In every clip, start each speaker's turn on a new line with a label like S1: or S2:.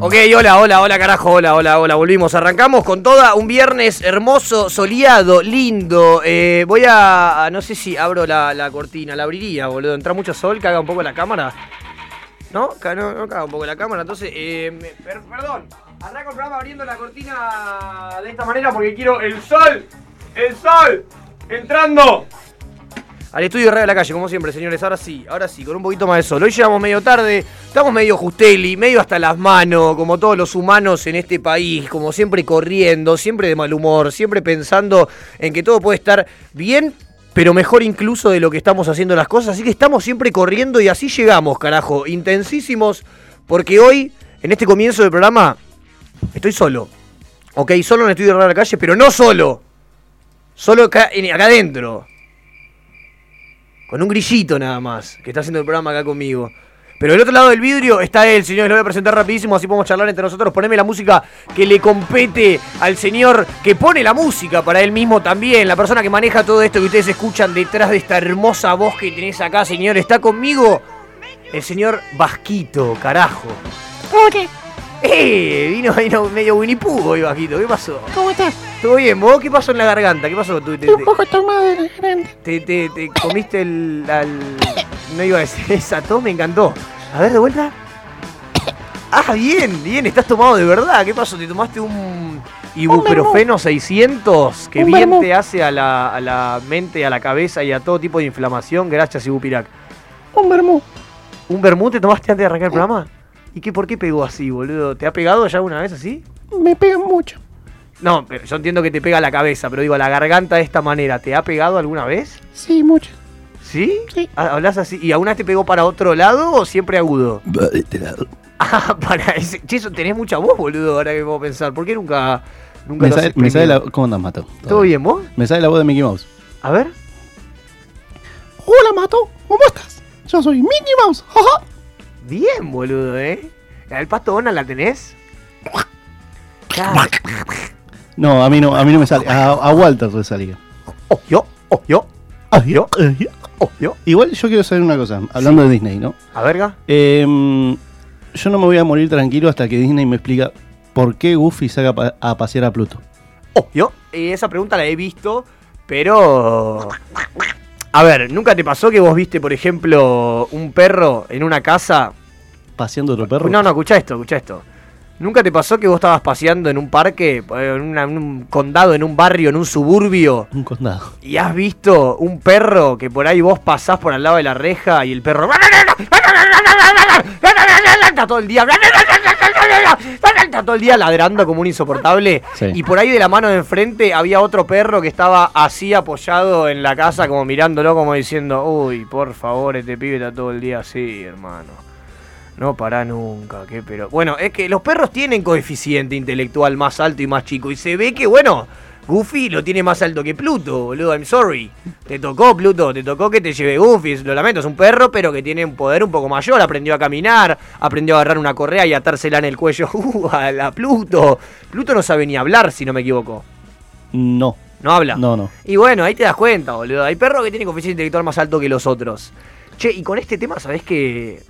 S1: Ok, hola, hola, hola, carajo, hola, hola, hola. Volvimos, arrancamos con toda un viernes hermoso, soleado, lindo. Eh, voy a, a- No sé si abro la, la cortina, la abriría, boludo. Entra mucho sol, caga un poco la cámara. ¿No? Ca- No, no caga un poco la cámara, entonces. eh, me- per- perdón, arranco el programa abriendo la cortina de esta manera porque quiero el sol, el sol, entrando. Al estudio de Radio de la Calle, como siempre, señores. Ahora sí, ahora sí, con un poquito más de sol. Hoy llegamos medio tarde, estamos medio justeli, medio hasta las manos, como todos los humanos en este país, como siempre corriendo, siempre de mal humor, siempre pensando en que todo puede estar bien, pero mejor incluso de lo que estamos haciendo las cosas. Así que estamos siempre corriendo y así llegamos, carajo. Intensísimos, porque hoy, en este comienzo del programa, estoy solo. Ok, solo en el estudio de Radio de la Calle, pero no solo. Solo acá, en- acá adentro con un grillito nada más, que está haciendo el programa acá conmigo. Pero del otro lado del vidrio está él, señores, lo voy a presentar rapidísimo, así podemos charlar entre nosotros. Poneme la música que le compete al señor que pone la música para él mismo también. La persona que maneja todo esto que ustedes escuchan detrás de esta hermosa voz que tenés acá, señor, está conmigo el señor Vasquito, carajo.
S2: ¿Cómo te?
S1: ¡Eh! Vino, vino medio Winnie Pooh hoy, Vasquito, ¿qué pasó?
S2: ¿Cómo estás?
S1: ¿Todo bien? ¿Vos qué pasó en la garganta? ¿Qué pasó? ¿Tú- te-
S2: Estoy un
S1: te-
S2: poco tomado de la grande.
S1: Te, te- te comiste el. al- no iba a decir esa tos, me encantó. A ver, de vuelta. Ah, bien, bien, estás tomado de verdad. ¿Qué pasó? ¿Te tomaste un ibuprofeno 600 que
S2: Un
S1: bien
S2: vermú.
S1: te hace a la, a la mente, a la cabeza y a todo tipo de inflamación? Gracias, Ibupirac.
S2: Un vermú.
S1: ¿Un vermú te tomaste antes de arrancar el programa? ¿Y qué, por qué pegó así, boludo? ¿Te ha pegado ya alguna vez así?
S2: Me pegan mucho.
S1: No, pero yo entiendo que te pega a la cabeza, pero digo, a la garganta de esta manera, ¿te ha pegado alguna vez?
S2: Sí, mucho.
S1: ¿Sí?
S2: Sí.
S1: Ah, ¿Hablas así? ¿Y alguna vez te pegó para otro lado o siempre agudo? Ah, para ese. Che, eso tenés mucha voz, boludo, ahora que puedo pensar. ¿Por qué nunca, nunca
S3: Me
S1: lo has
S3: sale, me sale la,
S1: exprimido?
S3: ¿Cómo andas, Mato?
S1: ¿Todo bien, vos?
S3: Me sale la voz de Mickey Mouse.
S1: A ver.
S2: Hola, Mato. ¿Cómo estás? Yo soy Mickey Mouse. Ajá.
S1: Bien, boludo, ¿eh? ¿La del pato Donald la tenés? Claro.
S3: No, a mí no, a mí no me sale. A, a Walter le salía.
S1: Oh, yo, oh, yo,
S3: Ah, yo, eh, yo.
S1: oh, yo.
S3: Igual yo quiero saber una cosa, hablando de Disney, ¿no?
S1: A verga.
S3: Em, yo no me voy a morir tranquilo hasta que Disney me explica por qué Goofy saca pa- a pasear a Pluto.
S1: Oh, yo. Eh, esa pregunta la he visto, pero. A ver, ¿nunca te pasó que vos viste, por ejemplo, un perro en una casa
S3: ¿Paseando otro perro?
S1: No, no, escucha esto, escucha esto. ¿Nunca te pasó que vos estabas paseando en un parque, eh, en, una- en un condado, en un barrio, en un suburbio,
S3: Un condado.
S1: y has visto un perro que por ahí vos pasás por al lado de la reja y el perro... Está todo el día... Está todo el día ladrando como un insoportable.
S3: Sí.
S1: Y por ahí de la mano de enfrente había otro perro que estaba así apoyado en la casa, como mirándolo, como diciendo, uy, por favor, este pibe está todo el día así, hermano. No para nunca, qué pero. Bueno, es que los perros tienen coeficiente intelectual más alto y más chico. Y se ve que, bueno, Goofy lo tiene más alto que Pluto, boludo. I'm sorry. Te tocó, Pluto, te tocó que te lleve Goofy. Lo lamento, es un perro, pero que tiene un poder un poco mayor. Aprendió a caminar, aprendió a agarrar una correa y atársela en el cuello. Uh, a la Pluto. Pluto no sabe ni hablar, si no me equivoco.
S3: No,
S1: No habla.
S3: no, no.
S1: Y bueno, ahí te das cuenta, boludo. Hay perros que tienen coeficiente intelectual más alto que los otros. Che, y con este tema, ¿sabés que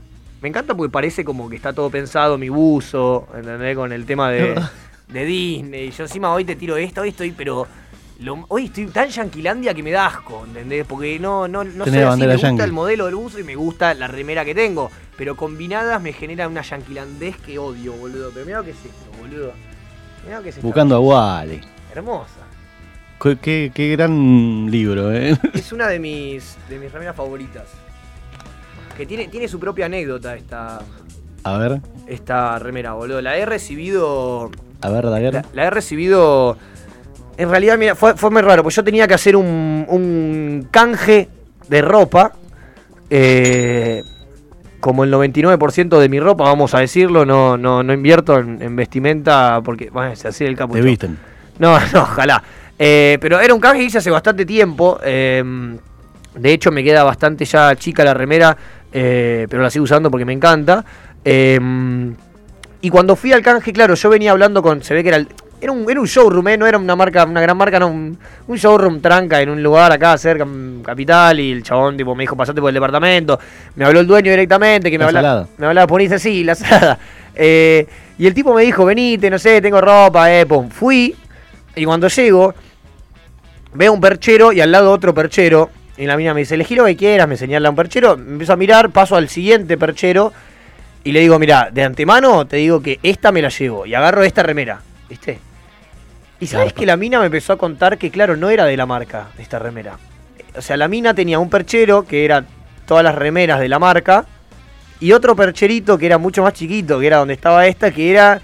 S1: Me encanta porque parece como que está todo pensado, mi buzo, ¿entendés? Con el tema de, de Disney. Yo encima hoy te tiro esto, hoy estoy, pero... lo- hoy estoy tan yanquilandia que me da asco, ¿entendés? Porque no, no, no
S3: Tenés
S1: soy
S3: la
S1: así, me
S3: bandera
S1: gusta
S3: yanqui.
S1: el modelo del buzo y me gusta la remera que tengo. Pero combinadas me genera una yanquilandés que odio, boludo. Pero mirá lo que es esto, boludo. Mirá lo que es esto.
S3: Buscando a Wally.
S1: Hermosa.
S3: Qué, qué- qué gran libro, ¿eh?
S1: Es una de mis, de mis remeras favoritas. Que tiene, tiene su propia anécdota esta,
S3: A ver,
S1: esta remera, boludo. La he recibido.
S3: a ver, Daguerre.
S1: La, la he recibido. En realidad, mira, fue, fue muy raro, pues yo tenía que hacer un, un canje de ropa. eh, como el 99% de mi ropa, vamos a decirlo, no, no, no invierto en, en vestimenta porque, bueno, se hacía el
S3: Te
S1: capuchón.
S3: visten.
S1: No, no, ojalá. Eh, pero era un canje que hice hace bastante tiempo. eh, de hecho, me queda bastante ya chica la remera, eh, pero la sigo usando porque me Em, encanta. Eh, y cuando fui al canje, claro, yo venía hablando con. Se ve que era el, Era un, era un showroom, ¿eh? no era una marca, una gran marca, no, un, un showroom tranca en un lugar acá cerca, en Capital, y el chabón tipo me dijo, pasate por el departamento, me habló el dueño directamente, que me
S3: La
S1: hablaba,
S3: salada.
S1: me hablaba por Instagram, sí, la salada. Eh, y el tipo me dijo, venite, no sé, tengo ropa, eh, pum. Fui, y cuando llego, veo un perchero y al lado otro perchero. Y la mina me dice, elegí lo que quieras, me señala un perchero. Me empiezo a mirar, paso al siguiente perchero y le digo, mira, de antemano te digo que esta me la llevo y agarro esta remera, ¿viste? Y sabes
S3: Garpa.
S1: que la mina me empezó a contar que, claro, no era de la marca esta remera. O sea, la mina tenía un perchero que era todas las remeras de la marca y otro percherito que era mucho más chiquito, que era donde estaba esta, que era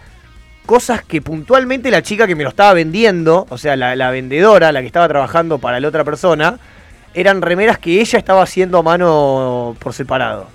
S1: cosas que puntualmente la chica que me lo estaba vendiendo, o sea, la, la vendedora, la que estaba trabajando para la otra persona, eran remeras que ella estaba haciendo a mano por separado.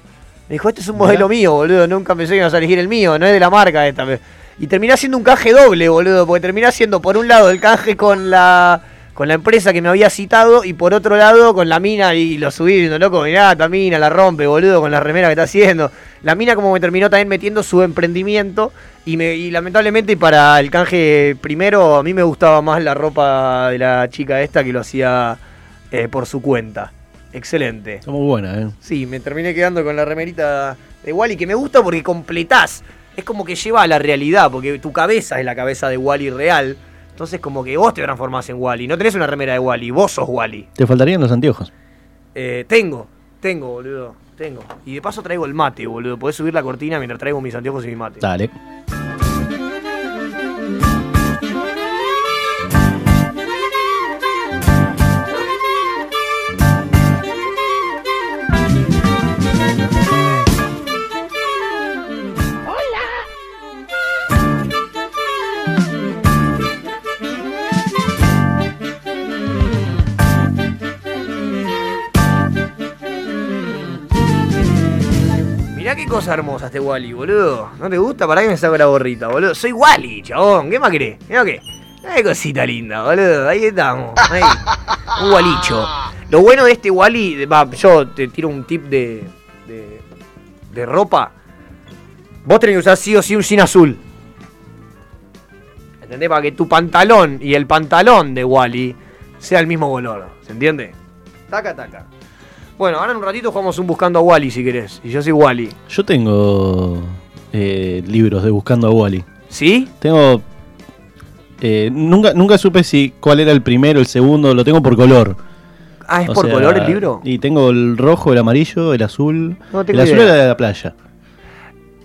S1: Me dijo, este es un
S3: Mirá.
S1: modelo mío, boludo, nunca pensé que ibas a elegir el mío, no es de la marca esta. Me- Y terminé haciendo un canje doble, boludo, porque terminé haciendo por un lado el canje con la con la empresa que me había citado y por otro lado con la mina y lo subí diciendo, loco, mirá, esta mina la rompe, boludo, con la remera que está haciendo. La mina como me terminó también metiendo su emprendimiento y, me, y lamentablemente para el canje primero a mí me gustaba más la ropa de la chica esta que lo hacía eh, por su cuenta. Excelente.
S3: Está muy buena, ¿eh?
S1: Sí, me terminé quedando con la remerita de Wally, que me gusta porque completás. Es como que lleva a la realidad, porque tu cabeza es la cabeza de Wally real. Entonces, como que vos te transformás en Wally. No tenés una remera de Wally, vos sos Wally.
S3: Te faltarían los anteojos.
S1: Eh, tengo, tengo, boludo. Tengo. Y de paso traigo el mate, boludo. Podés subir la cortina mientras traigo mis anteojos y mi mate.
S3: Dale.
S1: Mirá qué cosa hermosa este Wally, boludo. ¿No te gusta? ¿Para qué me saco la gorrita, boludo? Soy Wally, chabón. ¿Qué más querés? Mirá qué. Mirá qué cosita linda, boludo. Ahí estamos. Ahí. Un Wallicho. Lo bueno de este Wally, va, yo te tiro un tip de, de, de ropa. Vos tenés que usar sí o sí un jean azul. ¿Entendés? Para que tu pantalón y el pantalón de Wally sea el mismo color. ¿Se entiende? Taca, taca. Bueno, ahora en un ratito jugamos un buscando a Wally si querés. Y yo soy Wally.
S3: Yo tengo eh, libros de Buscando a Wally.
S1: ¿Sí?
S3: Tengo. eh, nunca, nunca supe si cuál era el primero, el segundo, lo tengo por color.
S1: Ah, ¿es
S3: O
S1: por
S3: sea,
S1: color el libro?
S3: Y tengo el rojo, el amarillo, el azul.
S1: No
S3: el
S1: tengo
S3: azul
S1: idea.
S3: era de la playa.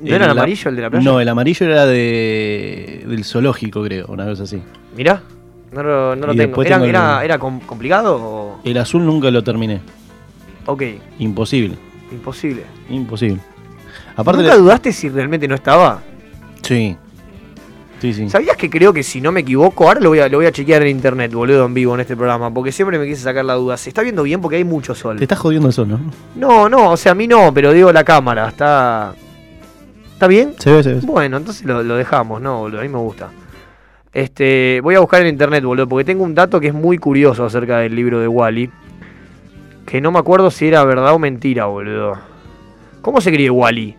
S1: ¿No era el
S3: la-
S1: amarillo el de la playa?
S3: No, el amarillo era de del zoológico, creo, una cosa así.
S1: Mirá, no lo, no lo
S3: Y
S1: tengo.
S3: después
S1: ¿Era,
S3: tengo el-
S1: era, era com- complicado o...?
S3: El azul nunca lo terminé.
S1: Ok,
S3: Imposible,
S1: imposible.
S3: imposible. Aparte
S1: ¿Nunca
S3: le-
S1: dudaste si realmente no estaba?
S3: Sí. Sí, sí.
S1: ¿Sabías que creo que si no me equivoco, ahora lo voy a, lo voy a chequear en internet, boludo, en vivo en este programa, porque siempre me quise sacar la duda. ¿Se está viendo bien? Porque hay mucho sol.
S3: Te estás jodiendo eso, ¿no?
S1: No, no, o sea, a mí no, pero digo la cámara, está... ¿Está bien?
S3: Se ve, se ve.
S1: Bueno, entonces lo, lo dejamos, ¿no? boludo? A mí me gusta. Este, voy a buscar en internet, boludo, porque tengo un dato que es muy curioso acerca del libro de Wally. Que no me acuerdo si era verdad o mentira, boludo. ¿Cómo se escribe Wally?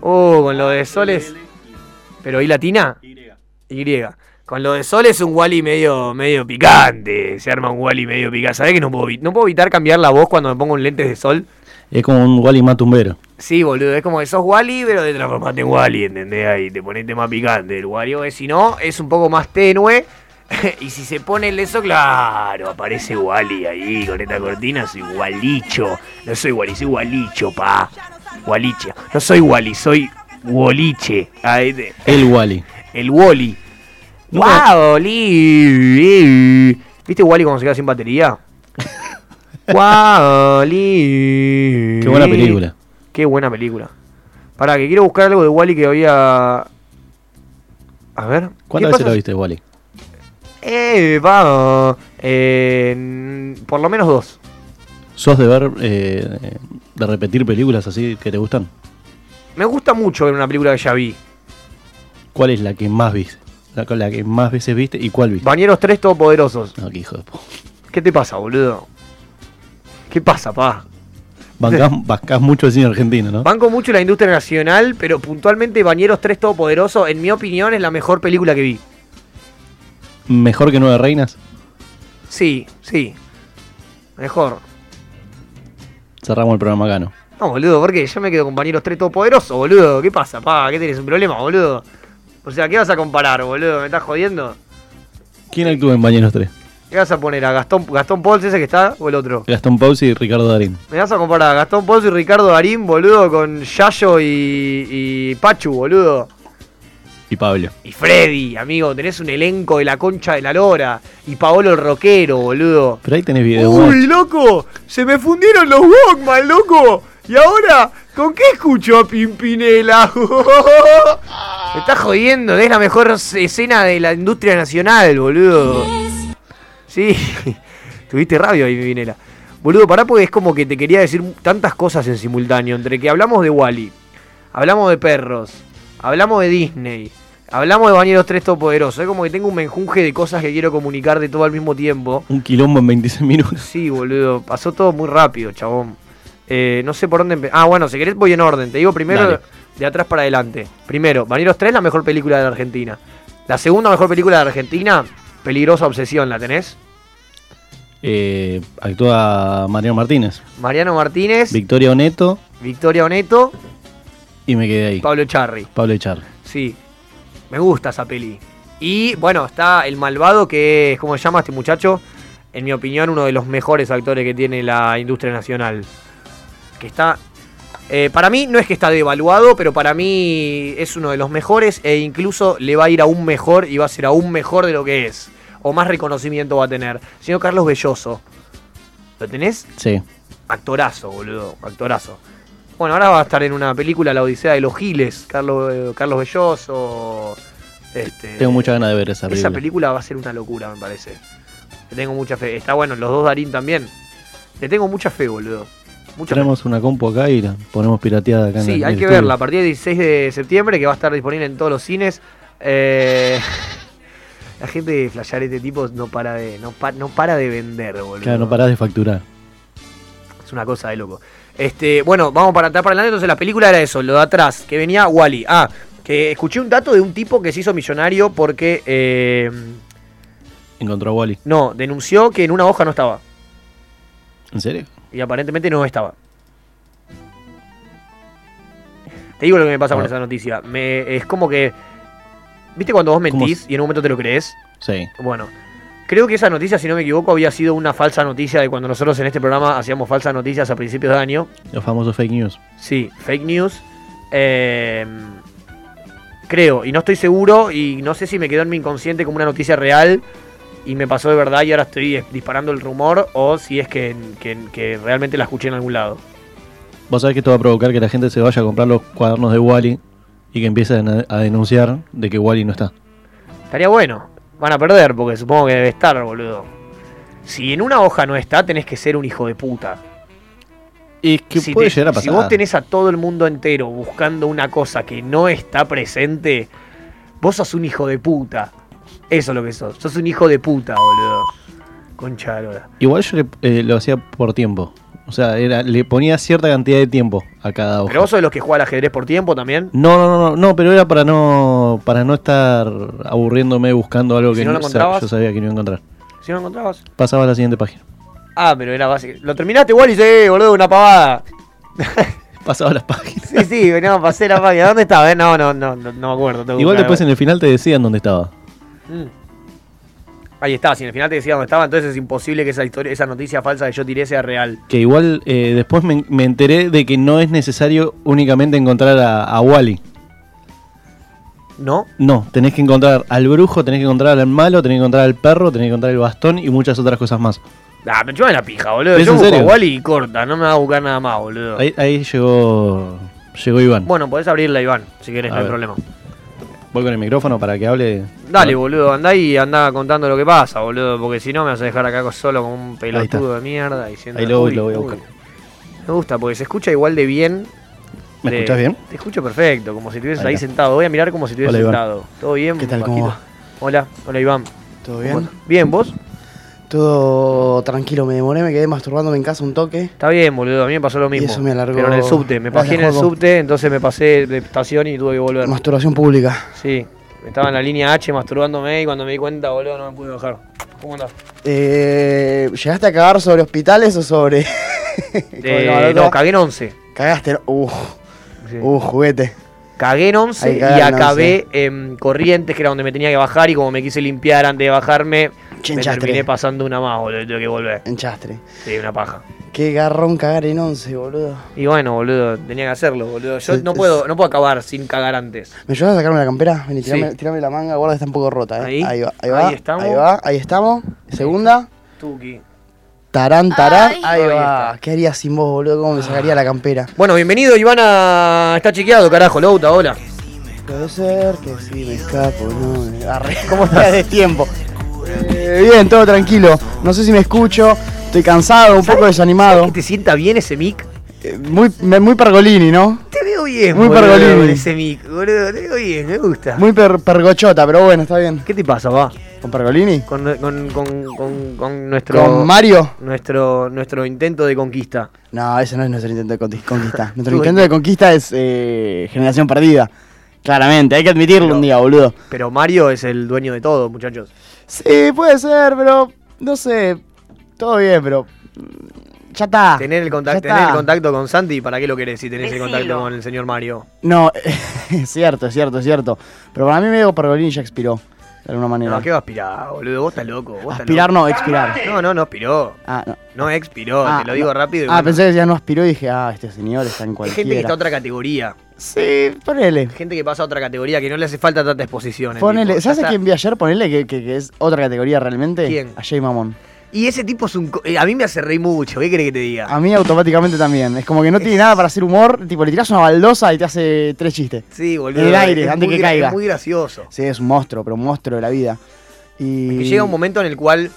S1: Oh, con lo de soles. ¿Pero y latina? Y. Con lo de soles un Wally medio, medio picante. Se arma un Wally medio picante. ¿Sabés que no puedo, vi- no puedo evitar cambiar la voz cuando me pongo un lentes de sol?
S3: Es como un Wally matumbero.
S1: Sí, boludo, es como que sos Wally, pero te transformaste en Wally, ¿entendés? Ahí te ponete más picante el Wally, porque si no, es un poco más tenue. y si se pone el eso, claro, aparece Wally ahí con esta cortina, soy Walicho. No soy Wally, soy Walicho, pa. Waliche. No soy Wally, soy Woliche. Ahí te-
S3: El Wally.
S1: el Wally.
S3: Nunca-
S1: Wally. ¿Viste Wally cuando se queda sin batería? Wally.
S3: Qué buena película.
S1: Qué buena película. Pará, que quiero buscar algo de Wally que había. A ver.
S3: ¿Cuántas
S1: ¿qué
S3: veces
S1: pasa
S3: lo
S1: si-
S3: viste, Wally?
S1: Eh, va. eh, n- por lo menos dos.
S3: ¿Sos de ver, eh, de repetir películas así que te gustan?
S1: Me gusta mucho ver una película que ya vi.
S3: ¿Cuál es la que más viste? La, con la que más veces viste y cuál viste?
S1: Bañeros 3 Todopoderosos.
S3: No, qué hijo de po-
S1: ¿Qué te pasa, boludo? ¿Qué pasa, pa?
S3: Bancás, bancás mucho el cine argentino, ¿no?
S1: Banco mucho la industria nacional, pero puntualmente Bañeros 3 Todopoderoso, en mi opinión, es la mejor película que vi.
S3: mejor que Nueve Reinas?
S1: Sí, sí. Mejor.
S3: Cerramos el programa acá, ¿no?
S1: No, boludo, ¿por qué? Yo me quedo compañeros tres todopoderosos, boludo. ¿Qué pasa, pa? ¿Qué tenés? ¿Un problema, boludo? O sea, ¿qué vas a comparar, boludo? ¿Me estás jodiendo?
S3: ¿Quién actúa en Bañeros 3?
S1: ¿Qué vas a poner? ¿A Gastón, Gastón Pols ese que está o el otro?
S3: Gastón Pausi y Ricardo Darín.
S1: ¿Me vas a comparar a Gastón Pols y Ricardo Darín, boludo, con Yayo y, y Pachu, boludo?
S3: Y Pablo.
S1: Y Freddy, amigo, tenés un elenco de la concha de la lora. Y Paolo el rockero, boludo.
S3: Pero ahí tenés video.
S1: Uy, loco, se me fundieron los Walkman, loco. Y ahora, ¿con qué escucho a Pimpinela? Me estás jodiendo, es la mejor escena de la industria nacional, boludo. Sí, tuviste rabia ahí, Pimpinela. Boludo, pará porque es como que te quería decir tantas cosas en simultáneo. Entre que hablamos de Wally, hablamos de perros, hablamos de Disney, hablamos de Bañeros 3 Todopoderosos. Es como que tengo un menjunje de cosas que quiero comunicar de todo al mismo tiempo.
S3: Un quilombo en 26 minutos.
S1: Sí, boludo. Pasó todo muy rápido, chabón. Eh, no sé por dónde empe- Ah, bueno, si querés voy en orden. Te digo primero
S3: Dale.
S1: de atrás para adelante. Primero, Baneros 3, la mejor película de la Argentina. La segunda mejor película de Argentina, Peligrosa Obsesión, ¿la tenés?
S3: Eh, actúa Mariano Martínez,
S1: Mariano Martínez,
S3: Victoria Oneto
S1: Victoria Oneto,
S3: y me quedé ahí.
S1: Pablo Charri.
S3: Pablo Echar.
S1: Sí, me gusta esa peli. Y bueno, está el malvado que es, ¿cómo se llama este muchacho? En mi opinión, uno de los mejores actores que tiene la industria nacional. Que está... eh, para mí no es que está devaluado, pero para mí es uno de los mejores e incluso le va a ir aún mejor y va a ser aún mejor de lo que es. O más reconocimiento va a tener. Señor Carlos Belloso. ¿Lo tenés?
S3: Sí.
S1: Actorazo, boludo. Actorazo. Bueno, ahora va a estar en una película La Odisea de los Giles, Carlos, eh, Carlos Belloso. Este,
S3: Tengo muchas ganas de ver esa película.
S1: Esa película va a ser una locura, me parece. Le tengo mucha fe. Está bueno, los dos Darín también. Le tengo mucha fe, boludo. Mucha fe.
S3: Tenemos una compu acá y la ponemos pirateada acá en
S1: Sí,
S3: el-
S1: hay
S3: el
S1: que
S3: estudio.
S1: verla a partir del 16 de septiembre, que va a estar disponible en todos los cines. Eh, la gente de flashear este tipo no para de, no pa- no para de vender, boludo.
S3: Claro, no parás de facturar.
S1: Es una cosa de loco. Este, bueno, vamos para atrás para adelante. Entonces la película era eso, lo de atrás, que venía Wally. Ah, que escuché un dato de un tipo que se hizo millonario porque eh,
S3: Encontró a Wally.
S1: no, denunció que en una hoja no estaba.
S3: ¿En serio?
S1: Y aparentemente no estaba. Te digo lo que me pasa con
S3: Ah.
S1: esa noticia. Me, es como que. ¿Viste cuando vos
S3: ¿Cómo
S1: mentís y en un momento te lo crees?
S3: Sí.
S1: Bueno, creo que esa noticia, si no me equivoco, había sido una falsa noticia de cuando nosotros en este programa hacíamos falsas noticias a principios de año.
S3: Los famosos fake news.
S1: Sí, fake news. Eh, creo, y no estoy seguro, y no sé si me quedó en mi inconsciente como una noticia real y me pasó de verdad y ahora estoy eh, disparando el rumor o si es que, que- que realmente la escuché en algún lado.
S3: Vos sabés que esto va a provocar que la gente se vaya a comprar los cuadernos de Wally y que empiecen a, a denunciar de que Wally no está.
S1: Estaría bueno. Van a perder porque supongo que debe estar, boludo. Si en una hoja no está, tenés que ser un hijo de puta.
S3: Y que
S1: si
S3: puede
S1: te-
S3: llegar a pasar.
S1: Si vos tenés a todo el mundo entero buscando una cosa que no está presente, vos sos un hijo de puta. Eso es lo que sos. Sos un hijo de puta, boludo. Concha de la lora.
S3: Igual yo le- eh, lo hacía por tiempo. O sea, era, le ponía cierta cantidad de tiempo a cada hoja.
S1: Pero vos sos de los que juega al ajedrez por tiempo también.
S3: No, no, no, no, no, pero era para no para no estar aburriéndome buscando algo
S1: Si
S3: que
S1: no lo
S3: sa-
S1: encontrabas.
S3: yo sabía que no iba a encontrar.
S1: Si no lo encontrabas.
S3: Pasaba a la siguiente página.
S1: Ah, pero era básico. Lo terminaste igual y sí, boludo, una pavada.
S3: Pasaba a las páginas.
S1: Sí, sí, veníamos a pasar la página. ¿Dónde estaba? eh? No, no, no, no, no me acuerdo. tengo que
S3: Igual
S1: buscar
S3: después en
S1: algo.
S3: el final te decían dónde estaba.
S1: Mm. Ahí está, si en el final te decía dónde estaba, entonces es imposible que esa historia, esa noticia falsa que yo tiré sea real.
S3: Que igual eh, después me, me enteré de que no es necesario únicamente encontrar a, a Wally.
S1: ¿No?
S3: No, tenés que encontrar al brujo, tenés que encontrar al malo, tenés que encontrar al perro, tenés que encontrar el bastón y muchas otras cosas más.
S1: Ah, me chupan la pija, boludo.
S3: ¿Es
S1: Yo
S3: en
S1: busco a
S3: serio?
S1: Wally y corta, no me va a buscar nada más, boludo.
S3: Ahí, ahí llegó llegó Iván.
S1: Bueno, podés abrirla, Iván, si querés,
S3: A
S1: no hay
S3: ver.
S1: problema.
S3: Voy con el micrófono para que hable.
S1: Dale, boludo, andá y andá contando lo que pasa, boludo, porque si no me vas a dejar acá solo como un pelotudo de mierda diciendo.
S3: Ahí lo voy,
S1: "Uy,
S3: lo voy a
S1: uy".
S3: buscar.
S1: Me gusta, porque se escucha igual de bien.
S3: ¿Me
S1: de-
S3: escuchás bien?
S1: Te escucho perfecto, como si estuvieses
S3: Ahí
S1: ahí
S3: está.
S1: sentado. Voy a mirar como si estuvieses
S3: Hola, Iván.
S1: sentado. ¿Todo bien?
S4: ¿Qué tal, cómo
S1: Vasquito? Hola, hola, Iván.
S4: ¿Todo
S1: ¿Cómo
S4: bien?
S1: estás? Bien, ¿vos?
S4: Todo tranquilo, me demoré, me quedé masturbándome en casa un toque.
S1: Está bien, boludo, a mí me pasó lo mismo.
S4: eso me alargó-
S1: Pero en el subte, me
S4: me
S1: pasé en el
S4: alargó.
S1: subte, entonces me pasé de estación y tuve que volver.
S4: Masturbación pública.
S1: Sí, Estaba en la línea H masturbándome y cuando me di cuenta, boludo, no me pude bajar. ¿Cómo andás?
S4: Eh, ¿Llegaste a cagar sobre hospitales o sobre.?
S1: Eh, no, cagué en 11.
S4: Cagaste, ¿no? Uh,
S1: Sí.
S4: uh, juguete.
S1: Cagué en 11
S4: Ahí
S1: y
S4: cagaron
S1: acabé en Corrientes, que era donde me tenía que bajar, y como me quise limpiar antes de bajarme, me
S4: Chinchastre.
S1: terminé pasando una más, boludo, y tuve que volver.
S4: Enchastre.
S1: Sí, una paja.
S4: Qué garrón cagar en once, boludo.
S1: Y bueno, boludo, tenía que hacerlo, boludo. Yo
S4: Sí,
S1: no
S4: es-
S1: puedo, no puedo acabar sin cagar antes.
S4: ¿Me ayudas a sacarme la campera? Vení, tirame,
S1: Sí.
S4: tirame la manga, guarda, está un poco rota, eh.
S1: Ahí.
S4: ahí va, ahí
S1: Ahí
S4: va.
S1: estamos.
S4: Ahí va, ahí estamos. Segunda.
S1: Tuki.
S4: Tarán, tarán.
S5: Ay.
S4: Ahí
S1: Ahí
S4: va.
S1: está.
S4: ¿Qué haría sin vos, boludo? ¿Cómo me sacaría la campera?
S1: Bueno, bienvenido, Ivana. Está chequeado, carajo, Louta, hola.
S4: Puede ser que sí me escapo, no. me agarré. ¿Cómo estás de tiempo? Eh, bien, todo tranquilo. No sé si me escucho. Estoy cansado, un poco
S1: ¿Que
S4: desanimado.
S1: te sienta bien ese mic?
S4: Eh, Muy, me- muy pergolini, ¿no?
S1: Te veo bien,
S4: Muy
S1: boludo,
S4: pergolini.
S1: con ese mic, boludo. Te veo bien, me gusta.
S4: Muy per- pergochota, pero bueno, está bien.
S1: ¿Qué te pasa, va?
S4: ¿Con pergolini?
S1: Con, con, con, con, con nuestro,
S4: ¿Con Mario?
S1: nuestro, nuestro intento de conquista.
S4: No, ese no es nuestro intento de conti- conquista. Nuestro intento de conquista es eh, generación perdida. Claramente, hay que admitirlo un día, boludo.
S1: Pero Mario es el dueño de todo, muchachos.
S4: Sí, puede ser, pero no sé. Todo bien, pero mm, ya está.
S1: Tener el,
S4: ya
S1: contacto,
S4: está.
S1: tener el contacto con Santi, ¿para qué lo querés si tenés el contacto
S5: Decilo.
S1: con el señor Mario?
S4: No, es cierto, es cierto, es cierto. Pero para mí medio Pergolini ya expiró, de alguna manera.
S1: No, ¿qué va a aspirar, boludo? Vos estás loco. Vos estás
S4: Aspirar
S1: loco.
S4: no, expirar.
S1: No, no, no aspiró.
S4: Ah, no.
S1: No expiró,
S4: Ah,
S1: te lo digo
S4: no.
S1: rápido. y
S4: Ah,
S1: bueno.
S4: pensé que ya no aspiró y dije, ah, este señor está en
S1: Hay gente que está a
S4: cualquiera.
S1: otra categoría.
S4: Sí, ponele.
S1: Gente que pasa a otra categoría que no le hace falta tanta exposición. el
S4: Ponele.
S1: tipo.
S4: ¿Sabes
S1: Ya
S4: a
S1: está.
S4: quién vi ayer? Ponele que, que- que es otra categoría realmente.
S1: ¿Quién?
S4: A Jay Mamón.
S1: Y ese tipo es un. co- eh, A mí me hace reír mucho. ¿Qué querés que te diga?
S4: A mí automáticamente también. Es como que no tiene nada para hacer humor. Tipo, le tirás una baldosa y te hace tres chistes.
S1: Sí, boludo.
S4: En el aire,
S1: es
S4: antes
S1: muy
S4: que
S1: gra-
S4: caiga.
S1: Es muy gracioso.
S4: Sí, es un monstruo, pero un monstruo de la vida. Y.
S1: Que llega un momento en el cual.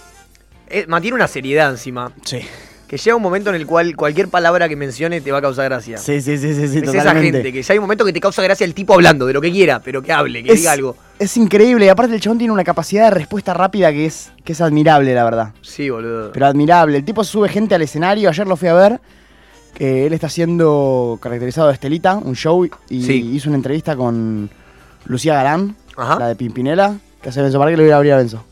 S1: eh, mantiene una seriedad encima.
S4: Sí.
S1: Que llega un momento en el cual cualquier palabra que mencione te va a causar gracia.
S4: Sí, sí, sí, sí, sí,
S1: es esa
S4: totalmente.
S1: gente que ya hay un momento que te causa gracia el tipo hablando de lo que quiera, pero que hable, que
S4: es,
S1: diga algo.
S4: es increíble. Y aparte, el chabón tiene una capacidad de respuesta rápida que es, que es admirable, la verdad.
S1: Sí, boludo.
S4: Pero admirable. El tipo sube gente al escenario. Ayer lo fui a ver. Que él está haciendo caracterizado de Estelita, un show. Y
S1: Sí.
S4: hizo una entrevista con Lucía Galán,
S1: Ajá.
S4: la de Pimpinela. Que hace Benzo. ¿Para que le voy a abrir a Benzo?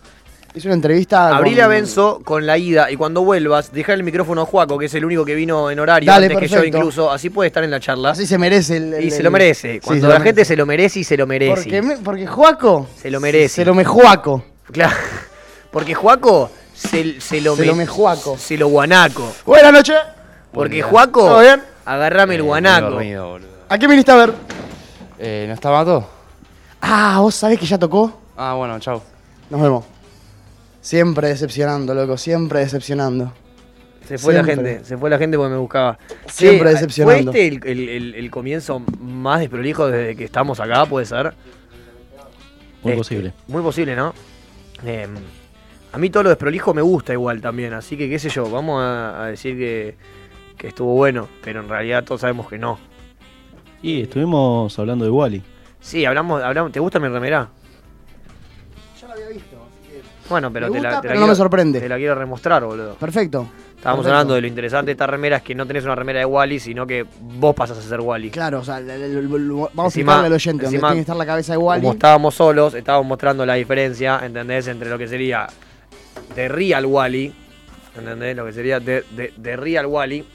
S4: Hizo una entrevista.
S1: Abrile
S4: ah, con-
S1: a Benzo con la ida y cuando vuelvas, dejar el micrófono a Juaco, que es el único que vino en horario
S4: Dale,
S1: antes que yo
S4: perfecto.
S1: incluso, así puede estar en la charla.
S4: Así se merece el.
S1: y
S4: el-
S1: se
S4: el-
S1: lo merece.
S4: Sí,
S1: Cuando
S4: se lo
S1: la gente
S4: merece.
S1: se lo merece y se lo merece.
S4: Porque, me- porque Juaco.
S1: Se lo merece.
S4: Se lo mejuaco.
S1: Claro. Porque Juaco se, se lo
S4: Se lo mejuaco.
S1: Se lo guanaco.
S4: Buenas noches.
S1: Porque
S6: día.
S1: Juaco,
S4: ¿Todo bien?
S1: agarrame el guanaco.
S4: ¿A qué viniste a ver?
S6: Eh, ¿No está Mato?
S4: Ah, vos sabés que ya tocó.
S6: Ah, bueno, chau.
S4: Nos vemos. Siempre decepcionando, loco. Siempre decepcionando.
S1: Se fue la
S4: Siempre.
S1: gente, se fue la gente porque me buscaba.
S4: Siempre
S1: Che,
S4: decepcionando.
S1: ¿Fue este el, el- el- el comienzo más desprolijo desde que estamos acá, puede ser?
S3: Muy
S1: Este,
S3: posible.
S1: Muy posible, ¿no? Eh, a mí todo lo desprolijo me gusta igual también, así que qué sé yo, vamos a, a decir que, que estuvo bueno, pero en realidad todos sabemos que no.
S3: Y estuvimos hablando de Wally.
S1: Sí, hablamos, hablamos. ¿Te gusta mi remera?
S4: Ya lo había visto.
S1: Bueno, pero
S4: Me
S1: te la,
S4: gusta,
S1: te la
S4: pero no me sorprende.
S1: Te la quiero remostrar, boludo.
S4: Perfecto.
S1: Estábamos
S4: Perfecto.
S1: hablando de lo interesante de esta remera es que no tenés una remera de Wally, sino que vos pasas a ser Wally.
S4: Claro, o sea, el- el- el- el- vamos a
S1: Encima-
S4: explicarle al oyente. Donde
S1: encima-
S4: tiene que estar la cabeza de
S1: Como
S4: Wally.
S1: estábamos solos, estábamos mostrando la diferencia, ¿entendés? Entre lo que sería The Real Wally, ¿entendés? Lo que sería The, The- The Real Wally.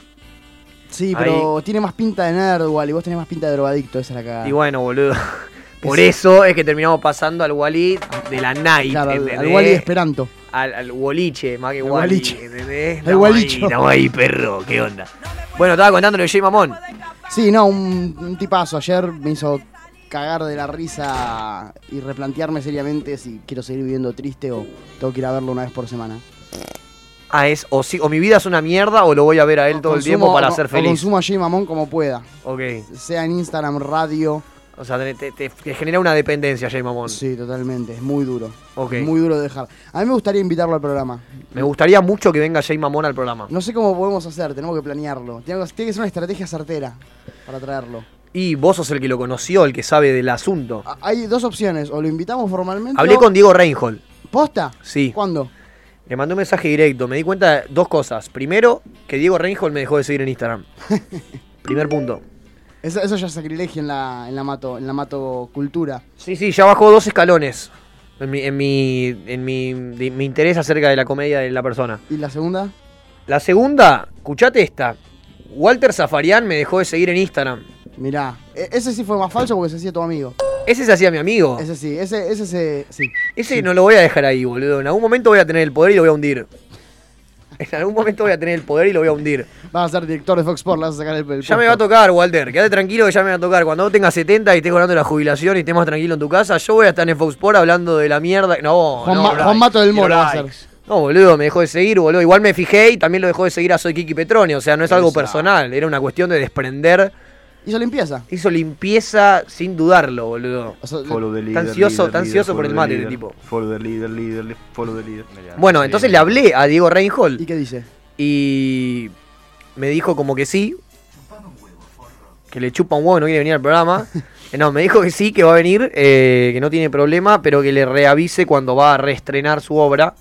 S4: Sí, pero tiene más pinta de nerd, Wally. Vos tenés más pinta de drogadicto. Esa es la cagada.
S1: Y bueno, boludo. Por eso es que terminamos pasando al Wally de la night,
S4: Claro, al, al
S1: ¿entendés?
S4: Wally de Esperanto.
S1: al, al boliche, más que
S4: Al
S1: Wally,
S4: boliche.
S1: ¿entendés?
S4: Al
S1: Estamos
S4: gualicho.
S1: ahí, Estamos ahí, perro, ¿qué onda? Bueno, estaba contándolo de Jay Mamón.
S4: Sí, no, un, un tipazo. Ayer me hizo cagar de la risa y replantearme seriamente si quiero seguir viviendo triste o tengo que ir a verlo una vez por semana.
S1: Ah, es o, sí, o mi vida es una mierda o lo voy a ver a él todo el
S4: Consumo-
S1: tiempo para
S4: o-
S1: ser
S4: o
S1: feliz.
S4: consumo a Jay Mamón como pueda.
S1: Ok.
S4: Sea en Instagram, radio.
S1: O sea, te, te- te- te genera una dependencia, Jay Mamón.
S4: Sí, totalmente. Es muy duro.
S1: Ok.
S4: Muy duro de dejar. A mí me gustaría invitarlo al programa.
S1: Me gustaría mucho que venga Jay Mamón al programa.
S4: No sé cómo podemos hacer, tenemos que planearlo. Tiene que tiene que ser una estrategia certera para traerlo.
S1: Y vos sos el que lo conoció, el que sabe del asunto.
S4: A- Hay dos opciones, o lo invitamos formalmente.
S1: Hablé
S4: o-
S1: con Diego Reinhold.
S4: ¿Posta?
S1: Sí.
S4: ¿Cuándo?
S1: Le mandé un mensaje directo. Me di cuenta de dos cosas. Primero, que Diego Reinhold me dejó de seguir en Instagram. Primer punto.
S4: Eso, eso ya es sacrilegio en la, en la mato, en la mato cultura.
S1: Sí, sí, ya bajó dos escalones en mi, en mi, en mi, de- mi interés acerca de la comedia de la persona.
S4: ¿Y la segunda?
S1: La segunda, escuchate esta. Walter Zafarian me dejó de seguir en Instagram.
S4: Mirá. E- ese sí fue más falso porque se hacía tu amigo.
S1: Ese se hacía mi amigo.
S4: Ese sí, ese, ese se- sí.
S1: Ese no lo voy a dejar ahí, boludo. En algún momento voy a tener el poder y lo voy a hundir. En algún momento voy a tener el poder y lo voy a hundir.
S4: Vas a ser director de Fox Sports, le vas a sacar el, el
S1: Ya me
S4: puesto.
S1: va a tocar, Walter. Quédate tranquilo que ya me va a tocar. Cuando vos tengas 70 y estés cobrando la jubilación y estés más tranquilo en tu casa, yo voy a estar en Fox Sports hablando de la mierda. No,
S4: Juan
S1: no,
S4: Ma-
S1: likes.
S4: Juan Mato del Moro
S1: Quiero
S4: va a ser.
S1: likes. No, boludo, me dejó de seguir, boludo. Igual me fijé y también lo dejó de seguir a Soy Kiki Petrone. O sea, no es algo
S4: Esa.
S1: personal. Era una cuestión de desprender.
S4: Hizo limpieza.
S1: Hizo limpieza sin dudarlo, boludo.
S4: O sea,
S5: Follow the leader.
S1: Está ansioso-
S5: leader,
S1: está
S5: leader,
S1: ansioso por
S5: follow
S1: el
S5: the
S1: mate,
S5: leader,
S1: el tipo.
S5: Follow the leader, leader, le- follow the leader.
S1: Bueno, entonces le hablé a Diego Reinhold.
S4: ¿Y qué dice?
S1: y me dijo como que sí. Que le chupa un huevo, no quiere venir al programa. Eh, No, me dijo que sí, que va a venir, eh, que no tiene problema, pero que le reavise cuando va a reestrenar su obra.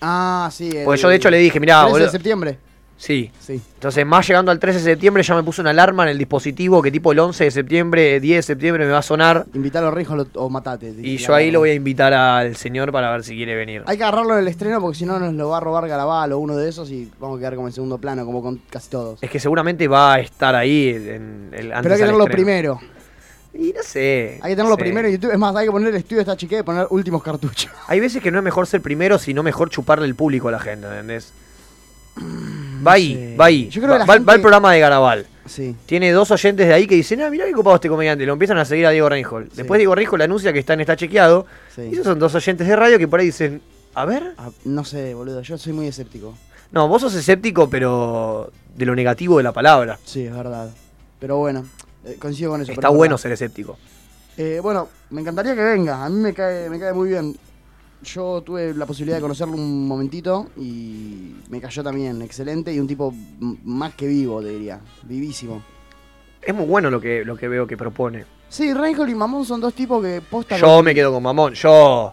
S4: Ah, sí. el-
S1: Porque Pues yo de hecho le dije, mirá,
S4: 13 de
S1: boludo.
S4: septiembre.
S1: Sí.
S4: Sí.
S1: Entonces, más llegando al 13 de septiembre, ya me puso una alarma en el dispositivo que tipo el 11 de septiembre, 10 de septiembre me va a sonar.
S4: Invitar a los rijos o matate.
S1: Y yo ahí lo voy a invitar al señor para ver si quiere venir.
S4: Hay que agarrarlo en el estreno porque si no nos lo va a robar Garabal o uno de esos y vamos a quedar como en segundo plano, como con casi todos.
S1: Es que seguramente va a estar ahí en el
S4: Pero hay
S1: antes
S4: que
S1: al
S4: tenerlo
S1: estreno.
S4: primero.
S1: Y no sé.
S4: Hay que tenerlo
S1: no sé.
S4: primero en YouTube. Es más, hay que poner el estudio está chique y poner últimos cartuchos.
S1: Hay veces que no es mejor ser primero, sino mejor chuparle el público a la gente, ¿entendés? Va ahí, va ahí.
S4: Mm, Yo creo que
S1: va,
S4: la
S1: va-
S4: gente-
S1: va el programa de Garabal.
S4: Sí.
S1: Tiene dos oyentes de ahí que dicen, ah, mirá qué copado este comediante. Lo empiezan a seguir a Diego Reinhold.
S4: Sí.
S1: Después Diego Reinhold anuncia que está en Está Chequeado.
S4: Sí.
S1: Y esos son dos oyentes de radio que por ahí dicen, a ver.
S4: Ah, no sé, boludo. Yo soy muy escéptico.
S1: No, vos sos escéptico, pero de lo negativo de la palabra.
S4: Sí, es verdad. Pero bueno, eh, coincido con eso.
S1: Está
S4: pero es
S1: bueno
S4: verdad.
S1: ser escéptico.
S4: Eh, bueno, me encantaría que venga. A mí me cae, me cae muy bien. Yo tuve la posibilidad de conocerlo un momentito y me cayó también. Excelente y un tipo m- más que vivo, te diría. Vivísimo.
S1: Es muy bueno lo que, lo que veo que propone.
S4: Sí, Reinhold y Mamón son dos tipos que posta.
S1: Yo me quedo con Mamón, yo.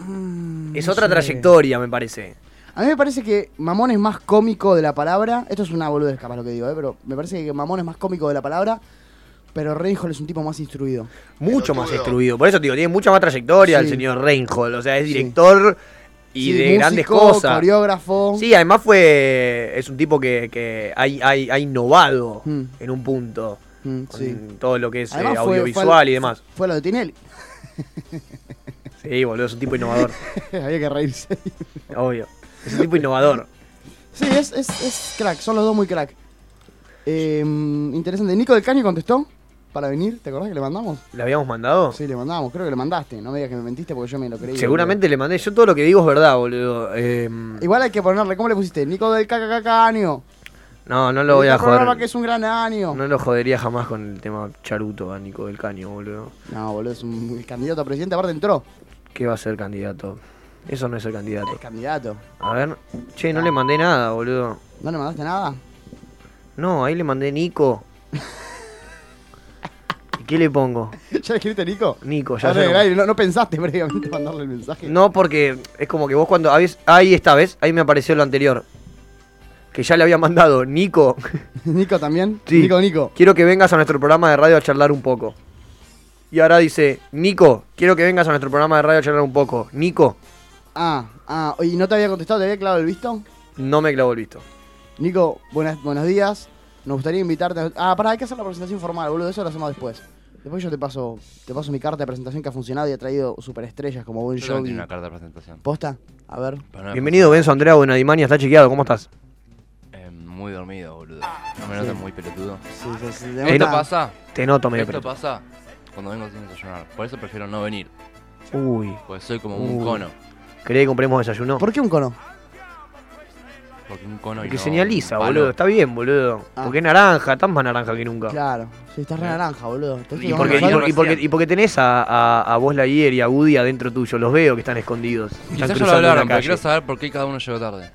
S4: Mm,
S1: Es
S4: no
S1: otra
S4: sé.
S1: trayectoria, me parece.
S4: A mí me parece que Mamón es más cómico de la palabra. Esto es una boludez capaz lo que digo, eh, pero me parece que Mamón es más cómico de la palabra. Pero Reinhold es un tipo más instruido.
S1: mucho más instruido. Por eso te digo, tiene mucha más trayectoria el
S4: Sí.
S1: señor Reinhold. O sea, es
S4: Sí.
S1: director y
S4: Sí,
S1: de
S4: músico,
S1: grandes cosas.
S4: coreógrafo.
S1: Sí, además fue. Es un tipo que, que ha, ha- ha innovado
S4: Mm.
S1: en un punto.
S4: Mm,
S1: Con
S4: sí.
S1: todo lo que es eh,
S4: Además fue-
S1: audiovisual
S4: fue al-
S1: y demás.
S4: Fue lo de Tinelli.
S1: Sí, boludo, es un tipo innovador.
S4: Había que reírse.
S1: obvio. Es un tipo innovador.
S4: Sí, es, es, es crack, son los dos muy crack. Eh, interesante, Nico del Caño contestó para venir, ¿te acordás que le mandamos?
S1: ¿Le habíamos mandado?
S4: Sí, le mandamos, creo que le mandaste, no me digas que me mentiste porque yo me lo creí.
S1: Seguramente le mandé. Yo todo lo que digo es verdad, boludo. Eh,
S4: boludo. Igual hay que ponerle, ¿cómo le pusiste? Nico del Caca Caño.
S1: no, no lo voy a
S4: Este programa
S1: joder.
S4: que es un gran año. No,
S1: No lo jodería jamás con el tema charuto a Nico del Caño, boludo.
S4: boludo, es un el candidato a presidente, aparte entró.
S1: ¿Qué va a ser candidato? Eso no es el candidato.
S4: Es candidato.
S1: A ver, che, no le mandé nada, boludo.
S4: ¿No le mandaste nada?
S1: No, ahí le mandé Nico. ¿Y qué le pongo?
S4: ¿Ya le escribiste Nico?
S1: Nico, ya
S4: Ahora
S1: sé.
S4: en el aire, no, no pensaste previamente mandarle el mensaje.
S1: No, porque es como que vos cuando. habés- Ahí está, ¿ves? Ahí me apareció lo anterior. Que ya le había mandado Nico.
S4: Nico también.
S1: Sí.
S4: Nico, Nico.
S1: Quiero que vengas a nuestro programa de radio a charlar un poco. Y ahora dice, Nico, quiero que vengas a nuestro programa de radio a charlar un poco. Nico,
S4: Ah, ah, y no te había contestado, te había clavado el visto.
S1: no me clavó el visto.
S4: Nico, buenas, buenos días. Nos gustaría invitarte. a- Ah, pará, hay que hacer la presentación formal, boludo. Eso lo hacemos después. Después yo te paso, te paso mi carta de presentación que ha funcionado y ha traído superestrellas como buen
S6: Yo no
S4: show.
S6: tengo una carta de presentación.
S4: Posta, a ver.
S6: pero no me
S1: Bienvenido, Benzo Andrea Bonadimania, está chequeado, ¿cómo estás?
S6: puse- eh, muy dormido, boludo. No me notas muy pelotudo.
S4: Sí, sí, sí, te
S1: Eh, no.
S6: Esto
S4: nota-
S6: pasa.
S1: Te noto medio
S6: Esto
S1: pelotudo.
S6: pasa cuando vengo sin desayunar. Por eso prefiero no venir.
S1: Uy,
S6: Porque soy como un
S1: Uh.
S6: cono.
S1: ¿querés que compremos desayuno?
S4: ¿Por qué un cono?
S6: Porque un cono y
S1: Porque
S6: no
S1: señaliza,
S6: un palo.
S1: boludo. Está bien, boludo.
S4: Ah.
S1: Porque es naranja, estás más naranja que nunca.
S4: Claro, sí, estás re
S6: Eh.
S4: naranja, boludo. Estás
S6: Y
S1: Y
S4: tomando
S1: porque, y
S4: sol.
S6: Igual
S1: por- y
S6: recién.
S1: porque- y porque tenés a, a, a vos, Laier y a Woody adentro tuyo. Los veo que están escondidos. Están
S6: Quizás ya lo
S1: cruzando la
S6: hablaron, pero
S1: calle.
S6: quiero saber por qué cada uno llegó tarde.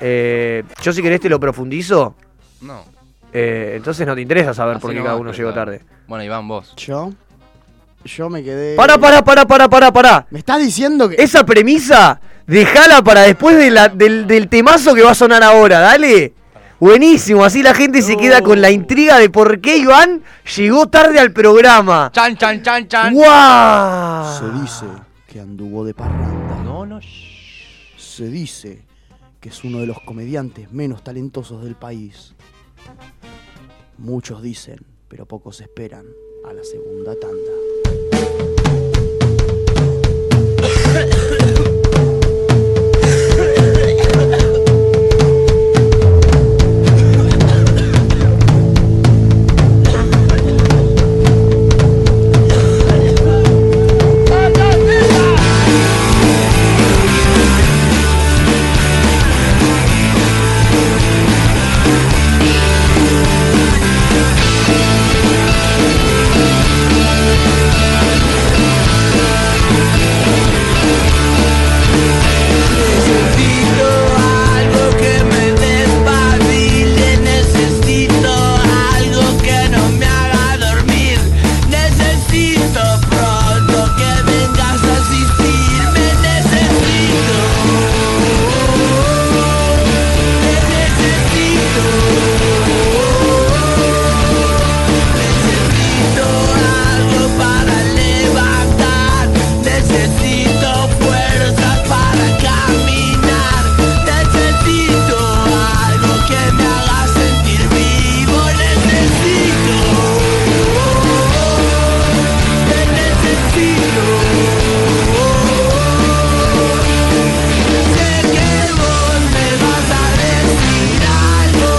S1: Eh, yo, si querés, te lo profundizo.
S6: No.
S1: eh, entonces no te interesa saber
S6: Así
S1: por qué
S6: no
S1: cada
S6: vas,
S1: uno
S6: pero
S1: llegó
S6: está.
S1: tarde.
S6: Bueno, Iván, vos.
S4: Yo, yo me quedé.
S1: ¡Para, para, para, para, para, para!
S4: ¿Me estás diciendo que.?
S1: Esa premisa, dejala para después de la- del, del temazo que va a sonar ahora, dale. Buenísimo, así la gente se queda con la intriga de por qué Iván llegó tarde al programa.
S6: Chan, chan, chan, chan.
S1: ¡Guau!
S4: Se dice que anduvo de parranda.
S6: No, no. shh.
S4: Se dice que es uno de los comediantes menos talentosos del país. Muchos dicen, pero pocos esperan a la segunda tanda.
S7: Necesito algo que me despabile, necesito algo que no me haga dormir, necesito pronto que vengas a asistirme, necesito, te necesito, necesito algo para levantar, necesito fuerza para caminar, necesito algo que me haga sentir vivo, este necesito, te necesito, sé que vos me vas a decir algo,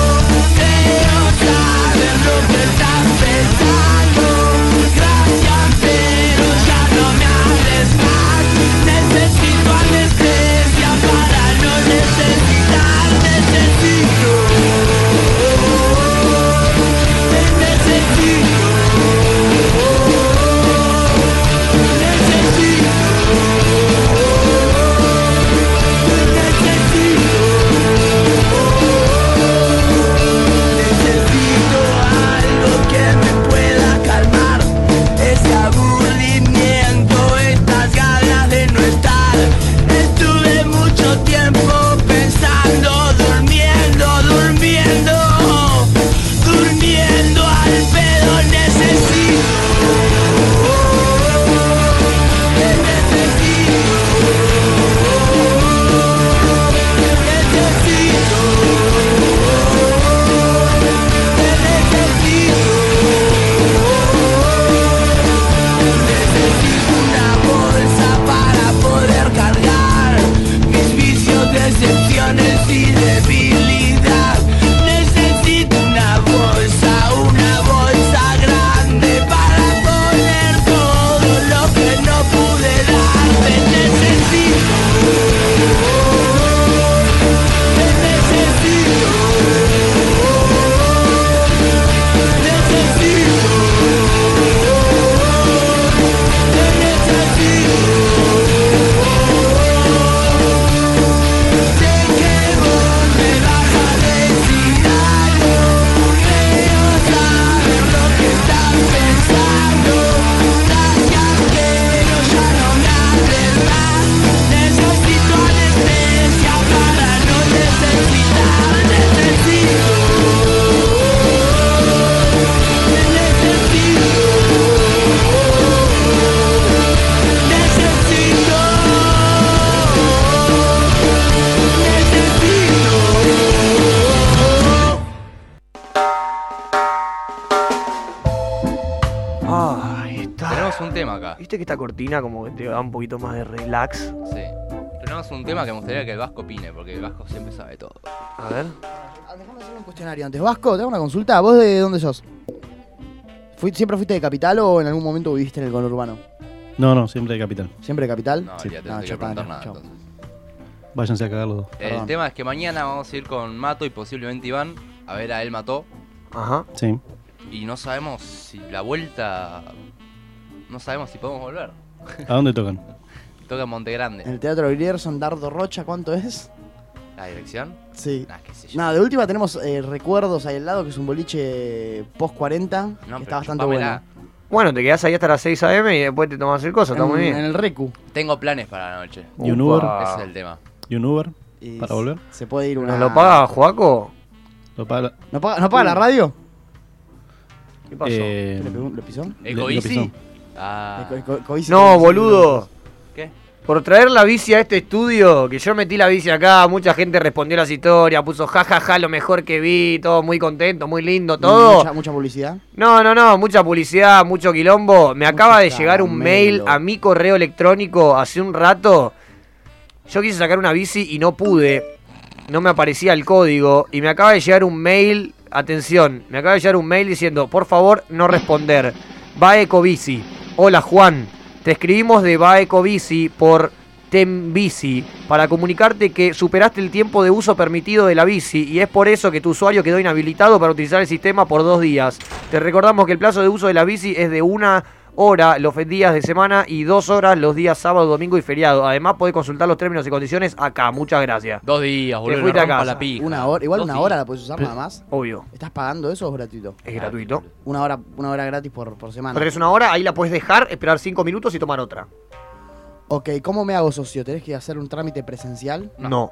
S7: creo saber lo que estás pensando. Gracias, pero ya no me hables más. Necesito anestesia para no necesitar. Necesito, te necesito, necesito, te necesito. Necesito algo que me pueda calmar Ese aburrimiento, estas ganas de no estar Estuve mucho tiempo pensando, durmiendo, durmiendo Durmiendo al pedo necesito Te necesito Te necesito te necesito, necesito una bolsa para poder cargar mis vicios, decepciones y debilidad. Necesito una bolsa, una bolsa grande para poner todo lo que no pude darte. Necesito, te necesito. Necesito, te necesito. Sé que vos me vas a decir algo, creo saber lo que estás pensando. Gracias, pero ya no me hables más. Necesito anestesia para no necesitar. Necesito. Necesito, necesito, necesito.
S1: Ahí está.
S6: Tenemos un tema acá.
S1: ¿Viste que esta cortina como que te da un poquito más de relax?
S6: Sí. Tenemos un tema que me gustaría que el Vasco opine, porque el Vasco siempre sabe todo.
S1: A ver.
S4: Ah, Déjame hacer un cuestionario antes. Vasco, te hago una consulta. ¿Vos de dónde sos? ¿Fui- ¿Siempre fuiste de capital o en algún momento viviste en el conurbano?
S3: No, no, siempre de capital.
S4: ¿Siempre de capital?
S6: No,
S3: Sí.
S6: ya te
S1: Ah,
S4: No,
S6: no,
S4: ya
S6: que
S4: está,
S6: preguntar
S4: no,
S6: nada.
S4: chao.
S6: entonces.
S3: Váyanse a cagar los dos.
S6: El
S4: Perdón.
S6: tema es que mañana vamos a ir con Mato y posiblemente Iván a ver a él mató.
S1: Ajá.
S3: Sí.
S6: Y no sabemos si la vuelta. No sabemos si podemos volver.
S3: ¿A dónde tocan?
S6: Toca en Monte
S4: En
S6: Grande.
S4: el Teatro Grierson, Dardo Rocha, ¿cuánto es?
S6: ¿La dirección?
S4: Sí.
S6: Nah, qué sé yo.
S4: Nada, de última tenemos eh, Recuerdos ahí al lado, que es un boliche post 40,
S6: No,
S4: que
S6: pero
S4: está bastante
S6: chupámela.
S4: bueno.
S1: Bueno, te quedás ahí hasta las 6 am y después te tomás el coso, está muy
S4: En-
S1: bien.
S4: En el Recu.
S6: Tengo planes para la noche.
S3: ¿Y un
S1: Upa.
S3: Uber?
S6: Ese es el tema.
S3: ¿Y un Uber?
S4: Y
S3: ¿Para
S4: se-
S3: volver?
S4: Se puede ir una...
S1: ¿Nos lo paga Juaco?
S3: Lo paga la-
S4: ¿No paga, no paga la radio?
S1: ¿Qué pasó?
S3: eh,
S4: ¿Le, pegó- le pisó?
S3: le-
S6: ¿El
S3: lo
S6: Coici?
S3: pisó.
S6: Ah.
S4: El co- co- coici-
S1: No, boludo.
S6: ¿Qué?
S1: Por traer la bici a este estudio, que yo metí la bici acá, mucha gente respondió las historias, puso jajaja, lo mejor que vi, todo muy contento, muy lindo, todo.
S4: Mucha, mucha publicidad.
S1: No, no, no, mucha publicidad, mucho quilombo. Me acaba de llegar un mail
S4: caramelo.
S1: a mi correo electrónico hace un rato. Yo quise sacar una bici y no pude. No me aparecía el código. Y me acaba de llegar un mail. Atención, me acaba de llegar un mail diciendo, por favor, no responder. Va Ecobici. Hola Juan. Te escribimos de Va Ecobici por Tembici para comunicarte que superaste el tiempo de uso permitido de la bici y es por eso que tu usuario quedó inhabilitado para utilizar el sistema por dos días. Te recordamos que el plazo de uso de la bici es de una hora los fe- días de semana y dos horas los días sábado, domingo y feriado. Además, podés consultar los términos y condiciones acá. Muchas gracias.
S6: Dos días, boludo.
S1: fuiste
S6: no
S1: a
S6: rompa
S1: casa.
S6: la pija.
S4: Una hora, igual
S6: Dos
S4: una
S6: días.
S4: hora la puedes usar nada más.
S1: Obvio,
S4: ¿Estás pagando eso o es gratuito?
S1: es gratuito.
S4: Una hora, una hora gratis por, por semana.
S1: Tenés una hora, ahí la puedes dejar, esperar cinco minutos y tomar otra.
S4: Ok, ¿cómo me hago socio? ¿Tenés que hacer un trámite presencial?
S1: No.
S6: No.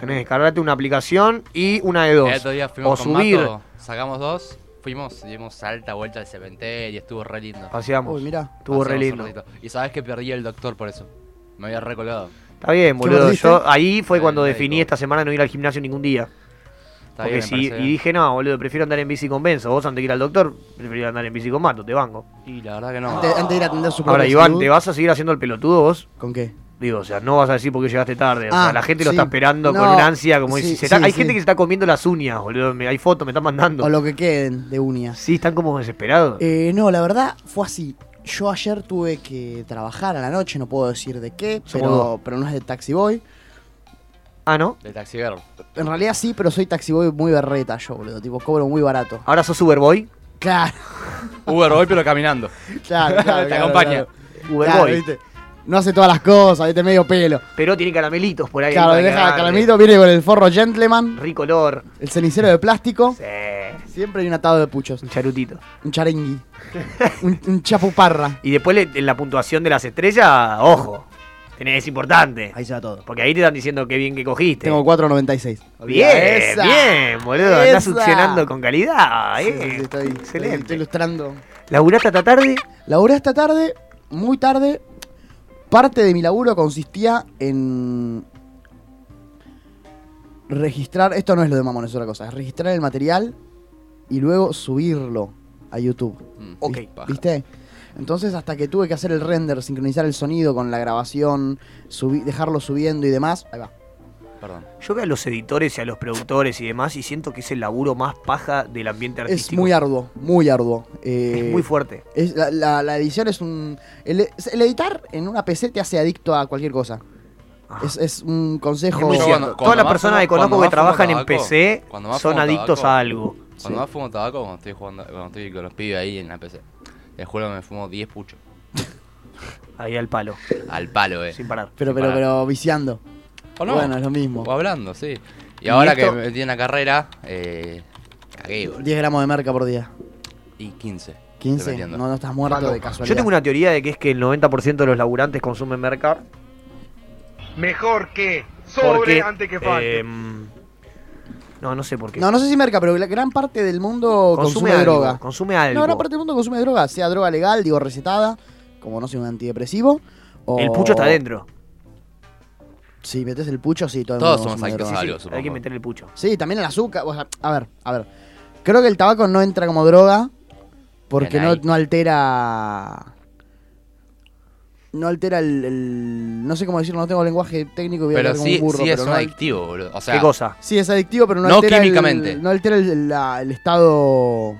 S1: Tenés que descargarte una aplicación y una de dos.
S6: El otro día
S1: o
S6: fuimos con
S1: subir.
S6: Mato, sacamos dos, fuimos, dimos alta vuelta al cementerio, estuvo re lindo.
S1: Paseamos.
S4: Uy, mira.
S1: Estuvo re
S6: Paseamos un
S1: lindo.
S6: ratito. Y sabes que perdí el doctor por eso. Me había recolgado.
S1: Está bien, boludo.
S4: perdiste?
S1: Yo ahí fue
S6: El
S1: cuando
S6: médico.
S1: definí esta semana no ir al gimnasio ningún día.
S6: Está
S1: Porque
S6: bien, me
S1: si,
S6: parece
S1: y
S6: bien.
S1: dije, no, boludo, prefiero andar en bici con Benzo. Vos antes de ir al doctor, prefiero andar en bici con Mato, te banco.
S6: Y la verdad que no.
S4: Antes, antes de ir a atender su
S1: Ahora,
S4: propia
S1: Iván,
S4: salud,
S1: ¿te vas a seguir haciendo el pelotudo vos?
S4: ¿Con qué?
S1: Digo, o sea, no vas a decir porque llegaste tarde. O sea,
S4: Ah,
S1: la gente lo
S4: sí.
S1: está esperando con
S4: No,
S1: una ansia, como
S4: sí,
S1: dice. se está-
S4: sí,
S1: hay
S4: sí.
S1: gente que se está comiendo las uñas, boludo. me- hay fotos, me están mandando.
S4: O lo que queden de uñas.
S1: Sí, están como desesperados.
S4: Eh, no, la verdad fue así. Yo ayer tuve que trabajar a la noche, no puedo decir de qué,
S1: Somos dos.
S4: pero, pero no es de Taxi Boy.
S1: ah, ¿no?
S6: De Taxi Girl.
S4: En realidad sí, pero soy Taxi Boy muy berreta yo, boludo. Tipo, cobro muy barato.
S1: Ahora sos Uberboy.
S4: Claro,
S6: Uber voy pero caminando.
S4: claro, claro.
S6: Te
S4: claro,
S6: acompaña.
S4: claro. Claro,
S1: Uberboy.
S4: ¿viste? No hace todas las cosas, viste, medio pelo.
S1: pero tiene caramelitos por ahí.
S4: Claro,
S1: para
S4: le deja
S1: darle.
S4: calamito, viene con el forro gentleman,
S1: Ricolor.
S4: el cenicero de plástico.
S1: Sí.
S4: Siempre hay un atado de puchos.
S1: Un charutito.
S4: Un charengui. un, un chapuparra.
S1: Y después le- en la puntuación de las estrellas, ojo. Tenés, es importante.
S4: Ahí se va todo.
S1: Porque ahí te están diciendo qué bien que cogiste.
S4: Tengo 4.96.
S1: Bien,
S4: Esa.
S1: bien, boludo. Andás
S4: Esa.
S1: succionando con calidad.
S4: Sí, sí,
S1: eh.
S4: sí, estoy, estoy-
S1: Excelente.
S4: estoy ilustrando.
S1: ¿Laburaste hasta tarde?
S4: Laburé esta tarde, muy tarde. Parte de mi laburo consistía en registrar, esto no es lo de Mamones, es otra cosa, es registrar el material y luego subirlo a YouTube.
S6: Mm,
S1: Ok.
S6: vi- paja.
S4: ¿Viste? Entonces hasta que tuve que hacer el render, sincronizar el sonido con la grabación, subi- dejarlo subiendo y demás. Ahí va.
S6: Perdón.
S1: Yo veo a los editores y a los productores y demás y siento que es el laburo más paja del ambiente
S4: Es
S1: artístico.
S4: muy arduo, muy arduo.
S1: Es
S4: Eh,
S1: muy fuerte.
S4: es- la, la- la edición es un... El, el editar en una PC te hace adicto a cualquier cosa.
S1: Ajá.
S4: Es, es un consejo.
S1: Ah. Es muy
S6: Yo
S1: cierto.
S6: cuando-
S1: Todas
S6: cuando
S1: las
S6: más
S1: personas
S6: fumo-
S1: que conozco
S6: cuando
S1: que
S6: más fumo
S1: trabajan en
S6: tabaco,
S1: PC
S6: cuando más
S1: son
S6: fumo
S1: adictos
S6: tabaco,
S1: a algo.
S6: Cuando más fumo tabaco, cuando estoy jugando, cuando estoy con los pibes ahí en la PC. Te juro que me fumo 10 puchos.
S1: Ahí al palo,
S6: Al palo, eh.
S1: sin parar.
S4: Pero, pero,
S6: Para-
S4: pero viciando.
S6: ¿O no?
S4: Bueno, es lo mismo.
S6: O hablando, sí. Y,
S1: Y
S6: ahora
S1: esto-
S6: que me metí en la carrera, eh, cagué, boludo.
S4: 10 gramos de merca por día.
S6: Y 15. estoy
S4: 15.
S6: metiendo.
S4: No, no estás muerto de casualidad.
S1: Yo tengo una teoría de que es que el 90% de los laburantes consumen mercar
S5: Mejor que sobre
S1: porque
S5: antes que falte.
S1: em, no, no sé por qué.
S4: No, no sé si merca, pero la gran parte del mundo consume,
S1: algo,
S4: droga.
S1: Consume algo.
S4: La gran parte del mundo consume droga, sea droga legal, digo recetada, como no sé, un antidepresivo. O...
S1: El pucho
S3: Oh.
S1: está adentro.
S4: Si metes el pucho, sí, todo el
S6: Todos
S4: mundo
S6: somos
S4: consume
S6: adictos
S4: droga.
S6: a algo,
S1: Hay que
S6: supongo.
S1: meter el pucho.
S4: Sí, también el azúcar. o sea, a ver, a ver. Creo que el tabaco no entra como droga porque
S6: Bien
S4: no,
S6: ahí.
S4: no altera. No altera el, el- No sé cómo decirlo, no tengo lenguaje técnico. Voy a
S6: Pero
S4: hablar como
S6: sí,
S4: un burro,
S6: sí
S4: pero
S6: es
S4: no
S6: un
S4: al-
S6: adictivo, boludo. O sea,
S1: ¿Qué cosa?
S4: Sí, es adictivo, pero no,
S6: No
S4: altera. el-
S6: químicamente.
S4: no altera el, la- el estado.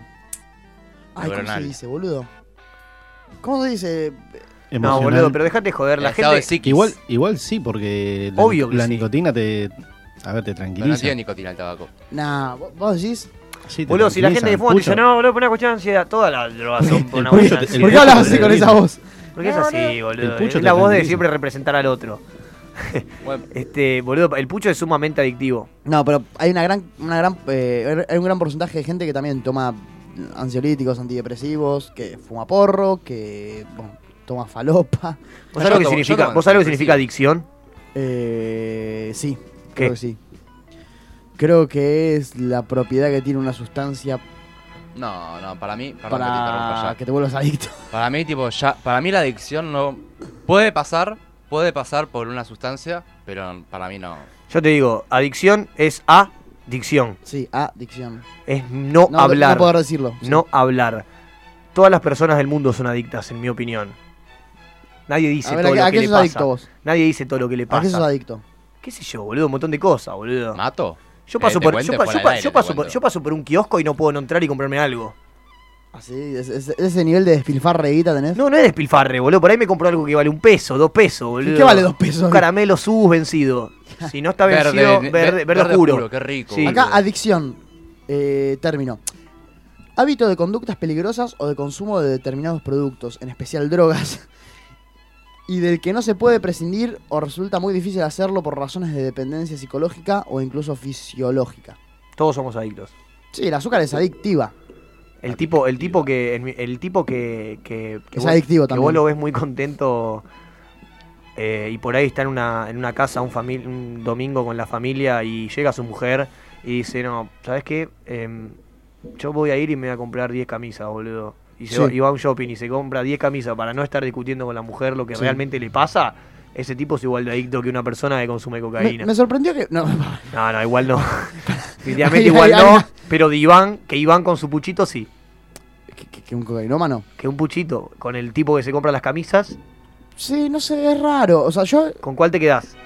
S4: Ay, ¿cómo se
S6: Neuronal.
S4: dice, boludo? ¿Cómo se dice?
S1: No,
S3: Emocional.
S1: boludo, pero déjate joder.
S6: el
S1: La
S6: estado de
S1: gente.
S6: psiquis.
S3: Igual, igual sí, porque la,
S1: Obvio que
S3: la
S1: sí.
S3: nicotina te. A ver, te
S6: Pero no
S3: tranquiliza.
S6: tiene nicotina el tabaco.
S4: Nah, ¿vo- vos decís.
S3: Sí, te
S1: Boludo, si la gente
S3: tranquiliza,
S1: de fútbol
S3: el
S1: te dice,
S3: pucho.
S1: no, boludo, por una cuestión de ansiedad, todas las drogas son por
S3: El
S1: una
S3: pucho
S1: cuestión de
S3: te-
S1: ansiedad.
S3: el
S4: ¿Por qué
S3: pucho
S4: hablas
S3: te
S4: así con esa
S3: tranquiliza.
S4: voz?
S1: Porque es así, boludo.
S3: pucho
S1: Es
S3: te
S1: la voz de
S3: tranquiliza.
S1: siempre representar al otro.
S6: Bueno,
S1: Este, boludo, el pucho es sumamente adictivo.
S4: No, pero hay una gran, una gran, eh, hay un gran porcentaje de gente que también toma ansiolíticos, antidepresivos, que fuma porro, que bueno, toma falopa.
S1: ¿Vos
S6: Yo
S1: sabés lo que
S6: tomo- yo
S1: significa,
S6: tomo
S1: ¿vos sabés lo que significa
S6: antidepresivo.
S1: adicción?
S4: Eh, sí,
S1: ¿Qué?
S4: creo que sí. Creo que es la propiedad que tiene una sustancia
S6: No, no, para mí. perdón que te interrumpa
S4: para
S6: ya.
S4: que te vuelvas adicto.
S6: Para mí, tipo, ya. Para mí la adicción no. Puede pasar, puede pasar por una sustancia, pero para mí no.
S1: Yo te digo, adicción es adicción.
S4: Sí, adicción.
S1: Es no,
S4: No,
S1: hablar.
S4: no poder decirlo. Sí.
S1: No hablar. Todas las personas del mundo son adictas, en mi opinión. Nadie dice
S4: A ver,
S1: todo
S4: ¿a qué-
S1: lo
S4: a
S1: que
S4: qué
S1: le
S4: sos
S1: pasa.
S4: adicto vos?
S1: Nadie dice todo lo que le
S4: ¿A qué sos
S1: pasa.
S4: adicto?
S1: ¿Qué sé yo, boludo? Un montón de cosas, boludo.
S6: ¿Mato?
S1: Yo paso,
S6: Eh, te
S1: por,
S6: cuento
S1: yo, pa-
S6: fuera
S1: yo
S6: del
S1: pa-
S6: aire,
S1: yo
S6: te
S1: paso por,
S6: cuento.
S1: yo paso por un kiosco y no puedo no entrar y comprarme algo.
S4: Así, Ah, es- es- ese nivel de despilfarre de guita tenés.
S1: No, no es despilfarre, boludo. Por ahí me compro algo que vale un peso, dos pesos, boludo.
S4: qué vale dos pesos?
S1: Un caramelo sus vencido. Si no está vencido, verde,
S6: ne-
S1: verde,
S6: ver-
S1: oscuro.
S6: Qué rico.
S1: Sí.
S6: boludo.
S4: Acá, adicción. Eh, término. Hábito de conductas peligrosas o de consumo de determinados productos, en especial drogas, y del que no se puede prescindir o resulta muy difícil hacerlo por razones de dependencia psicológica o incluso fisiológica.
S1: Todos somos adictos.
S4: Sí, el azúcar es adictiva.
S1: El tipo, el tipo que, el, el tipo que, que, que
S4: Es adictivo
S1: que
S4: también.
S1: vos lo ves muy contento eh, y por ahí está en una, en una casa un, famil- un domingo con la familia y llega su mujer y dice, no, ¿sabes qué? Em, yo voy a ir y me voy a comprar 10 camisas, boludo. Y, se
S4: Sí.
S1: va, y va a un shopping y se compra 10 camisas para no estar discutiendo con la mujer lo que
S4: Sí.
S1: realmente le pasa. Ese tipo es igual de adicto que una persona que consume
S4: Me,
S1: cocaína.
S4: me sorprendió que. No,
S1: No, no, igual no. Definitivamente
S4: Ahí-
S1: igual
S4: ahí-
S1: no.
S4: ahí-
S1: Pero de Iván, que Iván con su puchito sí.
S4: que, que- que un cocainómano.
S1: Que un puchito con el tipo que se compra las camisas,
S4: Sí, no sé, es raro. O sea, yo,
S1: ¿con cuál te quedás?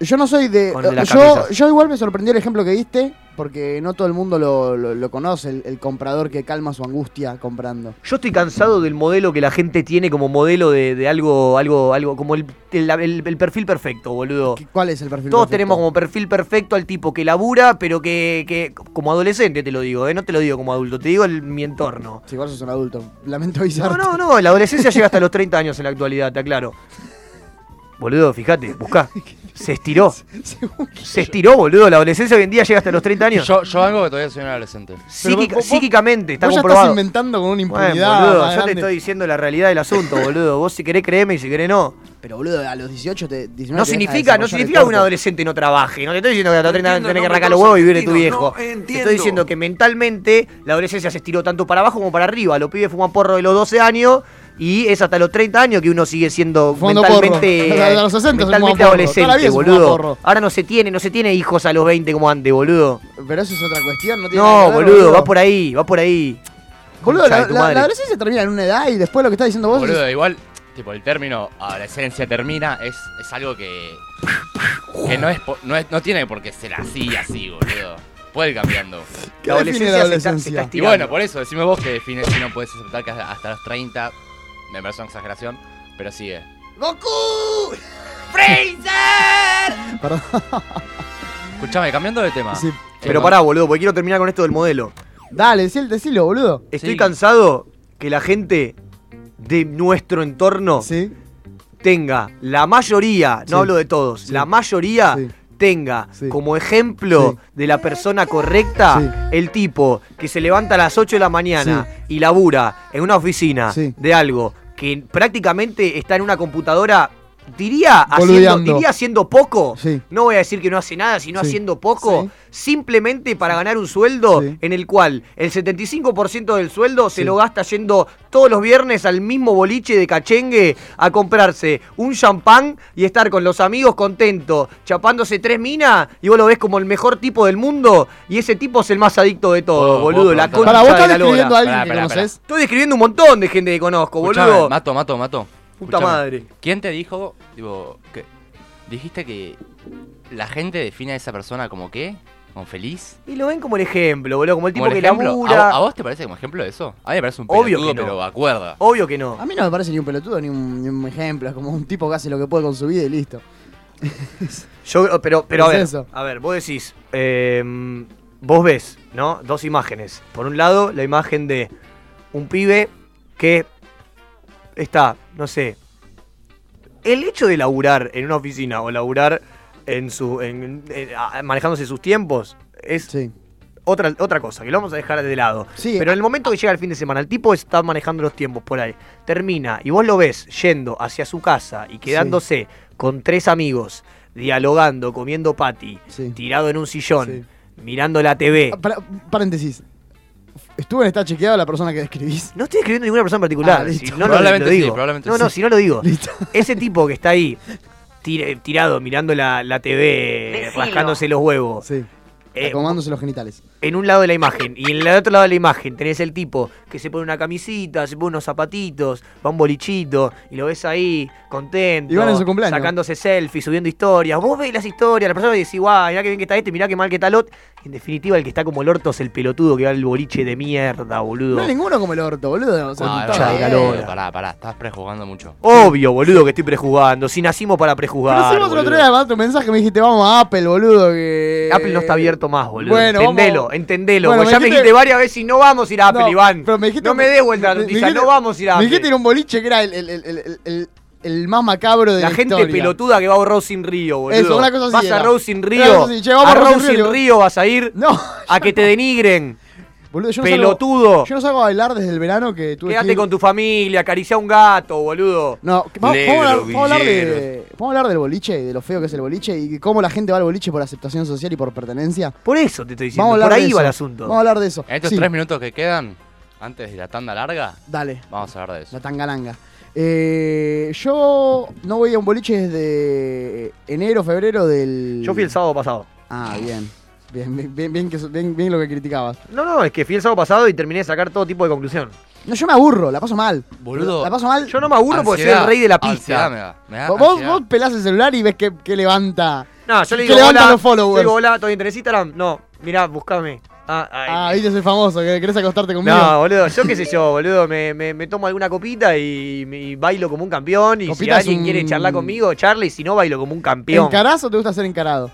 S4: yo no soy de.
S1: Con el de las
S4: yo,
S1: camisas.
S4: yo igual me sorprendió el ejemplo que diste, porque no todo el mundo lo, lo- lo conoce, el- el comprador que calma su angustia comprando.
S1: Yo estoy cansado del modelo que la gente tiene como modelo de, de algo, algo, algo, como el, el- el- el perfil perfecto, boludo.
S4: ¿Qué- ¿Cuál es el perfil?
S1: Todos
S4: perfecto?
S1: tenemos como perfil perfecto al tipo que labura, pero que, que- como adolescente te lo digo, ¿eh? no te lo digo como adulto, te digo el, mi entorno.
S4: Si vos sos un adulto, lamento
S1: No,
S4: avisarte.
S1: no, no, la adolescencia llega hasta los 30 años en la actualidad, te aclaro. Boludo, fíjate, buscá. Se estiró. Se estiró, boludo. La adolescencia hoy en día llega hasta los 30 años.
S6: Yo, yo vengo que todavía soy un adolescente.
S1: Psíquica-
S4: Pero vos- vos-
S1: psíquicamente, está
S4: Vos ya
S1: comprobado.
S4: estás inventando con una
S1: Bueno,
S4: impunidad.
S1: boludo,
S4: más
S1: yo te
S4: grande.
S1: estoy diciendo la realidad del asunto, boludo. Vos si querés créeme y si querés no.
S4: Pero boludo, a los 18 te 19
S1: No
S4: te deja
S1: significa,
S4: desarrollar
S1: no
S4: el
S1: significa que un
S4: torto.
S1: adolescente no trabaje. No te estoy diciendo que hasta los 30 años
S5: Entiendo,
S1: tenés que
S5: no me
S1: arrancar los
S5: causa
S1: huevos y vivir de tu
S5: sentido,
S1: viejo.
S5: no
S1: Te
S5: entiendo.
S1: estoy diciendo que mentalmente la adolescencia se estiró tanto para abajo como para arriba. Los pibes fuman porro de los 12 años y es hasta los 30 años que uno sigue siendo
S2: Fumando
S1: mentalmente,
S2: porro. A los 60 se fumaba
S1: mentalmente
S2: porro. Toda la
S1: adolescente,
S2: vida se fumaba
S1: boludo.
S2: porro.
S1: Ahora no se tiene, no se tiene hijos a los 20 como antes, boludo.
S4: Pero eso es otra cuestión, no tiene nada
S1: No,
S4: que ver,
S1: boludo, va por ahí, va por ahí.
S4: Boludo,
S1: Concha
S4: la,
S1: de tu
S4: la-
S1: madre.
S4: la adolescencia termina en una edad y después lo que estás diciendo vos
S6: Boludo,
S4: es.
S6: igual, tipo, el término adolescencia termina es, es algo que. que no, es, po- no es- no tiene por qué ser así, así, boludo. Puede ir cambiando.
S4: ¿Qué define la
S1: se está- se está
S4: adolescencia?
S6: Y
S1: estirando.
S6: bueno, por eso, decime vos que defines si no puedes aceptar que hasta hasta los 30. Me parece una exageración, pero sigue.
S4: ¡Goku! Perdón.
S6: Escuchame, cambiando de tema. Eh,
S4: Sí.
S1: Pero pará, boludo, porque quiero terminar con esto del modelo.
S4: Dale, decí- decilo, boludo.
S1: Estoy
S6: Sí.
S1: cansado que la gente de nuestro entorno
S4: Sí.
S1: tenga, la mayoría,
S4: Sí.
S1: no hablo de todos,
S4: Sí.
S1: la mayoría
S4: Sí.
S1: tenga
S4: Sí.
S1: como ejemplo de la persona correcta el tipo que se levanta a las 8 de la mañana y labura en una oficina
S4: Sí.
S1: de algo que prácticamente está en una computadora. Diría haciendo,
S4: Boludeando.
S1: diría haciendo poco,
S4: Sí.
S1: no voy a decir que no hace nada, sino
S4: Sí.
S1: haciendo poco, simplemente para ganar un sueldo
S4: Sí.
S1: en el cual el 75% del sueldo se lo gasta yendo todos los viernes al mismo boliche de cachengue a comprarse un champán y estar con los amigos contento, chapándose tres minas y vos lo ves como el mejor tipo del mundo y ese tipo es el más adicto de todo,
S6: Oh,
S1: boludo,
S6: vos
S1: la
S6: preguntá.
S1: concha
S2: Para vos estás
S1: de la
S2: describiendo a
S1: lora.
S2: alguien
S6: Pará,
S2: que
S6: pará, pará.
S2: conoces.
S1: Estoy describiendo un montón de gente que conozco,
S6: Escuchame,
S1: boludo.
S6: Mato, mato, mato.
S1: Puta
S6: Escuchame.
S1: madre.
S6: ¿Quién te dijo, tipo, que dijiste que la gente define a esa persona como qué? ¿Como feliz?
S1: Y lo ven como el ejemplo, boludo, como el tipo
S6: ¿Como el
S1: que
S6: ejemplo? ¿A vo-
S1: labura.
S6: ¿A, vos te parece como ejemplo de eso? A mí me parece un
S1: Obvio
S6: pelotudo,
S1: que no.
S6: pero acuerda.
S1: Obvio que no.
S4: A mí no me parece ni un pelotudo ni un, ni un ejemplo. Es como un tipo que hace lo que puede con su vida y listo.
S1: Yo, oh, pero, pero a
S4: Es
S1: ver,
S4: eso.
S1: a ver, vos decís, eh, vos ves, ¿no? Dos imágenes. Por un lado, la imagen de un pibe que está, no sé, el hecho de laburar en una oficina o laburar en su, en- en- a- manejándose sus tiempos es
S4: Sí.
S1: otra, otra cosa, que lo vamos a dejar de lado.
S4: Sí.
S1: Pero en el momento que llega el fin de semana, el tipo está manejando los tiempos por ahí, termina y vos lo ves yendo hacia su casa y quedándose con tres amigos dialogando, comiendo patty,
S4: Sí.
S1: tirado en un sillón, mirando la TV.
S4: Ah, pará, paréntesis. ¿Estuvo en estar chequeado la persona que describís?
S1: No estoy escribiendo ninguna persona en particular.
S4: Ah, listo.
S1: si no, no,
S6: Probablemente
S1: lo
S6: sí,
S1: digo.
S6: probablemente
S1: no, no,
S6: sí.
S1: si no lo digo.
S4: Listo.
S1: Ese tipo que está ahí tire- tirado mirando la, la TV,
S7: Decilo.
S1: rascándose los huevos,
S4: Sí.
S1: eh,
S4: Acomodándose los genitales.
S1: en un lado de la imagen y en el otro lado de la imagen tenés el tipo que se pone una camisita, se pone unos zapatitos, va a un bolichito y lo ves ahí contento,
S4: Y van en su cumpleaños.
S1: sacándose selfies, subiendo historias. Vos ves las historias, la persona y decís, guau, mirá qué bien que está este, mirá qué mal que está el otro. En definitiva, el que está como el orto es el pelotudo que va al boliche de mierda, boludo.
S4: No hay ninguno como el orto, boludo. O sea,
S6: No, no,
S4: está
S1: Concha de
S6: no,
S1: la
S4: bien.
S6: no,
S1: lora.
S6: pará, pará, estás prejugando mucho.
S1: Obvio, boludo, que estoy prejugando. Si nacimos para prejugar.
S4: Pero si vos el otro
S1: boludo.
S4: día me mandaste un mensaje me dijiste, vamos a Apple, boludo, que...
S1: Apple no está abierto más, boludo.
S4: eh, Bueno,
S1: entendelo,
S4: vamos-
S1: entendelo.
S4: Bueno,
S1: porque
S4: me
S1: ya me
S4: dijiste-
S1: dijiste varias veces y no vamos a ir a Apple,
S4: No,
S1: Iván.
S4: pero me dijiste
S1: no
S4: un-
S1: me dé vuelta la
S4: me- me
S1: noticia,
S4: dijiste-
S1: no vamos a ir a
S4: Me
S1: Apple.
S4: dijiste en un boliche que era el, el, el, el, el- el más macabro de la
S1: la gente
S4: historia.
S1: pelotuda que va a Rosin Río, boludo.
S4: Eso, una cosa así
S1: Vas
S4: era.
S1: a Rosin
S4: Una
S1: Río.
S4: cosa así, che, vamos
S1: a
S4: a Rosin
S1: Rosin
S4: Río.
S1: Río. vas a ir
S4: No,
S1: a que te denigren.
S4: boludo, yo no
S1: Pelotudo.
S4: Salgo, yo no salgo a bailar desde el verano que tuve que
S1: Quédate
S4: ir-
S1: con tu familia, acaricia un gato, boludo.
S4: No, que- vamos,
S6: Negro,
S4: vamos a hablar, vamos a hablar de,
S6: villero.
S4: vamos a hablar del boliche, de lo feo que es el boliche y cómo la gente va al boliche por aceptación social y por pertenencia.
S1: Por eso te estoy diciendo,
S4: Vamos a hablar
S1: por
S4: de
S1: ahí
S4: eso.
S1: va el asunto.
S4: Vamos a hablar de eso.
S6: En estos
S4: Sí,
S6: tres minutos que quedan, antes de la tanda larga,
S4: Dale.
S6: vamos a hablar de
S4: La
S6: eso.
S4: tangalanga. Eh, yo no voy a un boliche desde enero, febrero del.
S1: Yo fui el sábado pasado.
S4: Ah, bien. Bien, bien, bien, bien que- bien- bien lo que criticabas.
S1: No, no, es que fui el sábado pasado y terminé de sacar todo tipo de conclusión.
S4: No, yo me aburro, la paso mal.
S6: Boludo.
S4: La paso mal.
S1: Yo no me aburro porque soy el rey de la pista.
S6: Ansiedad me da, me da
S4: Vos- vos,
S6: ansiedad.
S4: vos pelás el celular y ves que, que levanta.
S1: No, yo le
S4: Que
S1: digo,
S4: levantan
S1: hola,
S4: los followers.
S1: yo digo, hola, ¿todo bien? ¿Tenés Instagram? No, mirá, buscame. Ah, ay.
S4: Ah, viste, soy famoso, que querés acostarte conmigo.
S1: no, boludo, yo qué sé yo, boludo, me, me- me tomo alguna copita y, me- y bailo como un campeón. Y
S4: Copita es
S1: si alguien
S4: un-
S1: quiere charlar conmigo, charla, y si no, bailo como un campeón.
S4: ¿Encarás o te gusta ser encarado?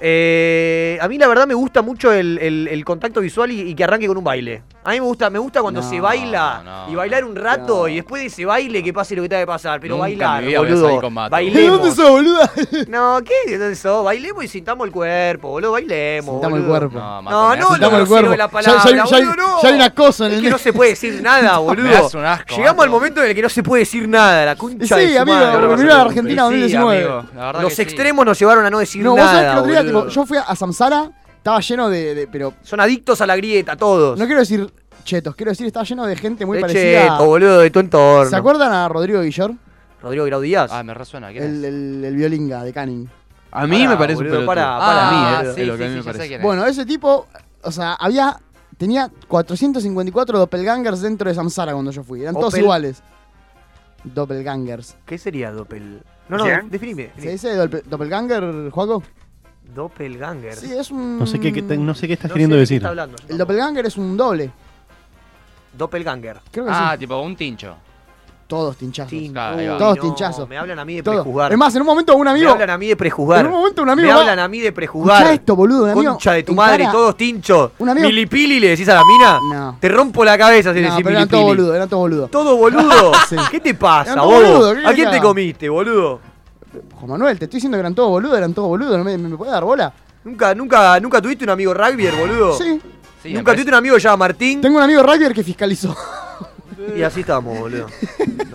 S1: Eh, a mí la verdad me gusta mucho el, el- el contacto visual y, y que arranque con un baile. A mí me gusta, me gusta cuando
S4: No,
S1: se baila
S6: no,
S1: y bailar un rato
S4: no.
S1: y después de ese baile que pase lo que te que pasar, pero
S6: Nunca en
S1: bailar,
S6: mi vida voy a
S1: boludo.
S6: salir con Mato.
S4: ¿De
S1: Bailemos.
S4: dónde sos, boluda?
S1: No, ¿qué? ¿De dónde sos? Bailemos y sintamos el cuerpo, boludo, bailemos.
S4: Sintamos el
S1: boludo.
S4: cuerpo.
S6: No, Mato,
S1: No,
S6: me das
S1: no,
S6: un-
S1: no,
S4: Sintamos el
S1: grosero
S4: cuerpo.
S1: de la
S4: Ya- ya hay-
S1: palabra,
S4: ya hay-
S1: boludo, no.
S4: ya hay una cosa en
S1: Es
S4: el
S1: que no
S4: medio.
S1: se puede decir nada, boludo.
S6: Me das un asco,
S1: Llegamos
S6: Anto.
S1: al momento en el que no se puede decir nada, la concha
S4: Sí,
S1: de su
S4: amigo,
S1: madre.
S4: volvió
S1: Ahora
S4: a la
S1: vas
S4: Argentina
S1: cumplir.
S4: 2019.
S1: amigo.
S6: amigo, la verdad
S1: Los
S6: que
S1: extremos nos llevaron a no decir
S4: No, vos sabés que
S1: nada,
S4: el otro día,
S1: boludo.
S4: tipo, yo fui a Samsara, estaba lleno de. de- pero
S1: Son adictos a la grieta, todos.
S4: no quiero decir chetos, quiero decir, estaba lleno de gente muy
S1: De
S4: parecida.
S1: cheto, boludo, de tu entorno.
S4: ¿Se acuerdan a Rodrigo Guillor?
S1: Rodrigo Grau Díaz.
S6: sí. Ah, me resuena. ¿quién
S4: El,
S6: es?
S4: el, el violinga de Canning.
S8: A mí
S1: Pará,
S8: me parece un
S1: boludo,
S8: pelotudo.
S1: pará,
S8: a
S1: pará,
S8: mí, eh,
S1: boludo.
S8: es,
S6: sí,
S8: lo que
S6: sí,
S8: a mí
S6: sí,
S8: me
S6: ya sé
S8: parece.
S6: quién es.
S4: Bueno, ese tipo, o sea, había. Tenía 454 doppelgangers dentro de Samsara cuando yo fui. Eran todos
S1: Opel.
S4: iguales. Doppelgangers.
S1: ¿Qué sería doppel? No, no,
S8: ¿Quién?
S1: definime.
S4: ¿Se dice doppel- doppelganger, Juaco?
S1: Doppelganger.
S4: Sí, es un.
S3: No sé qué, qué te- no sé qué estás
S1: No
S3: queriendo
S1: sé de qué
S3: decir.
S1: está hablando, yo
S4: El
S1: tampoco.
S4: doppelganger es un doble.
S1: Doppelganger.
S4: Creo que
S6: Ah,
S4: sí.
S6: tipo un tincho.
S4: Todos tinchazos.
S1: Tin-
S6: Claro, ahí va.
S1: Uy,
S4: Todos
S1: uh, no,
S4: tinchazos.
S1: Me hablan a mí de
S4: Todos.
S1: prejuzgar.
S4: Es más, en un momento un
S1: me
S4: amigo.
S1: hablan a mí de prejuzgar.
S4: En un momento un amigo.
S1: me
S4: va-
S1: hablan a mí de
S4: Escuchá
S1: prejugar.
S4: esto, boludo, un amigo.
S1: Concha de tu
S4: en
S1: madre,
S4: cara-
S1: todos tinchos.
S4: Un amigo-
S1: Milipili le decís a la mina.
S4: No.
S1: Te rompo la cabeza si le
S4: No,
S1: decís
S4: pero eran
S1: milipili.
S4: todos boludos, eran todos boludos.
S1: Todo boludo.
S4: Sí.
S1: ¿Qué te pasa,
S4: Eran todos
S1: bobo?
S4: boludos, ¿qué
S1: ¿A quién te
S4: cagada?
S1: comiste, boludo?
S4: Juan Manuel, te estoy diciendo que eran todos boludos, eran todos boludos, ¿no me, me puede dar bola?
S1: ¿Nunca, nunca, nunca tuviste un amigo rugbyer, boludo?
S4: Sí.
S6: Sí, me
S1: ¿Nunca
S6: parece-
S1: tuviste un amigo que se llama Martín?
S4: Tengo un amigo Ryder que fiscalizó.
S1: Y así estamos, boludo.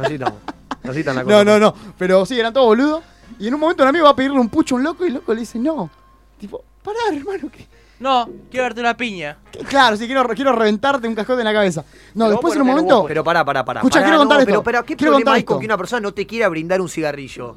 S1: Así estamos. Así están la cosa.
S4: No, no, no. Pero sí, eran todos boludos. Y en un momento un amigo va a pedirle un pucho a un loco y el loco le dice, no. Tipo, pará, hermano, que.
S6: No, quiero darte una piña.
S4: que- claro, sí, quiero, quiero reventarte un cascote en la cabeza. No,
S1: Pero
S4: después
S1: vos
S4: en un
S1: ponete
S4: momento.
S1: vos, Pero pará, pará, pará.
S4: Escuchá,
S1: Pará,
S4: quiero contar
S1: no,
S4: esto.
S1: Pero, pero, ¿qué
S4: Quiero
S1: problema
S4: contar
S1: hay con
S4: esto.
S1: que una persona no te quiera brindar un cigarrillo?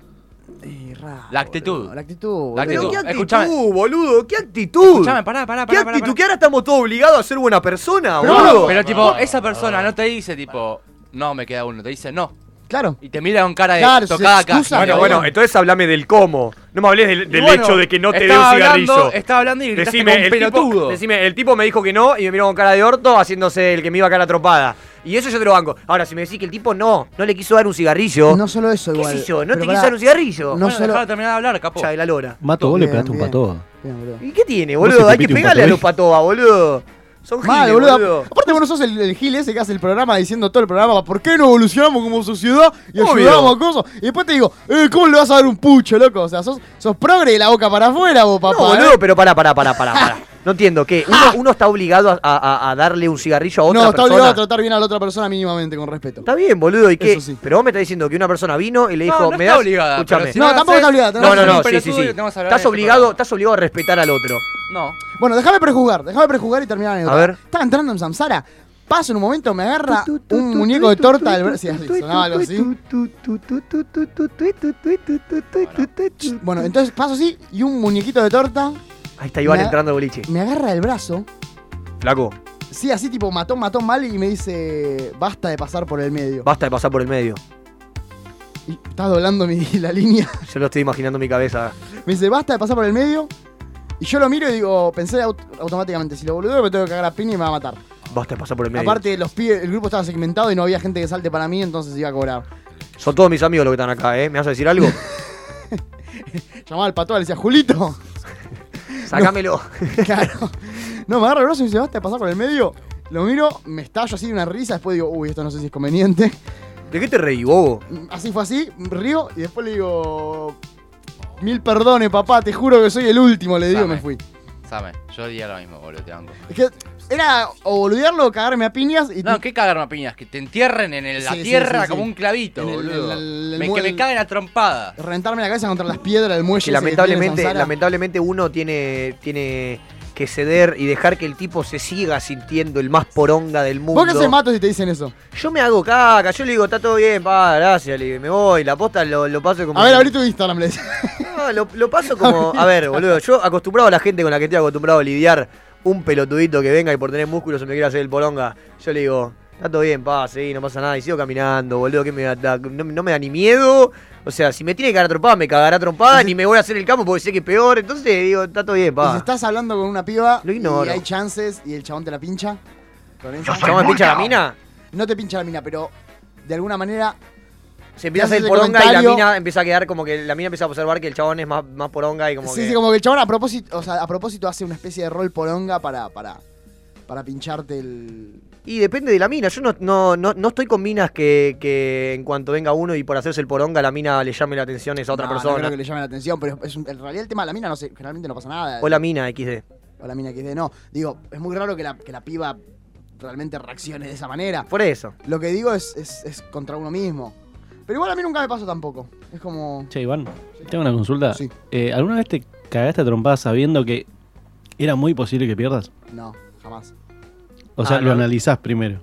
S4: Eh, raro,
S6: La actitud.
S4: boludo, La actitud. boludo.
S1: Pero
S6: La actitud.
S1: qué actitud,
S6: Escuchame.
S1: boludo, qué actitud.
S6: Escuchame, pará, pará,
S1: ¿Qué
S6: pará. pará,
S1: actitud?
S6: pará.
S1: Que ahora estamos todos obligados a ser buena persona,
S4: Pero
S1: boludo.
S4: bueno,
S6: Pero tipo, esa persona no te dice tipo, no, me queda uno, te dice no.
S4: Claro.
S6: Y te mira con cara de
S4: Claro,
S6: tocada
S4: se excusa, Bueno,
S6: acá.
S1: Bueno,
S4: bueno,
S1: bueno, entonces hablame del cómo. No me hables del,
S6: Y bueno,
S1: hecho de que no te dé un
S6: estaba
S1: cigarrillo.
S6: hablando- Estaba hablando y gritaste como un
S1: el tipo,
S6: pelotudo.
S1: decime, el tipo me dijo que no y me miró con cara de orto haciéndose el que me iba a cara tropada. Y eso yo te lo banco. Ahora, si me decís que el tipo no, no le quiso dar un cigarrillo.
S4: No solo eso,
S1: Oh. ¿Qué
S4: igual.
S1: sé yo? ¿No
S4: Pero
S1: te
S4: pará,
S1: quiso dar un cigarrillo?
S4: No
S6: Bueno,
S4: solo-
S6: dejalo terminar de hablar, capo.
S1: Concha de la lora.
S3: Mato, vos le
S4: Bien,
S3: pegaste un
S4: bien.
S3: pato.
S4: Bien, boludo.
S1: ¿Y qué tiene,
S3: ¿Vos
S1: boludo?
S3: se
S1: Hay que
S3: piste un
S1: pegarle a los
S3: pato,
S1: patobas, boludo. Son
S4: Mal,
S1: giles,
S4: boludo.
S1: boludo.
S4: Aparte, vos no sos el, el gil ese que hace el programa diciendo todo el programa, ¿por qué no evolucionamos como sociedad y
S1: Obvio.
S4: ayudamos a cosas? Y después te digo, eh, ¿cómo le vas a dar un pucho, loco? O sea, sos, sos progre de la boca para afuera, vos, papá.
S1: no,
S4: ¿eh?
S1: boludo, pero pará, pará, pará, pará. pará. No entiendo, que uno, uno está obligado a, a- a darle un cigarrillo a otra
S4: No, está
S1: persona.
S4: obligado a tratar bien a la otra persona mínimamente, con respeto.
S1: Está bien, boludo, ¿y qué?
S4: Eso sí.
S1: Pero vos me estás diciendo que una persona vino y le
S6: No,
S1: dijo,
S6: no
S1: me
S6: está
S1: das,
S6: obligada, pero
S1: escúchame.
S6: si
S4: No,
S6: lo
S4: tampoco
S6: haces-
S4: está obligada, tenés
S1: No, no,
S4: razón.
S1: no,
S6: Pero
S1: sí,
S6: tú
S1: sí, sí.
S6: y tenemos que hablar
S1: Estás
S6: de este
S1: obligado,
S6: programa.
S1: estás obligado a respetar al otro.
S6: No.
S4: Bueno, déjame prejugar, déjame prejugar y terminar la anécdota.
S1: A ver.
S4: Estaba entrando en Samsara. Paso en un momento, me agarra un muñeco de torta del brazo. Sí, sonaba algo así. Bueno, entonces paso así y un muñequito de torta
S1: Ahí está Iván
S4: Me-
S1: entrando al boliche.
S4: me agarra el brazo.
S1: Flaco,
S4: Sí, así tipo matón, matón mal y me dice, basta de pasar por el medio.
S1: basta de pasar por el medio.
S4: Y estás doblando mi, la línea.
S1: Yo lo estoy imaginando en mi cabeza.
S4: Me dice, basta de pasar por el medio. Y yo lo miro y digo, pensé aut- automáticamente, si lo boludeo me tengo que cagar a piña y me va a matar.
S1: Basta de pasar por el medio.
S4: Aparte, los pibes, el grupo estaba segmentado y no había gente que salte para mí, entonces iba a cobrar.
S1: Son todos mis amigos los que están acá, ¿eh? ¿Me vas a decir algo?
S4: Llamaba al pato, le decía, Julito.
S1: Sácamelo.
S4: claro. No, me agarra el brazo y me dice, basta de pasar por el medio. Lo miro, me estallo así de una risa, después digo, uy, esto no sé si es conveniente.
S1: ¿De qué te reí, bobo?
S4: Así fue así, río y después le digo, mil perdones, papá, te juro que soy el último, le digo, y me
S6: Dame.
S4: fui.
S6: Sabe, yo diría lo mismo, boludo, te banco.
S4: Es que era o boludearlo o cagarme a piñas y
S6: No, ¿qué cagarme a piñas? Que te entierren en el- la
S4: Sí, sí,
S6: tierra
S4: sí, sí.
S6: como un clavito,
S4: En el-
S6: boludo.
S4: el- el- el
S6: Me-
S4: mu-
S6: que me
S4: el-
S6: caguen a trompada.
S4: reventarme la cabeza contra las piedras del muelle.
S1: Que
S4: ese que tiene
S1: lamentablemente,
S4: Samsara.
S1: lamentablemente uno tiene, tiene que ceder y dejar que el tipo se siga sintiendo el más poronga del mundo.
S4: ¿Vos qué haces matos si te dicen eso?
S1: Yo me hago caca, yo le digo, está todo bien, pa, gracias, le digo, me voy, la posta lo, lo paso como.
S4: A ver, abrí tu Instagram, le decía.
S1: No, lo, lo paso como. A ver, boludo, yo acostumbrado a la gente con la que estoy acostumbrado a lidiar, un pelotudito que venga y por tener músculos se me quiere hacer el polonga, yo le digo, está todo bien, pa, sí, no pasa nada, y sigo caminando, boludo, que me da- da- no, no me da ni miedo. O sea, si me tiene que cagar trompada, me cagará trompada, ni me voy a hacer el campo porque sé que es peor, entonces digo, está todo bien,
S4: Y si
S1: pa.
S4: Pues estás hablando con una piba
S1: Lo ignoro.
S4: y hay chances y el chabón te la pincha, con esa-
S1: ¿Cómo me pincha la mina?
S4: no te pincha la mina, pero de alguna manera
S1: Se empieza a
S4: Te
S1: hacer
S4: haces
S1: el
S4: el
S1: poronga y la
S4: comentario.
S1: mina empieza a quedar como que la mina empieza a observar que el chabón es más, más poronga y como
S4: sí,
S1: que.
S4: sí, como que el chabón a propósito, o sea, a propósito hace una especie de rol poronga para, para, para pincharte el.
S1: Y depende de la mina. Yo no, no, no, no estoy con minas que, que en cuanto venga uno y por hacerse el poronga la mina le llame la atención a esa otra
S4: No, no
S1: persona.
S4: creo que le llame la atención, pero es un- en realidad el tema de la mina no sé, generalmente no pasa nada.
S1: O la mina XD.
S4: O la mina que dice, no. Digo, es muy raro que la, que la piba realmente reaccione de esa manera.
S1: Por eso.
S4: Lo que digo es, es, es contra uno mismo. Pero igual a mí nunca me pasó tampoco. Es como.
S3: Che, Iván, tengo una consulta.
S4: Sí.
S3: Eh, ¿Alguna vez te cagaste a trompadas sabiendo que era muy posible que pierdas?
S4: No, jamás.
S3: O sea,
S1: Ah,
S3: lo
S1: no.
S3: analizás primero.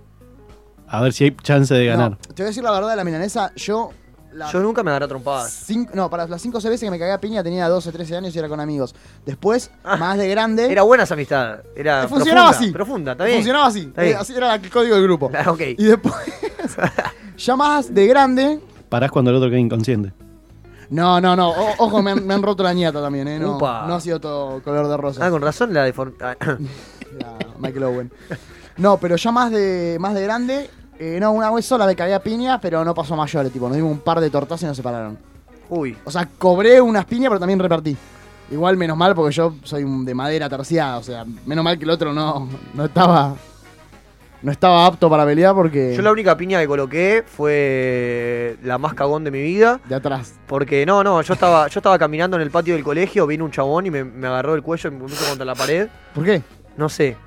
S3: A ver si hay chance de ganar.
S4: No, te voy a decir la verdad de la milanesa. Yo. la-
S1: Yo nunca me agarré a trompadas.
S4: Cinco- no, para las 5 o 6 veces que me cagué a piña tenía 12, 13 años y era con amigos. Después,
S1: Ah.
S4: más de grande.
S1: Era buena esa amistad. Era
S4: Eh, funcionaba
S1: profunda,
S4: así.
S1: Profunda, ¿está bien?
S4: Funcionaba así.
S1: Está bien.
S4: Eh, Así era el código del grupo.
S1: Ah, ok.
S4: Y después. ya más de grande.
S3: Parás cuando el otro queda inconsciente.
S4: No, no, no. o- ojo, me han, me han roto la ñata también, ¿eh? No,
S1: Upa.
S4: no ha sido todo color de rosa.
S1: Ah, con razón la deformidad.
S4: Era Michael Owen. No, pero ya más de, más de grande. eh, no, una vez sola me cagué a piña, pero no pasó a mayores, tipo. Nos dimos un par de tortas y nos separaron.
S1: Uy.
S4: O sea, cobré unas piñas, pero también repartí. Igual, menos mal, porque yo soy un de madera terciada. O sea, menos mal que el otro no, no estaba. No estaba apto para pelear porque.
S1: Yo la única piña que coloqué fue la más cagón de mi vida.
S4: De atrás.
S1: Porque no, no, yo estaba, yo estaba caminando en el patio del colegio, vino un chabón y me, me agarró el cuello y me puso contra la pared.
S4: ¿Por qué?
S1: No sé.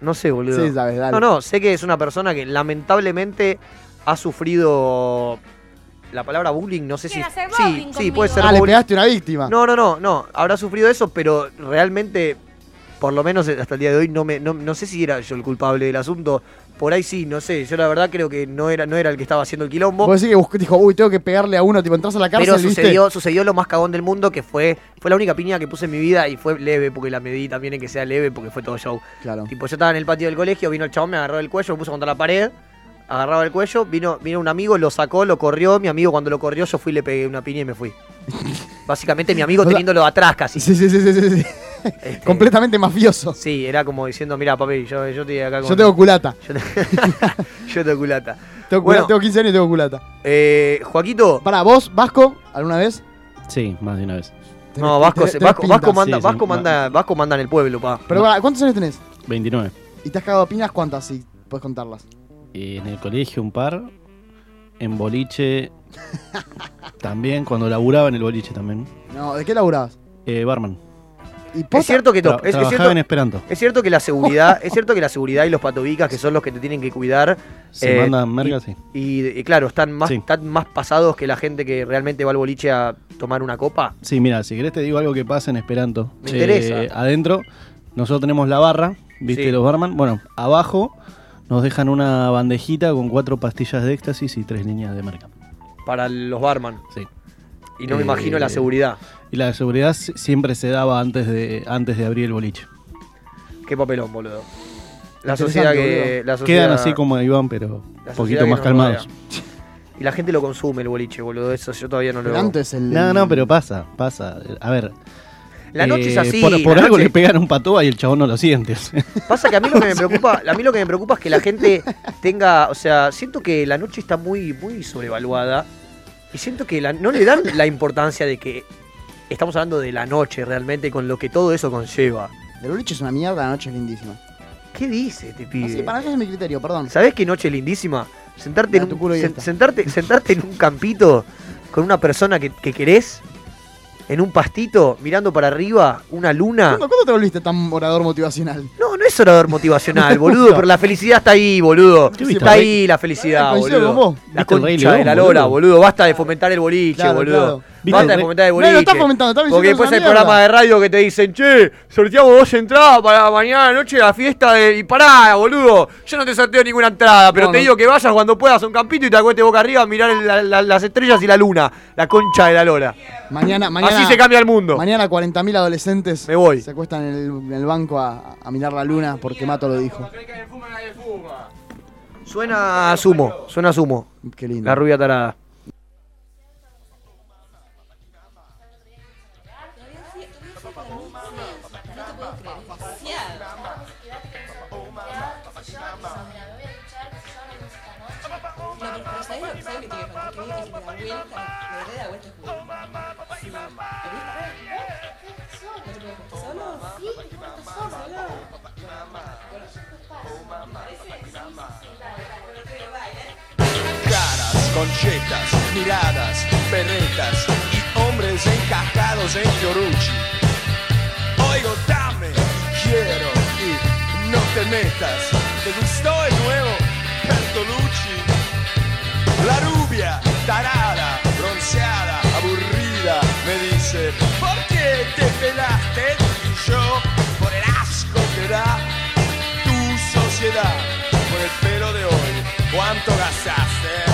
S1: No sé, boludo.
S4: Sí, sabes, dale.
S1: No, no, sé que es una persona que lamentablemente ha sufrido la palabra bullying, no sé si.
S7: Quiere hacer
S1: sí,
S7: bullying
S1: sí, puede
S7: conmigo.
S1: ser
S4: Ah, le
S1: bullying.
S4: pegaste a una víctima.
S1: No, no, no, no. Habrá sufrido eso, pero realmente, por lo menos hasta el día de hoy, no me, no, no sé si era yo el culpable del asunto. Por ahí sí, no sé. Yo la verdad creo que no era, no era el que estaba haciendo el quilombo.
S4: Vos decís que buscó- dijo, uy, tengo que pegarle a uno, tipo, entras a la cárcel,
S1: Pero
S4: ¿viste?
S1: sucedió, sucedió lo más cagón del mundo, que fue, fue la única piña que puse en mi vida y fue leve, porque la medí también en que sea leve, porque fue todo show.
S4: Claro.
S1: Tipo, yo estaba en el patio del colegio, vino el chabón, me agarró el cuello, me puso contra la pared, agarraba el cuello, vino, vino un amigo, lo sacó, lo corrió, mi amigo cuando lo corrió yo fui, le pegué una piña y me fui. Básicamente mi
S4: O
S1: amigo
S4: sea-
S1: teniéndolo atrás casi.
S4: Sí, sí, sí, sí, sí. sí.
S1: Este,
S4: Completamente mafioso.
S1: Sí, era como diciendo, mira papi, yo, yo estoy acá con...
S4: Yo tengo culata.
S1: Yo, te- yo tengo culata.
S4: Tengo,
S1: Bueno.
S4: culata, tengo 15 años y tengo culata.
S1: Eh, Joaquito...
S4: Para vos, Vasco, ¿alguna vez?
S3: Sí, más de una vez.
S1: No, Vasco,
S4: tenés-
S1: se-
S4: tenés
S1: Vasco,
S4: pinta.
S1: Vasco manda,
S3: Sí, sí,
S1: Vasco, manda, Vasco manda en el pueblo, pa.
S4: Pero pará, ¿cuántos años tenés?
S3: 29.
S4: ¿Y te has cagado a piñas cuántas? Si puedes contarlas.
S3: Eh, en el colegio un par. En boliche. también, cuando laburaba en el boliche también.
S4: No, ¿de qué laburabas?
S3: Eh, barman.
S4: Y posta-
S1: Es cierto que no,
S3: Tra-
S1: es, es
S3: trabajaba
S1: cierto,
S3: en Esperanto.
S1: es cierto que la seguridad, es cierto que la seguridad y los patobicas que son los que te tienen que cuidar. eh,
S3: Se mandan merca,
S1: y-
S3: sí.
S1: Y, y claro, están más,
S3: Sí.
S1: están más pasados que la gente que realmente va al boliche a tomar una copa.
S3: Sí, mira, si querés te digo algo que pasa en Esperanto. Eh,
S1: Me interesa.
S3: Adentro, nosotros tenemos la barra, ¿viste?
S1: Sí.
S3: Los barman. Bueno, abajo nos dejan una bandejita con cuatro pastillas de éxtasis y tres líneas de merca.
S1: para los barman.
S3: Sí.
S1: Y no me
S3: Eh,
S1: imagino la seguridad.
S3: Y la seguridad si- siempre se daba antes de, antes de abrir el boliche.
S1: Qué papelón, boludo. La
S4: Interesante,
S1: sociedad que.
S4: boludo.
S1: La sociedad,
S3: Quedan así como Iván, pero
S1: la
S3: un
S1: sociedad
S3: poquito
S1: que
S3: más
S1: nos
S3: calmados.
S1: rodea. Y la gente lo consume el boliche, boludo. Eso yo todavía no lo.
S4: Pero antes el.
S3: No, no, pero pasa, pasa. A ver.
S1: La noche es
S3: eh,
S1: así.
S3: Por, por
S1: la
S3: algo
S1: noche-
S3: le pegan un patoa y el chabón no lo siente.
S1: Pasa que a mí lo que me preocupa, a mí lo que me preocupa es que la gente tenga, o sea, siento que la noche está muy, muy sobrevaluada y siento que la- no le dan la importancia de que estamos hablando de la noche realmente con lo que todo eso conlleva.
S4: El boliche es una mierda, la noche es lindísima.
S1: ¿Qué dice este
S4: No
S1: pibe?
S4: sé, para mí ese es mi criterio, perdón.
S1: ¿Sabés qué noche lindísima? Sentarte,
S4: Da
S1: en
S4: tu
S1: un,
S4: culo y
S1: sen-
S4: esta.
S1: sentarte, sentarte en un campito con una persona que, que querés, en un pastito, mirando para arriba, una luna.
S4: ¿Cuándo, cuándo te volviste tan orador motivacional?
S1: No, no es orador motivacional, boludo,
S4: gusta.
S1: pero la felicidad está ahí, boludo.
S3: viste
S1: Está
S3: el
S1: ahí la felicidad,
S4: Ah, coincido
S1: boludo.
S4: con vos.
S1: La
S3: ¿Viste el Rey
S1: concha de
S3: León,
S1: la lola,
S3: boludo?
S1: boludo. Basta de fomentar el boliche,
S4: Claro,
S1: boludo.
S4: claro.
S3: ¿Viste
S1: Basta
S3: el
S1: de
S3: Rey-
S1: fomentar el
S4: No,
S1: boliche.
S4: no estás fomentando, estás
S1: Porque
S4: diciendo
S1: después
S4: que
S1: hay
S4: es una
S1: programas de radio que te dicen, che, sorteamos dos entradas para mañana noche la fiesta de... Y pará, boludo, yo no te sorteo ninguna entrada, pero
S4: No,
S1: te
S4: no.
S1: digo que vayas cuando puedas a un campito y te acuestes boca arriba a mirar la- la- las estrellas y la luna, la concha de la lola.
S4: Mañana, mañana.
S1: Así se cambia el mundo.
S4: Mañana 40.000 adolescentes
S1: Me voy.
S4: se acuestan en el, en el banco a, a mirar la luna porque Mato lo dijo.
S1: Suena a sumo, suena a sumo,
S4: Qué lindo.
S1: la rubia tarada.
S7: caras, conchetas, miradas, perretas y hombres encajados en Fiorucci. Oigo, dame, quiero y no te metas. ¿Te gustó el nuevo Bertolucci? La rubia, tarada, bronceada, aburrida, me dice, ¿por qué te pelaste? Y yo, por el asco que da tu sociedad, por el pelo de hoy, ¿cuánto gastaste?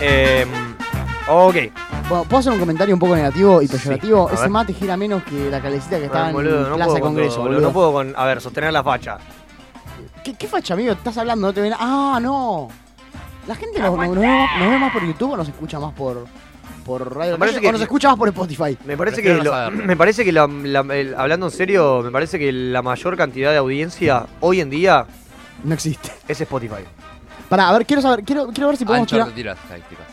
S1: Eh, ok.
S4: Bueno, ¿puedo hacer un comentario un poco negativo y peyorativo?
S1: a
S4: Ese
S1: ver.
S4: mate gira menos que la calecita que estaba
S1: Ay, boludo,
S4: en
S1: no
S4: Plaza
S1: puedo con
S4: Congreso,
S1: todo,
S4: boludo.
S1: boludo, No puedo con. A ver, sostener la facha.
S4: ¿Qué, qué facha, amigo? ¿Estás hablando? ¿No te ven? ¡Ah, no! La gente nos, nos- nos ve, más- nos ve más por YouTube o nos escucha más por, por radio.
S1: Me parece
S4: Calle?
S1: que-
S4: o nos escucha más por Spotify.
S1: Me parece que,
S6: Prefiero no
S1: lo-
S6: saberlo.
S1: me parece que la- la- el- hablando en serio, me parece que la mayor cantidad de audiencia hoy en día
S4: No existe.
S1: es Spotify.
S4: Pará, a ver, quiero saber, quiero, quiero ver si podemos
S6: Anchor
S4: tirar.
S6: te tiras, ahí tiras.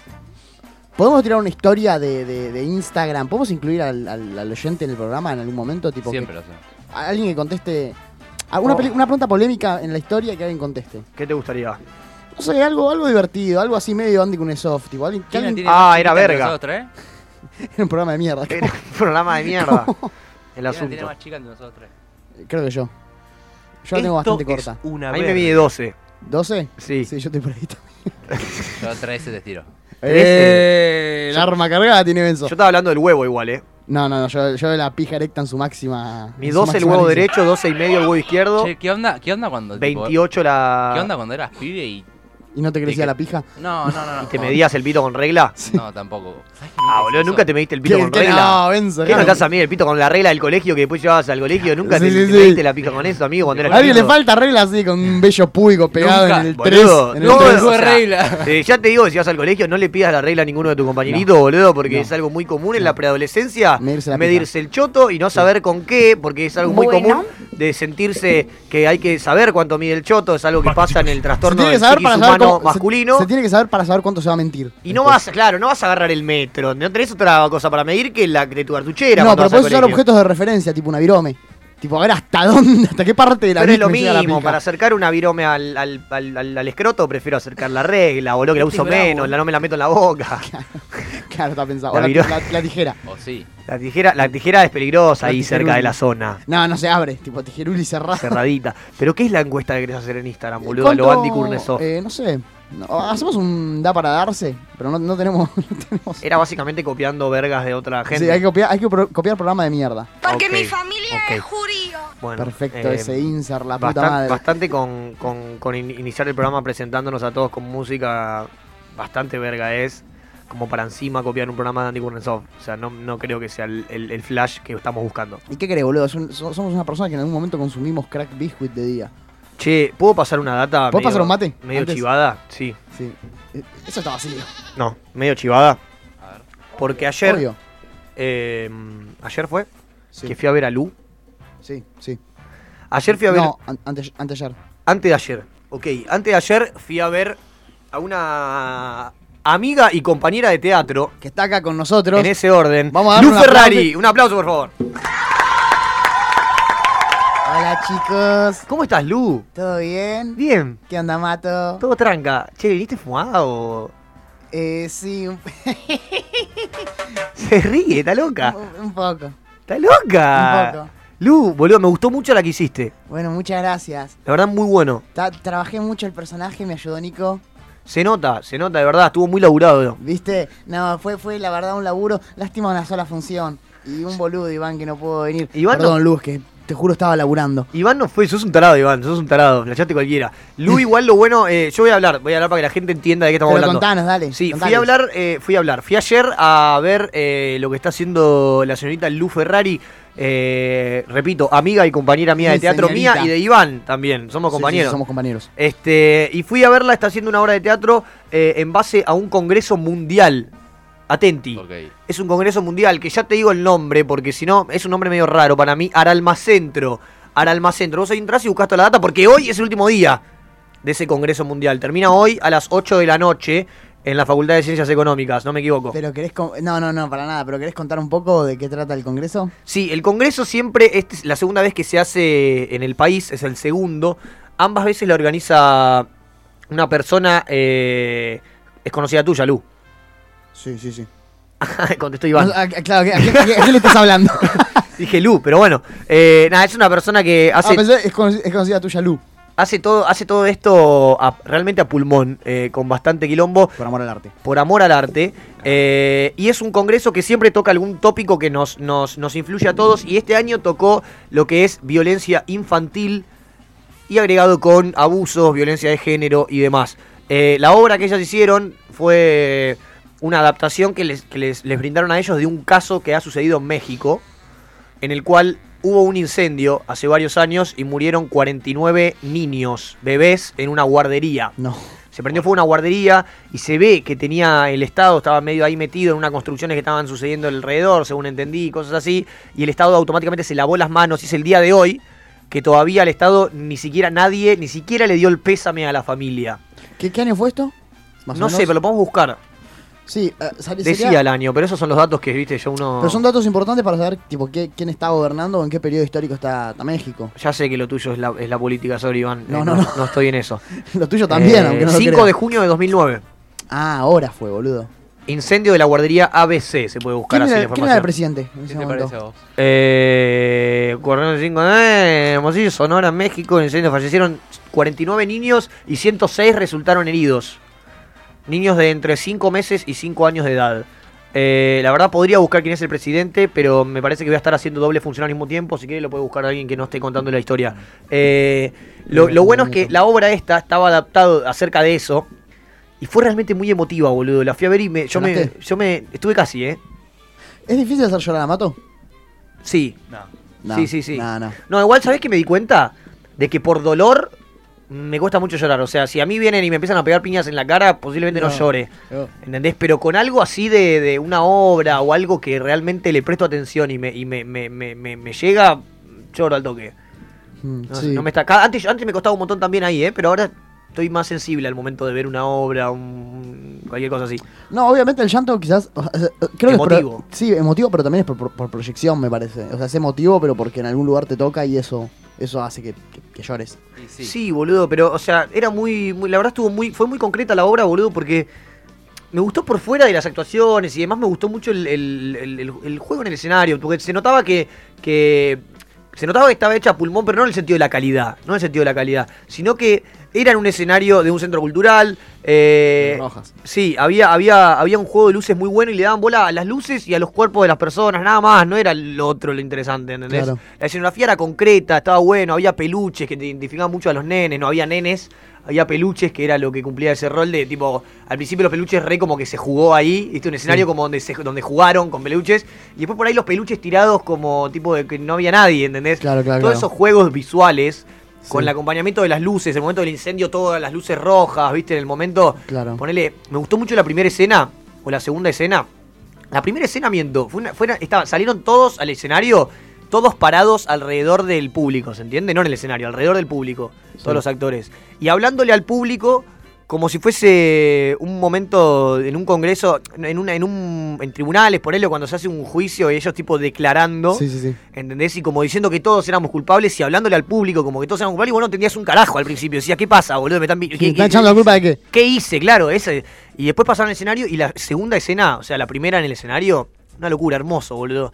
S4: Podemos tirar una historia de, de- de Instagram. ¿Podemos incluir al, al- al oyente en el programa en algún momento? Tipo que-
S6: Siempre lo hacen.
S4: a- alguien que conteste. Alguna
S1: Oh.
S4: peli- una pregunta polémica en la historia y que alguien conteste.
S1: ¿Qué te gustaría?
S4: No sé, algo, algo divertido, algo así medio Andy Kunesov, tipo, alguien que alguien
S1: tiene Ah, más era chiquita que verga.
S6: Nosotros, ¿eh?
S4: en un programa de mierda.
S1: Era un programa de mierda. El
S6: tiene
S1: asunto.
S6: más chica que nosotros? ¿eh?
S4: Creo que yo. Yo la tengo
S8: Esto
S4: bastante
S8: es
S4: corta.
S8: una
S1: A mí me
S8: verga.
S1: mide 12.
S4: ¿12?
S1: Sí.
S4: Sí, yo estoy por ahí. también.
S6: Yo 13 te tiro.
S4: Eh, el arma cargada tiene Benzo.
S1: Yo estaba hablando del huevo igual, eh.
S4: No, no, no, yo, yo la pija erecta en su máxima.
S1: Mi
S4: en su
S1: 12 el
S4: máxima
S1: huevo
S4: erección.
S1: derecho, 12 y medio el huevo izquierdo,
S6: Che, ¿qué onda, qué onda cuando. tipo,
S1: 28 la.
S6: ¿Qué onda cuando eras pibe y.?
S4: ¿Y no te crecía
S6: que-
S4: la pija?
S6: No, no, no. no
S1: ¿Te medías el pito con regla?
S6: No, tampoco. ¿Sabes que
S1: Ah,
S6: hice
S1: boludo,
S6: eso?
S1: nunca te mediste el pito
S4: ¿Qué-
S1: con
S4: qué
S1: regla.
S4: No, Benzo.
S1: ¿Qué no
S4: claro.
S1: estás a mí el pito con la regla del colegio que después llevabas al colegio? ¿Nunca
S4: Sí,
S1: te,
S4: sí,
S1: te
S4: sí.
S1: mediste la pija con eso, amigo, cuando eras
S4: A alguien le
S1: chiquito?
S4: falta regla así, con un bello púbico pegado
S6: Nunca,
S4: en el 3.
S1: Boludo,
S4: En el
S1: no,
S4: tres.
S1: o sea,
S6: regla.
S1: eh, ya te digo, si vas al colegio, no le pidas la regla a ninguno de tus compañeritos, boludo, porque es algo muy común en la preadolescencia
S4: Medirse la
S1: medirse el choto y no saber con qué, porque es algo muy común de sentirse que hay que saber cuánto mide el choto, es algo que pasa en el
S4: Se
S1: trastorno
S4: tiene
S1: del
S4: que saber
S1: psiquis
S4: para saber
S1: humano
S4: cómo- se-
S1: masculino.
S4: Se, tiene que saber para saber cuánto se va a mentir.
S1: Y no
S4: Después.
S1: vas, claro, no vas a agarrar el metro, no tenés otra cosa para medir que la de tu cartuchera.
S4: No,
S1: cuando
S4: pero
S1: vas al
S4: puedes usar
S1: colegio.
S4: objetos de referencia, tipo una virome. Tipo, a ver hasta dónde, hasta qué parte de la
S1: Pero es lo
S4: misma llega la
S1: mismo,
S4: pija.
S1: para acercar una virome al, al, al, al- al escroto prefiero acercar la regla, boludo, que la uso menos, la no me la meto en la boca.
S4: Claro, está pensado.
S1: La
S4: O La,
S1: virome.
S4: la- la tijera.
S6: O sí.
S1: La tijera, la tijera es peligrosa
S4: La
S1: ahí
S4: tijeruli.
S1: cerca de la zona,
S4: No, no se abre, tipo tijeruli cerrada.
S1: cerradita. Pero ¿qué es la encuesta que querés hacer en Instagram, boludo? Lo
S4: ¿Cuánto-
S1: Andy Kurnesov.
S4: Eh, no sé. No, hacemos un da para darse, pero no, no tenemos. No tenemos
S1: Era básicamente copiando vergas de otra gente.
S4: Sí, hay que, copiar, hay que pro- copiar programa de mierda. Ah,
S9: Porque
S1: Ok,
S9: mi familia
S1: ok.
S9: es judío.
S1: Bueno,
S4: Perfecto,
S1: eh,
S4: ese insert, la puta
S1: bastan-
S4: madre.
S1: Bastante con, con- con in- iniciar el programa presentándonos a todos con música bastante verga es. Como para encima copiar un programa de Andy Kurnesov. O sea, no, no creo que sea el, el- el flash que estamos buscando.
S4: ¿Y qué querés, boludo? Son- so- somos una persona que en algún momento consumimos crack biscuit de día.
S1: Che, ¿puedo pasar una data?
S4: ¿Puedo
S1: medio-
S4: pasar un mate?
S1: Medio
S4: Antes.
S1: chivada, sí.
S4: Sí. Eh, Eso está vacío.
S1: No, medio chivada. Porque ayer.
S4: Obvio.
S1: eh, ayer fue
S4: Sí,
S1: que fui a ver a Lu.
S4: sí, sí.
S1: Ayer fui a ver.
S4: No, an- antes, antes ayer.
S1: Antes de ayer. Ok, antes de ayer fui a ver a una amiga y compañera de teatro.
S4: Que está acá con nosotros.
S1: En ese orden.
S4: Vamos a darle
S1: Lu
S4: un
S1: Ferrari, un aplauso por favor.
S4: Hola chicos,
S1: ¿Cómo estás, Lu?
S4: ¿todo bien?
S1: Bien.
S4: ¿Qué onda, Mato?
S1: Todo tranca. Che, ¿viniste fumada o.?
S4: Eh, sí, un,
S1: Se ríe, está loca.
S4: un- un poco.
S1: Está loca.
S4: Un poco.
S1: Lu, boludo, me gustó mucho la que hiciste.
S4: Bueno, muchas gracias.
S1: La verdad, muy bueno.
S4: Ta- trabajé mucho el personaje, me ayudó Nico.
S1: Se nota, se nota, de verdad, estuvo muy laburado.
S4: ¿Viste? No, fue, fue la verdad un laburo. Lástima una sola función. Y un boludo, Iván, que no pudo venir.
S1: Iván no-
S4: Perdón, Luz, que te juro estaba laburando.
S1: Iván no fue, sos un tarado, Iván, sos un tarado, flasheaste cualquiera. Lu, igual lo bueno, eh, yo voy a hablar, voy a hablar para que la gente entienda de qué estamos
S4: Pero
S1: hablando.
S4: contanos, dale.
S1: Sí, fui
S4: contales.
S1: a hablar, eh, fui a hablar. Fui ayer a ver eh, lo que está haciendo la señorita Lu Ferrari. eh, repito, amiga y compañera mía de
S4: Sí,
S1: teatro
S4: señorita.
S1: mía y de Iván también. Somos
S4: Sí, sí,
S1: compañeros.
S4: sí, somos compañeros.
S1: Este, y fui a verla, está haciendo una obra de teatro eh, en base a un congreso mundial. Atenti.
S6: Ok.
S1: Es un congreso mundial que ya te digo el nombre, porque si no, es un nombre medio raro para mí. Aralmacentro. Aralmacentro. Vos ahí entras y buscas toda la data porque hoy es el último día de ese congreso mundial. Termina hoy a las 8 de la noche en la Facultad de Ciencias Económicas, no me equivoco.
S4: Pero querés. con- No, no, no, para nada. Pero querés contar un poco de qué trata el congreso.
S1: Sí, el Congreso siempre, este es la segunda vez que se hace en el país, es el segundo. Ambas veces la organiza una persona, eh, es conocida tuya, Lu.
S4: Sí, sí, sí.
S1: Contestó Iván.
S4: Ah, claro, ¿a, qué- a qué- a qué- a qué le estás hablando?
S1: Dije Lu, pero bueno. Eh, nada, es una persona que hace...
S4: Ah, pensé, es, conoc- es conocida tuya, Lu.
S1: hace todo, hace todo esto a- realmente a pulmón, eh, con bastante quilombo,
S4: Por amor al arte.
S1: por amor al arte. eh, y es un congreso que siempre toca algún tópico que nos, nos, nos influye a todos. Y este año tocó lo que es violencia infantil y agregado con abusos, violencia de género y demás. Eh, la obra que ellas hicieron fue una adaptación que, les, que les- les brindaron a ellos de un caso que ha sucedido en México, en el cual hubo un incendio hace varios años y murieron 49 niños, bebés, en una guardería.
S4: No.
S1: Se prendió fuego una guardería y se ve que tenía el Estado, estaba medio ahí metido en unas construcciones que estaban sucediendo alrededor, según entendí, cosas así. Y el Estado automáticamente se lavó las manos. Y es el día de hoy que todavía el Estado ni siquiera nadie, ni siquiera le dio el pésame a la familia.
S4: ¿Qué, qué año fue esto? Más o
S1: No sé,
S4: menos.
S1: pero lo podemos buscar.
S4: Sí, eh, sale- sería-
S1: Decía el año, pero esos son los datos que, viste, yo uno...
S4: Pero son datos importantes para saber tipo qué- quién está gobernando o en qué periodo histórico está, está México.
S1: Ya sé que lo tuyo es la, es la política, sorry, Iván. Eh,
S4: No, no, no.
S1: estoy en eso.
S4: Lo tuyo también,
S1: Eh,
S4: aunque no lo
S1: 5
S4: creas.
S1: de junio de 2009.
S4: Ah, ahora fue, boludo.
S1: Incendio de la guardería ABC, se puede buscar
S4: ¿Quién
S1: así
S4: era,
S1: la
S4: quién era el
S1: información.
S4: presidente en ese
S6: ¿Qué te
S4: momento?
S6: parece a vos?
S1: Eh, 45, eh, Hermosillo, Sonora, México, en incendio fallecieron 49 niños y 106 resultaron heridos. Niños de entre 5 meses y 5 años de edad. Eh, la verdad podría buscar quién es el presidente, pero me parece que voy a estar haciendo doble función al mismo tiempo. Si quiere lo puede buscar alguien que no esté contando la historia. Eh, lo, lo bueno es que la obra esta estaba adaptado acerca de eso. Y fue realmente muy emotiva, boludo. La fui a ver y me, yo, me,
S4: ¿Lloraste?
S1: yo me... Estuve casi, ¿eh?
S4: ¿Es difícil hacer llorar a Mato?
S1: Sí,
S6: No.
S4: No,
S1: Sí, sí, sí.
S4: No, no.
S1: No, igual, ¿sabés que me di cuenta? De que por dolor me cuesta mucho llorar. O sea, si a mí vienen y me empiezan a pegar piñas en la cara, posiblemente no,
S4: No.
S1: llore.
S4: Yo-
S1: ¿Entendés? Pero con algo así de, de una obra o algo que realmente le presto atención y me, y me, me- me- me- me llega, lloro al toque.
S4: Mm,
S1: No,
S4: sí.
S1: no me está... ca- antes, antes me costaba un montón también ahí, ¿eh? Pero ahora estoy más sensible al momento de ver una obra, un- cualquier cosa así.
S4: No, obviamente el llanto quizás. o sea, eh, creo que es pro-
S1: Emotivo.
S4: sí, emotivo, pero también es por, por- por proyección, me parece. O sea, es emotivo, pero porque en algún lugar te toca y eso, eso hace que, que- que llores.
S6: Y sí.
S1: Sí. boludo, pero, o sea, era muy, muy- La verdad estuvo muy. Fue muy concreta la obra, boludo, porque. Me gustó por fuera de las actuaciones y además me gustó mucho el, el- el- el- el juego en el escenario, porque se notaba que, que. Se notaba que estaba hecha a pulmón, pero no en el sentido de la calidad, no en el sentido de la calidad, sino que era en un escenario de un centro cultural. eh,
S4: Rojas.
S1: Sí, había, había, había un juego de luces muy bueno y le daban bola a las luces y a los cuerpos de las personas, nada más, no era lo otro lo interesante, ¿entendés?
S4: Claro.
S1: La escenografía era concreta, estaba bueno, había peluches que te identificaban mucho a los nenes, no había nenes, había peluches que era lo que cumplía ese rol de tipo, al principio los peluches re como que se jugó ahí, viste, un escenario como donde se, donde jugaron con peluches, y después por ahí los peluches tirados como tipo de que no había nadie, ¿entendés?
S4: Claro, claro,
S1: Todos
S4: claro.
S1: esos juegos visuales. Con
S4: Sí.
S1: el acompañamiento de las luces, el momento del incendio, todas las luces rojas, ¿viste? En el momento
S4: Claro.
S1: Ponele, me gustó mucho la primera escena o la segunda escena. La primera escena, miento, fue una- fue una- estaba- salieron todos al escenario, todos parados alrededor del público, ¿se entiende? No en el escenario, alrededor del público, todos los actores. Y hablándole al público como si fuese un momento en un congreso, en, una, en, un, en tribunales, ponele, cuando se hace un juicio y ellos tipo declarando.
S4: Sí, sí, sí.
S1: ¿Entendés? Y como diciendo que todos éramos culpables y hablándole al público como que todos éramos culpables y vos no entendías un carajo al principio. Decías, ¿qué pasa, boludo? Me están, vi-
S4: ¿Quién
S1: qué-
S4: está
S1: qué-
S4: echando la culpa de qué?
S1: ¿Qué hice? Claro, ese. Y después pasaron al escenario y la segunda escena, o sea, la primera en el escenario, una locura, hermoso, boludo.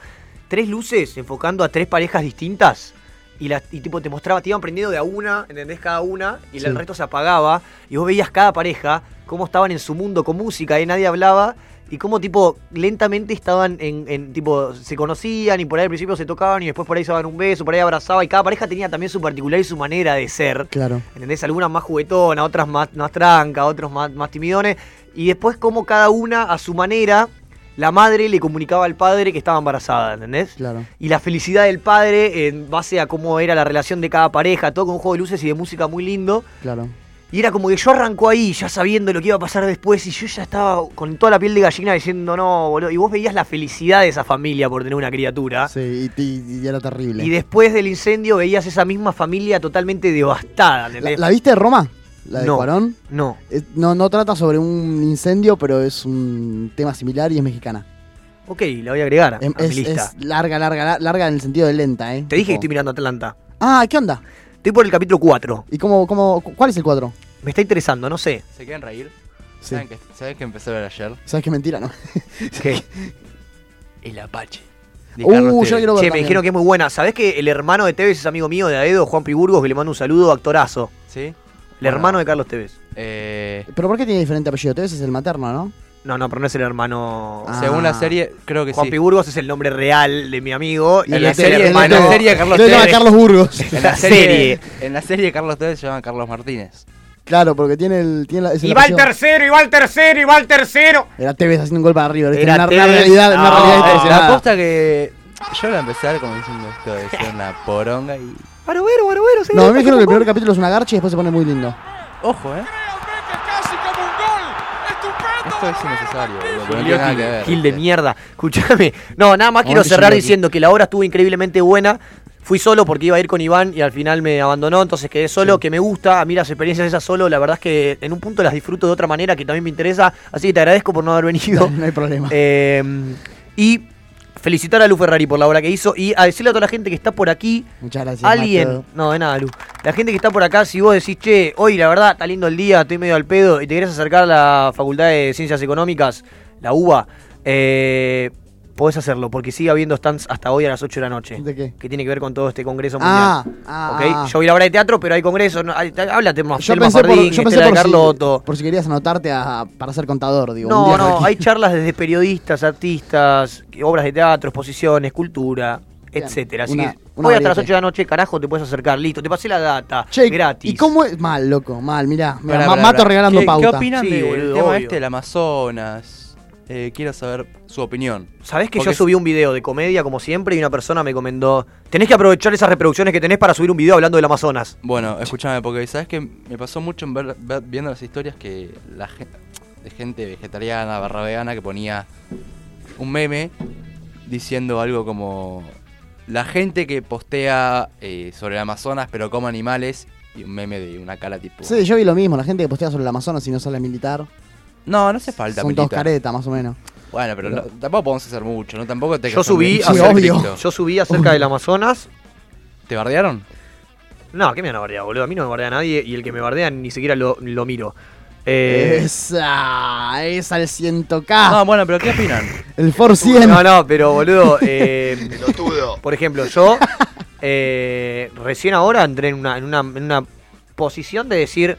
S1: Tres luces enfocando a tres parejas distintas. Y, las y tipo te mostraba, te iban prendiendo de a una, ¿entendés? Cada una, y el
S4: Sí.
S1: resto se apagaba, y vos veías cada pareja, cómo estaban en su mundo con música, y nadie hablaba, y cómo tipo lentamente estaban en, en, tipo, se conocían, y por ahí al principio se tocaban, y después por ahí se daban un beso, por ahí abrazaba, y cada pareja tenía también su particular y su manera de ser.
S4: Claro.
S1: ¿Entendés? Algunas más juguetonas, otras más, más tranca, otros más, más timidones. Y después como cada una a su manera, la madre le comunicaba al padre que estaba embarazada, ¿entendés?
S4: Claro.
S1: Y la felicidad del padre en base a cómo era la relación de cada pareja, todo con un juego de luces y de música muy lindo.
S4: Claro.
S1: Y era como que yo arrancó ahí, ya sabiendo lo que iba a pasar después, y yo ya estaba con toda la piel de gallina diciendo, no, boludo. Y vos veías la felicidad de esa familia por tener una criatura.
S4: Sí, y, y- y era terrible.
S1: Ah. Y después del incendio veías esa misma familia totalmente devastada,
S4: ¿La,
S1: ¿entendés?
S4: la viste de Roma? ¿La de
S1: No.
S4: Cuarón?
S1: No.
S4: Eh, No, no trata sobre un incendio, pero es un tema similar y es mexicana.
S1: Ok, la voy a agregar a
S4: Em-
S1: mi
S4: Es,
S1: lista.
S4: es larga, larga, la- larga en el sentido de lenta, ¿eh?
S1: Te dije que estoy
S4: Tipo-
S1: mirando Atlanta.
S4: Ah, ¿qué onda?
S1: Estoy por el capítulo 4.
S4: ¿Y cómo, cómo, cu- cuál es el cuadro?
S1: Me está interesando, no sé.
S6: ¿Se quieren reír?
S4: Sí.
S6: ¿Saben, que, ¿Saben que empezó a ver ayer?
S4: ¿Sabes qué mentira, no?
S1: ¿Qué?
S6: El Apache. De Carlos
S4: Uh, yo
S6: Tevez.
S4: quiero ver.
S1: Che, me
S4: también.
S1: dijeron que es muy buena. ¿Sabés que el hermano de Tevez es amigo mío de Aedo, Juan Piburgos, que le mando un saludo, actorazo?
S6: ¿Sí?
S1: El
S6: Bueno.
S1: hermano de Carlos Tevez.
S6: Eh,
S4: Pero ¿por qué tiene diferente apellido? Tevez es el materno, ¿no?
S1: No, no, pero no es el hermano.
S4: Ah,
S6: Según la serie, creo que
S1: Juan
S6: sí.
S1: Piburgos es el nombre real de mi amigo. Y,
S6: En la
S1: es el
S6: serie, en
S1: hermano.
S6: la serie de Carlos
S4: Lo llama
S6: Tevez.
S4: Carlos Burgos.
S6: En la serie, en la serie de Carlos Tevez se llama Carlos Martínez.
S4: Claro, porque tiene el. Tiene la, es
S8: Y
S4: la
S8: va el
S4: pasión.
S8: tercero, y va el tercero, y va el tercero.
S4: Era Tevez haciendo un golpe a River. ¿viste?
S1: Era
S4: una, una
S1: Tevez.
S4: realidad, una
S1: No, eh,
S4: realidad
S1: la
S4: distorsionada.
S6: aposta que. Yo la empecé a ver como diciendo esto de ser una poronga y.
S1: Barovero, barovero, sí.
S4: No, me dijeron que el primer capítulo es una garcha y después se pone muy lindo.
S6: Ojo, eh. Esto es innecesario, boludo. No tiene nada que ver.
S1: Gil de mierda. Escúchame. No, nada más quiero
S4: Aguante
S1: cerrar
S4: Gil de
S1: diciendo que la obra estuvo increíblemente buena. Fui solo porque iba a ir con Iván y al final me abandonó, entonces quedé solo, que me gusta. A mí las experiencias esas solo, la verdad es que en un punto las disfruto de otra manera que también me interesa. Así que te agradezco por no haber venido.
S4: No hay problema.
S1: Eh, y felicitar a Lu Ferrari por la obra que hizo y a decirle a toda la gente que está por aquí
S4: Muchas gracias.
S1: alguien,
S4: Mateo.
S1: no, de nada, Lu. La gente que está por acá, si vos decís, che, hoy la verdad está lindo el día, estoy medio al pedo y te querés acercar a la Facultad de Ciencias Económicas, la UBA, eh, podés hacerlo, porque sigue habiendo stands hasta hoy a las 8 de la noche.
S4: ¿De qué?
S1: Que tiene que ver con todo este congreso
S4: Ah,
S1: mundial.
S4: ah,
S1: ¿Ok?
S4: ah.
S1: Yo vi la obra de teatro, pero hay congreso. No, hay- háblate más.
S4: Yo
S1: Telma
S4: pensé, por,
S1: Fardín,
S4: yo pensé
S1: Estela
S4: por,
S1: Carlotto.
S4: si, por si querías anotarte a- para ser contador, digo. un
S1: No,
S4: día
S1: no,
S4: cualquiera.
S1: hay charlas desde periodistas, artistas, que- obras de teatro, exposiciones, cultura,
S4: Bien,
S1: etcétera. Así
S4: una-
S1: que
S4: una
S1: hoy hasta
S4: variedad.
S1: las 8 de la noche, carajo, te puedes acercar, listo, te pasé la data,
S4: Che,
S1: gratis.
S4: ¿Y cómo es? Mal, loco, mal, mirá. mirá,
S6: Pará,
S4: ma-
S6: pará,
S4: mato
S6: pará.
S4: regalando
S6: ¿Qué,
S4: pauta.
S6: ¿Qué opinan
S1: Sí,
S6: del
S1: boludo,
S6: tema
S1: obvio.
S6: este del Amazonas? Eh, quiero saber su opinión.
S1: Sabés que
S6: Porque
S1: yo subí un video de comedia, como siempre, y una persona me comentó, tenés que aprovechar esas reproducciones que tenés para subir un video hablando del Amazonas.
S6: Bueno, escúchame, porque sabes que me pasó mucho en ver- ver- viendo las historias que la ge- de gente vegetariana, barra vegana, que ponía un meme diciendo algo como la gente que postea eh, sobre el Amazonas pero como animales y un meme de una cara tipo...
S4: Sí, yo vi lo mismo. La gente que postea sobre el Amazonas y no sale militar.
S6: No, no hace falta.
S4: son
S6: Milita.
S4: dos caretas, más o menos.
S6: Bueno, pero no- tampoco podemos hacer mucho, ¿no? Tampoco te
S1: Yo subí,
S6: Sí,
S1: acerca-
S6: obvio.
S1: yo subí acerca del Amazonas.
S6: ¿Te bardearon?
S1: No, ¿qué me van a bardear, boludo? A mí no me bardea nadie y el que me bardea ni siquiera lo, lo miro. Eh,
S4: Esa, es al 100K.
S6: No, bueno, pero ¿qué opinan?
S4: el For 100.
S1: no, no, pero boludo, eh,
S5: Pelotudo.
S1: Por ejemplo, yo eh, recién ahora entré en una, en, una, en una posición de decir.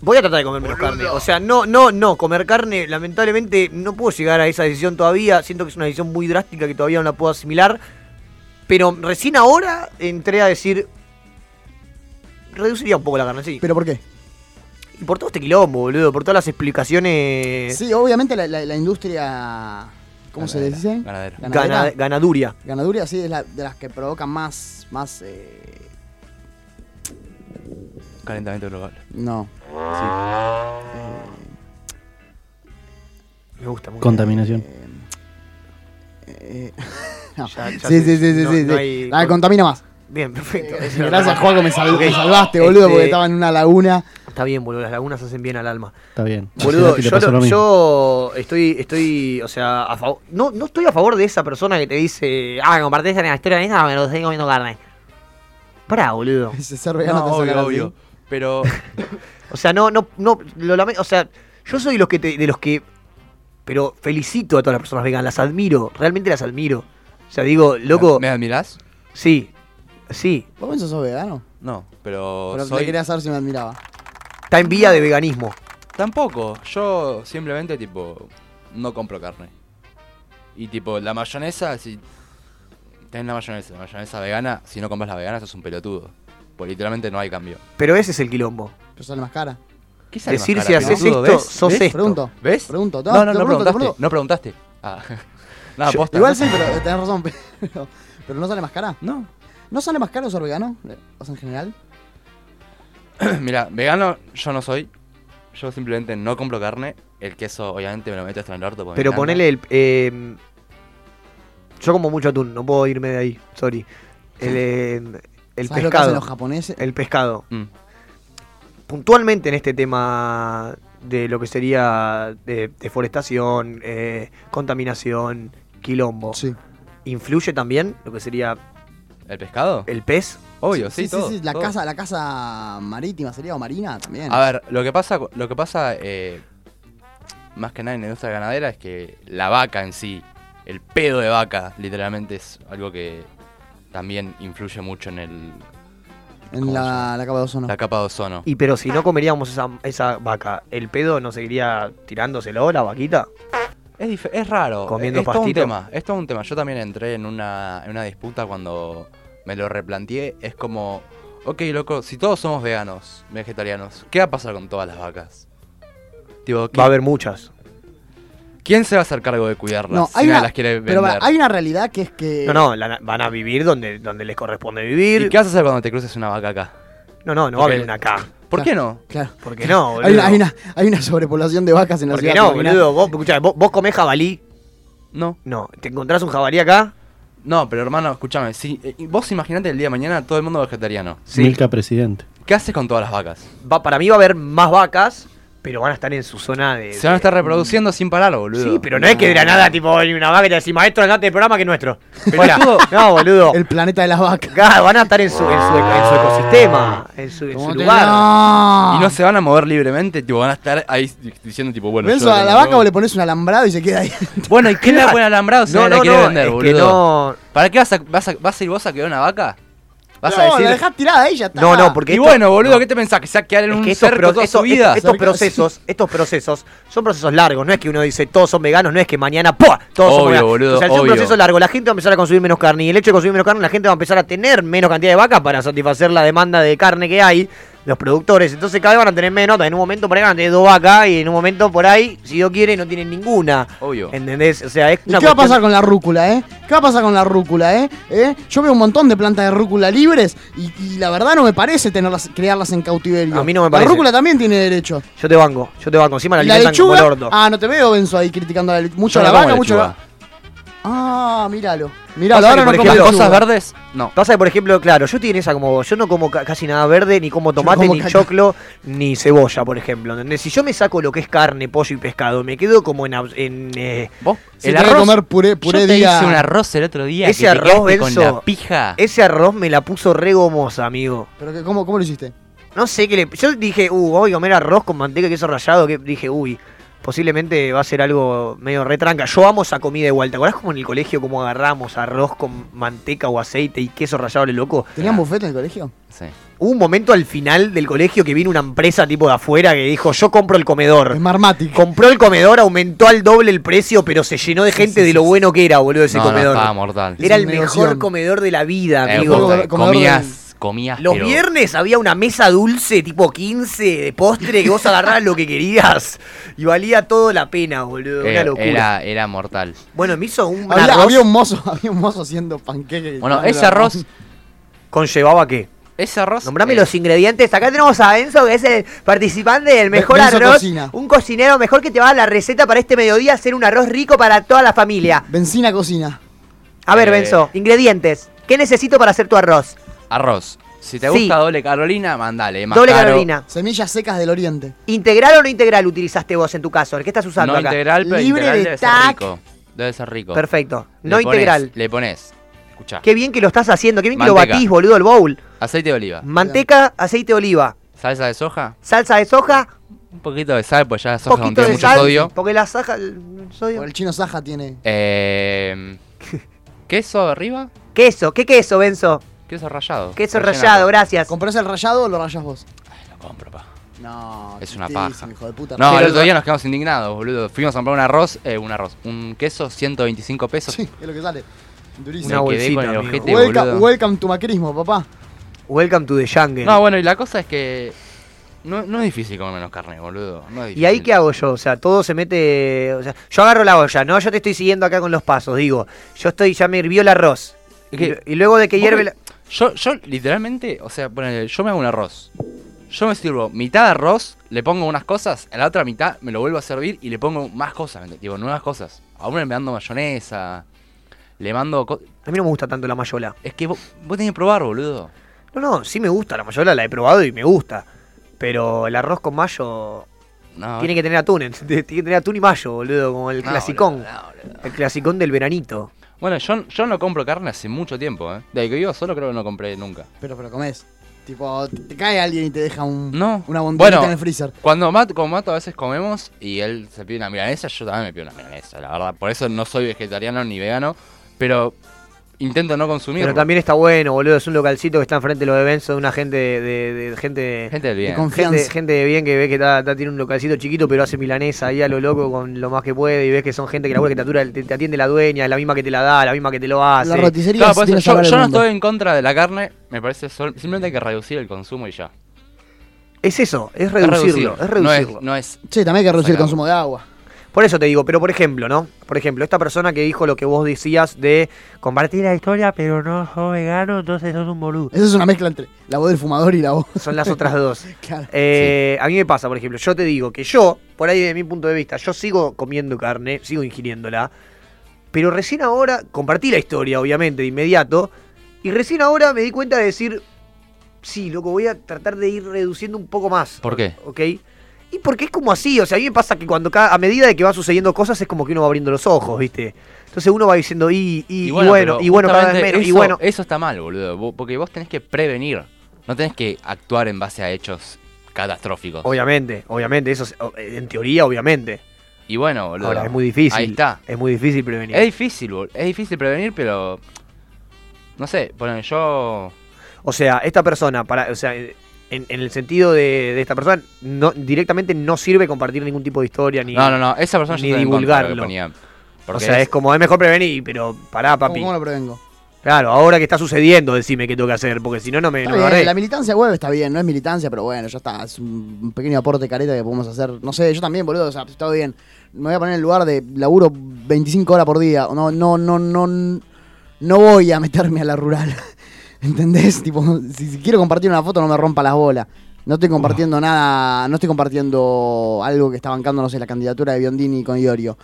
S1: Voy a tratar de comer menos
S5: Boludo.
S1: carne. O sea, no, no, no. Comer carne, lamentablemente, no puedo llegar a esa decisión todavía. Siento que es una decisión muy drástica que todavía no la puedo asimilar. Pero recién ahora entré a decir. Reduciría un poco la carne, sí.
S4: ¿Pero por qué?
S1: Y por todo este quilombo, boludo. Por todas las
S6: Eh.
S1: explicaciones.
S4: Sí, obviamente la, la- la industria. ¿Cómo se
S6: Ganadera,
S4: dice?
S6: ganadera.
S1: gana- ganaduria.
S4: Ganaduría, sí, es la, de las que provocan más. más eh,
S6: Calentamiento global.
S4: no.
S1: Me gusta mucho.
S3: Contaminación.
S4: eh, no.
S1: Ya- ya
S4: sí, sí,
S1: sé,
S4: sí, sí.
S1: no-
S4: sí,
S1: no
S4: sí.
S1: hay-
S4: La que contamina más.
S1: Bien, perfecto.
S4: Gracias, Juan, que me, sal-
S1: Eh, Ok.
S4: me salvaste, boludo, porque
S1: Este,
S4: estaba en una laguna.
S1: Está bien, boludo, las lagunas hacen bien al alma.
S3: Está bien.
S1: Boludo,
S3: Cerati le
S1: yo,
S3: pasó
S1: lo-
S3: lo mismo.
S1: yo estoy, estoy, o sea, a favor. No, no estoy a favor de esa persona que te dice, ah, compartís en la historia de Instagram, pero estoy comiendo carne. Pará, boludo.
S4: Ese ser vegano
S6: no,
S4: te sacan
S6: obvio,
S4: así.
S6: obvio. Pero
S1: O sea, no, no, no, lo lame- O sea, yo soy de los que, te- de los que, pero felicito a todas las personas veganas, las admiro, realmente las admiro. O sea, digo, loco,
S6: ¿Me admirás?
S1: sí, sí,
S4: ¿Vos pensás sos vegano?
S6: No, pero,
S4: Pero
S6: soy...
S4: le quería saber si me admiraba.
S1: está en vía de veganismo.
S6: Tampoco. Yo simplemente, tipo, no compro carne. Y, tipo, la mayonesa, si... Tenés la mayonesa, la mayonesa vegana, si no compras la vegana, sos un pelotudo. Pues literalmente no hay cambio.
S1: Pero ese es el quilombo.
S4: Pero sale más cara.
S6: ¿Qué sale más
S1: Decir
S6: cara,
S1: si haces
S6: pelotudo?
S1: esto,
S6: ¿Ves?
S1: sos
S6: ¿Ves?
S1: esto.
S4: Pregunto.
S6: ¿Ves?
S4: Pregunto.
S6: No, no, no
S4: te pregunto, te
S6: preguntaste.
S4: pregunto.
S6: No preguntaste. Ah. Nada,
S1: Yo-
S6: posta.
S4: Igual sí, pero tenés razón. Pero, pero no sale más cara.
S6: No.
S4: ¿No sale más caro ser vegano? eh, O sea, en general.
S6: Mira, vegano yo no soy. Yo simplemente no compro carne. El queso, obviamente, me lo meto hasta en el orto. porque me
S1: Pero
S6: encanta.
S1: ponele el. eh, yo como mucho atún, no puedo irme de ahí, sorry. El, eh, el
S4: ¿Sabés lo que hacen
S1: pescado.
S4: los japoneses?
S1: El pescado.
S6: Mm.
S1: Puntualmente en este tema de lo que sería eh, deforestación, eh, contaminación, quilombo,
S4: Sí.
S1: ¿influye también lo que sería
S6: ¿El pescado?
S1: el pez?
S6: Obvio, sí,
S4: sí,
S6: todo,
S4: sí, La
S6: todo.
S4: casa, la casa marítima sería o marina también.
S6: A ver, lo que pasa, lo que pasa eh, más que nada en la industria ganadera es que la vaca en sí, el pedo de vaca, literalmente es algo que también influye mucho en el,
S4: en
S6: ¿cómo se
S4: la,
S6: llama?
S4: la capa de ozono.
S6: la capa de ozono.
S1: Y pero si no comeríamos esa, esa vaca, ¿el pedo no seguiría tirándoselo la vaquita?
S6: Es, dif- es raro.
S1: Comiendo
S6: es todo un
S1: pastito.
S6: tema. Es todo un tema. Yo también entré en una, en una disputa cuando me lo replanteé. Es como, ok, loco, si todos somos veganos, vegetarianos, ¿qué va a pasar con todas las vacas? Tipo, ¿quién-
S1: Va a haber muchas.
S6: ¿Quién se va a hacer cargo de cuidarlas
S4: No,
S6: si
S4: hay
S6: nadie
S4: una,
S6: las quiere vender?
S4: pero hay una realidad que es que.
S1: No, no, la- van a vivir donde, donde les corresponde vivir.
S6: ¿Y qué vas a hacer cuando te cruces una vaca acá?
S1: No, no, no va a
S6: Porque-
S1: haber una acá.
S6: ¿Por qué no?
S4: Claro.
S1: ¿Por qué no, boludo?
S4: Hay una, hay una- hay una sobrepoblación de vacas en la
S1: ¿Por qué
S4: ciudad.
S1: no,
S4: ¿te imaginas?
S1: boludo? Vos, escuchá, vos, vos comés jabalí.
S6: No,
S1: No, ¿te encontrás un jabalí acá?
S6: no, pero hermano, escúchame, si, eh, vos imaginate el día de mañana todo el mundo vegetariano.
S3: Milka presidente.
S6: ¿Qué haces con todas las vacas?
S1: Va, para mí va a haber más vacas, pero van a estar en su zona de.
S6: Se van a
S1: de-
S6: estar reproduciendo sin parar, boludo.
S1: Sí, pero no es que de la nada, tipo, hay una vaca y te decís, maestro, andate del programa que es nuestro.
S6: Pero
S1: Hola.
S6: todo-
S1: No, boludo.
S4: El planeta de las vacas.
S1: Claro, van a estar en su, en su, en su ecosistema, en su, en su
S4: ¿Cómo te-
S1: lugar.
S4: No.
S6: Y no se van a mover libremente, tipo, van a estar ahí di- diciendo, tipo, bueno,
S4: Renzo,
S6: yo
S4: a
S6: tengo
S4: la vaca
S6: huevo.
S4: vos le pones un alambrado y se queda ahí.
S6: Bueno, ¿y qué le ponen alambrado si
S1: No,
S6: nadie la
S1: no,
S6: quiere
S1: no,
S6: vender,
S1: es que
S6: boludo?
S1: no-
S6: ¿Para qué vas a, vas, a, vas a ir vos a quedar una vaca? ¿Vas
S4: no,
S6: a decir?
S4: la dejás tirada ahí y ya está.
S1: No, no, porque
S6: Y
S1: esto-
S6: bueno, boludo,
S1: no.
S6: ¿qué te pensás? ¿Que se va a quedar en
S1: Es
S6: un
S1: que estos,
S6: cerco
S1: pro-
S6: toda
S1: estos-
S6: su
S1: estos-
S6: vida?
S1: estos procesos, estos procesos son procesos largos, no es que uno dice todos son veganos, no es que mañana ¡pua! todos
S6: Obvio,
S1: somos veganos.
S6: boludo,
S1: o sea, es un
S6: obvio.
S1: proceso largo, la gente va a empezar a consumir menos carne y el hecho de consumir menos carne, la gente va a empezar a tener menos cantidad de vacas para satisfacer la demanda de carne que hay, los productores, entonces cada vez van a tener menos, en un momento por ahí van a tener dos vacas y en un momento por ahí, si Dios quiere, no tienen ninguna.
S6: Obvio.
S1: ¿Entendés? O sea, es
S4: ¿Y
S1: una
S4: qué va a
S1: cuestión-
S4: pasar con la rúcula, eh? ¿Qué va a pasar con la rúcula, eh? ¿Eh? Yo veo un montón de plantas de rúcula libres y, y la verdad no me parece tenerlas, crearlas en cautiverio.
S1: A mí no me parece.
S4: La rúcula también tiene derecho.
S1: Yo te banco, yo te banco, encima la
S4: ¿Y la
S1: alimentan como el
S4: lechuga.
S1: orto.
S4: Ah, no te veo, Benzo, ahí criticando a la lechuga. Mucho
S6: Yo
S4: a la
S6: no como
S4: vaca, mucho a la-
S6: lechuga.
S4: Ah, míralo. Míralo,
S1: Pasa
S4: ahora
S1: que,
S4: no
S1: por
S4: come
S1: ejemplo,
S6: Las
S4: lechuga.
S6: cosas verdes, no.
S1: Pasa que, por ejemplo, claro, yo tiene esa como vos. Yo no como ca- casi nada verde, ni como tomate,
S4: como
S1: ni
S4: caca.
S1: choclo, ni cebolla, por ejemplo. ¿entendés? Si yo me saco lo que es carne, pollo y pescado, me quedo como en. abs- en, eh,
S6: Vos,
S4: Se
S6: el
S4: tiene que
S6: arroz.
S4: comer puré,
S6: yo
S4: puré
S6: te
S4: día.
S6: hice un arroz el otro día
S1: Ese
S6: que te
S1: arroz,
S6: quedaste con
S1: Benzo,
S6: la pija.
S1: ese arroz me la puso re gomosa, amigo.
S4: Pero que, ¿cómo, ¿cómo lo hiciste?
S1: No sé qué le. Yo dije, uh, voy a comer arroz con manteca y queso rallado. Que dije, uy, posiblemente va a ser algo medio retranca. Yo amo esa comida igual. ¿Te acordás como en el colegio cómo agarramos arroz con manteca o aceite y queso rallado, le loco?
S4: ¿Tenían bufete en el colegio?
S6: Sí.
S1: Hubo un momento al final del colegio que vino una empresa tipo de afuera que dijo, yo compro el comedor.
S4: Es Marmatic.
S1: Compró el comedor, aumentó al doble el precio, pero se llenó de gente de lo bueno que era, boludo, ese
S6: No, no,
S1: comedor.
S6: estaba mortal.
S1: era
S4: Es
S1: el
S4: un
S1: mejor
S4: negoción.
S1: comedor de la vida,
S6: Eh,
S1: amigo.
S6: posta,
S4: comedor
S6: comías, comías,
S1: Los
S6: pero-
S1: viernes había una mesa dulce, tipo 15, de postre, que vos agarrabas lo que querías. Y valía todo la pena, boludo. Una
S6: Era,
S1: locura.
S6: era, era mortal.
S1: Bueno, me hizo un
S4: Había,
S1: arroz.
S4: había un mozo, había un mozo haciendo panqueques.
S6: Bueno, ese arroz,
S1: ¿Conllevaba qué?
S6: ese arroz...
S1: Nombrame
S6: eh,
S1: los ingredientes. Acá tenemos a Enzo, que es el participante del mejor
S4: Benzo
S1: arroz.
S4: cocina.
S1: Un cocinero mejor que te va a dar la receta para este mediodía hacer un arroz rico para toda la familia.
S4: Benzina cocina.
S1: A ver,
S6: Eh.
S1: Benzo, ingredientes. ¿Qué necesito para hacer tu arroz?
S6: Arroz. Si te
S1: Sí.
S6: gusta doble Carolina, mandale. es más
S1: Doble
S6: caro.
S1: Carolina.
S4: Semillas secas del oriente.
S1: ¿Integral o no integral utilizaste vos en tu caso? ¿El que estás usando
S6: No
S1: acá?
S6: integral, pero
S4: Libre
S6: integral
S4: de
S6: debe ser
S4: tac.
S6: rico. Debe ser rico.
S1: Perfecto.
S6: Le
S1: No
S6: pones-
S1: integral.
S6: Le pones, escucha,
S1: Qué bien que lo estás haciendo. Qué bien que lo
S6: Manteca.
S1: batís, boludo, el bowl.
S6: aceite de oliva,
S1: Mm. Manteca, aceite de oliva,
S6: salsa de soja,
S1: salsa de soja,
S6: un poquito de sal, pues ya la soja
S1: poquito
S6: contiene
S1: de
S6: mucho
S1: sal.
S6: sodio.
S1: Porque la soja. el sodio.
S4: Por el chino Saja tiene.
S6: Eh, queso arriba,
S1: Queso. ¿Qué queso, Benzo?
S6: queso rallado.
S1: Queso
S6: Rellena
S1: rallado,
S6: con-
S1: gracias.
S4: ¿Comprás el rayado o lo rayás vos?
S6: Ay, Lo compro, pa.
S4: No.
S6: Es una
S4: tristísimo,
S6: paja.
S4: Hijo de puta.
S6: No, el
S4: Pero-
S6: otro día nos quedamos indignados, boludo. Fuimos a comprar un arroz, eh, un arroz, un queso, 125 pesos.
S4: Sí, es lo que sale.
S1: Una
S4: Durísimo.
S6: Me quedé
S1: bolsita,
S6: con el
S1: amigo.
S6: ojete,
S4: Welcome,
S6: boludo.
S4: welcome to macrismo, papá.
S1: Welcome to the jungle.
S6: No, bueno, y la cosa es que no, no es difícil comer menos carne, boludo. No es difícil.
S1: ¿Y ahí qué hago yo? O sea, todo se mete. O sea, yo agarro la olla, ¿no? Yo te estoy siguiendo acá con los pasos, digo. Yo estoy, ya me hirvió el arroz.
S6: Es que-
S1: Y lu- y luego de que
S6: Vos
S1: hierve
S6: me-
S1: la.
S6: Yo, yo literalmente, o sea, ponele, yo me hago un arroz. Yo me sirvo mitad de arroz, le pongo unas cosas, a la otra mitad me lo vuelvo a servir y le pongo más cosas, ¿me ent- digo, nuevas cosas. A uno le mando mayonesa, le mando... co-
S1: A mí no me gusta tanto la mayola.
S6: Es que vos, vos tenés que probar, boludo.
S1: No, no, sí me gusta la mayola, la he probado y me gusta. Pero el arroz con mayo
S6: No,
S1: tiene que tener atún, ¿entendés? tiene que tener atún y mayo, boludo, como el
S6: no,
S1: clasicón.
S6: boludo, no, boludo.
S1: El clasicón del veranito.
S6: Bueno, yo, yo no compro carne hace mucho tiempo, ¿eh? Desde que vivo solo creo que no compré nunca.
S4: Pero, pero comés. Tipo, te, te cae alguien y te deja un,
S6: No.
S4: una bondita
S6: Bueno.
S4: en el freezer.
S6: Cuando Matt, con Mato a veces comemos y él se pide una milanesa, yo también me pido una milanesa, la verdad. Por eso no soy vegetariano ni vegano, pero intento no consumir.
S1: Pero también está bueno, boludo. Es un localcito que está enfrente de lo de Benzo, de una gente de, de- de- gente,
S6: Gente del bien.
S1: de
S4: confianza.
S1: Gente, gente de bien que ve que está, está- tiene un localcito chiquito, pero hace milanesa ahí a lo loco con lo más que puede. Y ves que son gente que la que te, atura- te- te atiende la dueña, es la misma que te la da, la misma que te lo hace.
S4: La roticería
S6: Ah, Claro, por
S4: tiene
S6: eso yo,
S4: sabor al
S6: yo no
S4: mundo.
S6: estoy en contra de la carne, me parece sol- simplemente hay que reducir el consumo y ya.
S1: Es eso, es
S6: Es
S1: reducirlo, es
S6: No
S1: reducirlo.
S6: No es,
S4: Sí, también hay que reducir el
S6: Sacamos.
S4: consumo de agua.
S1: Por eso te digo, pero por ejemplo, ¿no? Por ejemplo, esta persona que dijo lo que vos decías de compartir la historia, pero no sos vegano, entonces sos un boludo.
S4: Esa es una mezcla entre la voz del fumador y la voz.
S1: Son las otras dos.
S4: Claro.
S1: Eh, A mí me pasa, por ejemplo, yo te digo que yo, por ahí desde mi punto de vista, yo sigo comiendo carne, sigo ingiriéndola, pero recién ahora, compartí la historia, obviamente, de inmediato, y recién ahora me di cuenta de decir, sí, loco, voy a tratar de ir reduciendo un poco más.
S6: ¿Por qué?
S1: ¿Ok? Y porque es como así, o sea, a mí me pasa que cuando cada, a medida de que van sucediendo cosas es como que uno va abriendo los ojos, ¿viste? Entonces uno va diciendo, y, y, y bueno, y bueno,
S6: pero
S1: cada vez
S6: justamente
S1: menos, y
S6: eso-
S1: bueno.
S6: Eso está mal, boludo. vo- Porque vos tenés que prevenir. No tenés que actuar en base a hechos catastróficos.
S1: Obviamente, obviamente, eso es- o- en teoría, obviamente.
S6: Y bueno, boludo.
S1: Ahora, es muy difícil.
S6: Ahí está.
S1: Es muy difícil prevenir.
S6: Es difícil, boludo. Es difícil prevenir, pero. No sé, ponen yo.
S1: O sea, esta persona, para, o sea, en, en el sentido de, de esta persona, no, directamente no sirve compartir ningún tipo de historia ni.
S6: no, no, no. Esa persona yo
S1: ni
S6: estoy en contra de lo que
S1: divulgarlo.
S6: ponía,
S1: O
S6: porque
S1: sea, es, como, es mejor prevenir, pero pará,
S4: ¿Cómo,
S1: papi.
S4: cómo lo prevengo?
S1: Claro, ahora que está sucediendo, decime qué tengo que hacer, porque si no, no me,
S4: Está
S1: no me
S4: bien,
S1: agarré.
S4: la militancia web está bien, no es militancia, pero bueno, ya está. Es un un pequeño aporte careta que podemos hacer. No sé, yo también, boludo, o sea, está bien. Me voy a poner en el lugar de laburo 25 horas por día. No, no, no, no. No voy a meterme a la rural. ¿Entendés? Tipo, si, si quiero compartir una foto, no me rompa las bolas. No estoy compartiendo nada, no estoy compartiendo algo que está bancando, no sé, la candidatura de Biondini con Iorio.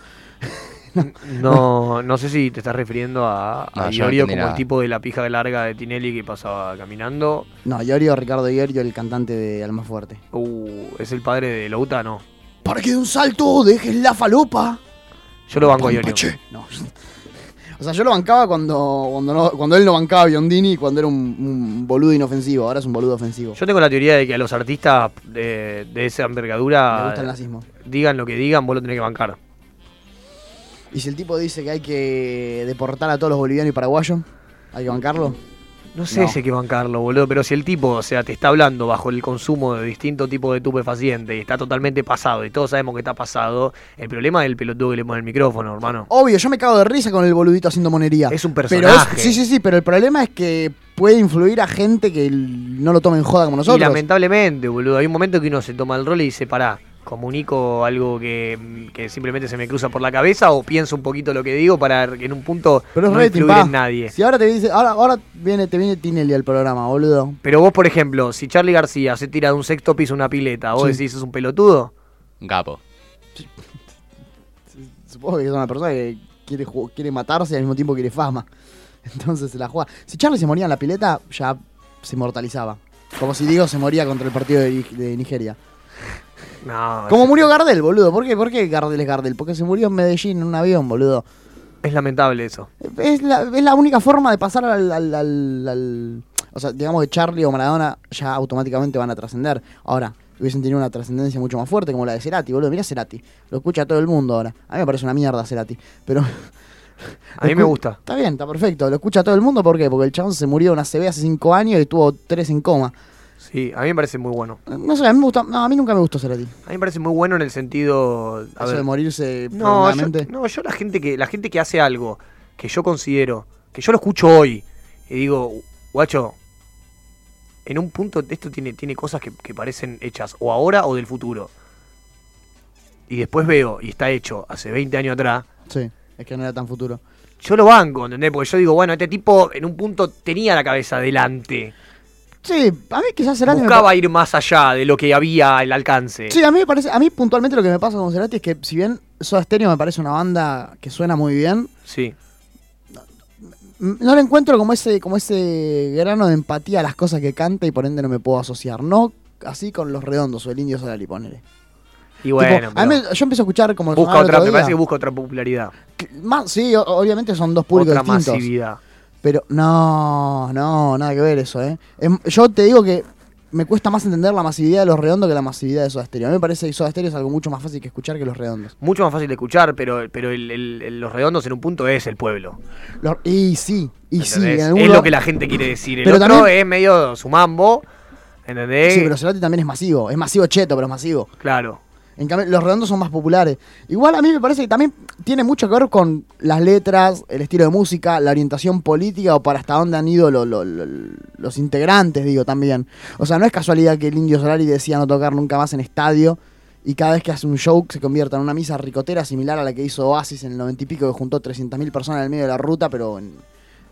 S1: No, no sé si te estás refiriendo a, a
S6: No, yo no
S1: Iorio
S6: entendí
S1: como el
S6: nada.
S1: tipo de la pija larga de Tinelli que pasaba caminando.
S4: No, Iorio, Ricardo Iorio, el cantante de Alma Fuerte.
S1: Uh, es el padre de Louta, no.
S4: Para que de un salto dejes la falopa.
S1: Yo lo banco a Iorio.
S4: Pampache. No. O sea, yo lo bancaba cuando, cuando, no- cuando él no bancaba a Biondini y cuando era un, un boludo inofensivo. Ahora es un boludo ofensivo.
S1: Yo tengo la teoría de que a los artistas de, de esa
S4: Me
S1: envergadura,
S4: gusta el nazismo.
S1: digan lo que digan, vos lo tenés que bancar.
S4: Y si el tipo dice que hay que deportar a todos los bolivianos y paraguayos, hay que bancarlo.
S1: No sé
S4: No.
S1: si hay que bancarlo, boludo, pero si el tipo, o sea, te está hablando bajo el consumo de distinto tipo de tupefaciente y está totalmente pasado y todos sabemos que está pasado, el problema es el pelotudo que le pone el micrófono, hermano.
S4: Obvio, yo me cago de risa con el boludito haciendo monería.
S1: Es un
S4: Pero
S1: personaje.
S4: es- sí, sí, sí, pero el problema es que puede influir a gente que l- no lo tome en joda como
S1: Y
S4: nosotros.
S1: lamentablemente, boludo, hay un momento que uno se toma el rol y dice, pará, comunico algo que, que simplemente se me cruza por la cabeza o pienso un poquito lo que digo para que en un punto
S4: Pero es
S1: no
S4: re
S1: influir
S4: timpá.
S1: en nadie.
S4: Si ahora te dice, ahora, ahora viene, te viene Tinelli al programa, boludo.
S1: Pero vos, por ejemplo, si Charlie García se tira de un sexto piso a una pileta, vos
S4: Sí.
S1: decís, es un pelotudo.
S6: un capo.
S4: supongo que es una persona que quiere, ju- quiere matarse y al mismo tiempo quiere fama. Entonces se la juega. Si Charlie se moría en la pileta, ya se inmortalizaba. Como si digo, se moría contra el partido de, Ni- de Nigeria.
S1: No,
S4: Como
S1: es-
S4: murió Gardel, boludo. ¿Por qué? ¿Por qué Gardel es Gardel? Porque se murió en Medellín en un avión, boludo.
S1: es lamentable eso.
S4: Es la, es la única forma de pasar al, al- al- al- O sea, digamos que Charlie o Maradona ya automáticamente van a trascender. Ahora, hubiesen tenido una trascendencia mucho más fuerte como la de Cerati, boludo. Mira Cerati. Lo escucha todo el mundo ahora. A mí me parece una mierda Cerati. Pero.
S1: A mí me gusta.
S4: Está bien, está perfecto. Lo escucha todo el mundo. ¿Por qué? Porque el chabón se murió de una CB hace 5 años y tuvo 3 en coma.
S1: Sí, a mí me parece muy bueno.
S4: No sé, a mí me gusta. No, a mí nunca me gustó Cerati.
S1: A mí me parece muy bueno en el sentido. a
S4: Eso
S1: ver,
S4: de morirse
S1: no, yo,
S4: prolongadamente.
S1: no, yo la gente que la gente que hace algo que yo considero que yo lo escucho hoy y digo, guacho, en un punto esto tiene tiene cosas que, que parecen hechas o ahora o del futuro. Y después veo y está hecho hace 20 años atrás.
S4: Sí, es que no era tan futuro.
S1: Yo lo banco, ¿entendés? Porque yo digo, bueno, este tipo en un punto tenía la cabeza adelante.
S4: Sí, a mí quizás Cerati. me pa-
S1: Buscaba ir más allá de lo que había el alcance.
S4: Sí, a mí me parece, a mí puntualmente lo que me pasa con Cerati es que si bien Soda Stereo me parece una banda que suena muy bien,
S1: Sí.
S4: m- no le encuentro como ese, como ese grano de empatía a las cosas que canta y por ende no me puedo asociar. No así con los redondos o el indio Solari, ponele.
S1: Y bueno,
S4: Tipo, a mí
S1: pero
S4: me- yo empiezo a escuchar como
S1: busca
S4: sonaba el
S1: otra,
S4: otro
S1: me
S4: día,
S1: parece que busca otra popularidad,
S4: que- más, sí, o- obviamente son dos públicos
S1: otra
S4: distintos.
S1: masividad.
S4: Pero no, no, nada que ver eso, ¿eh? Em, Yo te digo que me cuesta más entender la masividad de los redondos que la masividad de Soda Stereo. A mí me parece que Soda Stereo es algo mucho más fácil que escuchar que los redondos.
S1: Mucho más fácil de escuchar, pero, pero el- el- el- los redondos en un punto es el pueblo.
S4: Los- y sí, y sí.
S1: ¿entendés?
S4: en algún
S1: es
S4: lugar-
S1: lo que la gente quiere decir. El
S4: Pero
S1: otro
S4: también-
S1: es medio su mambo. ¿Entendés?
S4: Sí, pero Cerati también es masivo. Es masivo cheto, pero es masivo.
S1: Claro.
S4: En cambio, los redondos son más populares. Igual a mí me parece que también tiene mucho que ver con las letras, el estilo de música, la orientación política o para hasta dónde han ido lo- lo- lo- los integrantes, digo, también. O sea, no es casualidad que el Indio Solari decía no tocar nunca más en estadio y cada vez que hace un show se convierta en una misa ricotera similar a la que hizo Oasis en el 90 y pico que juntó 300.000 personas en el medio de la ruta, pero en,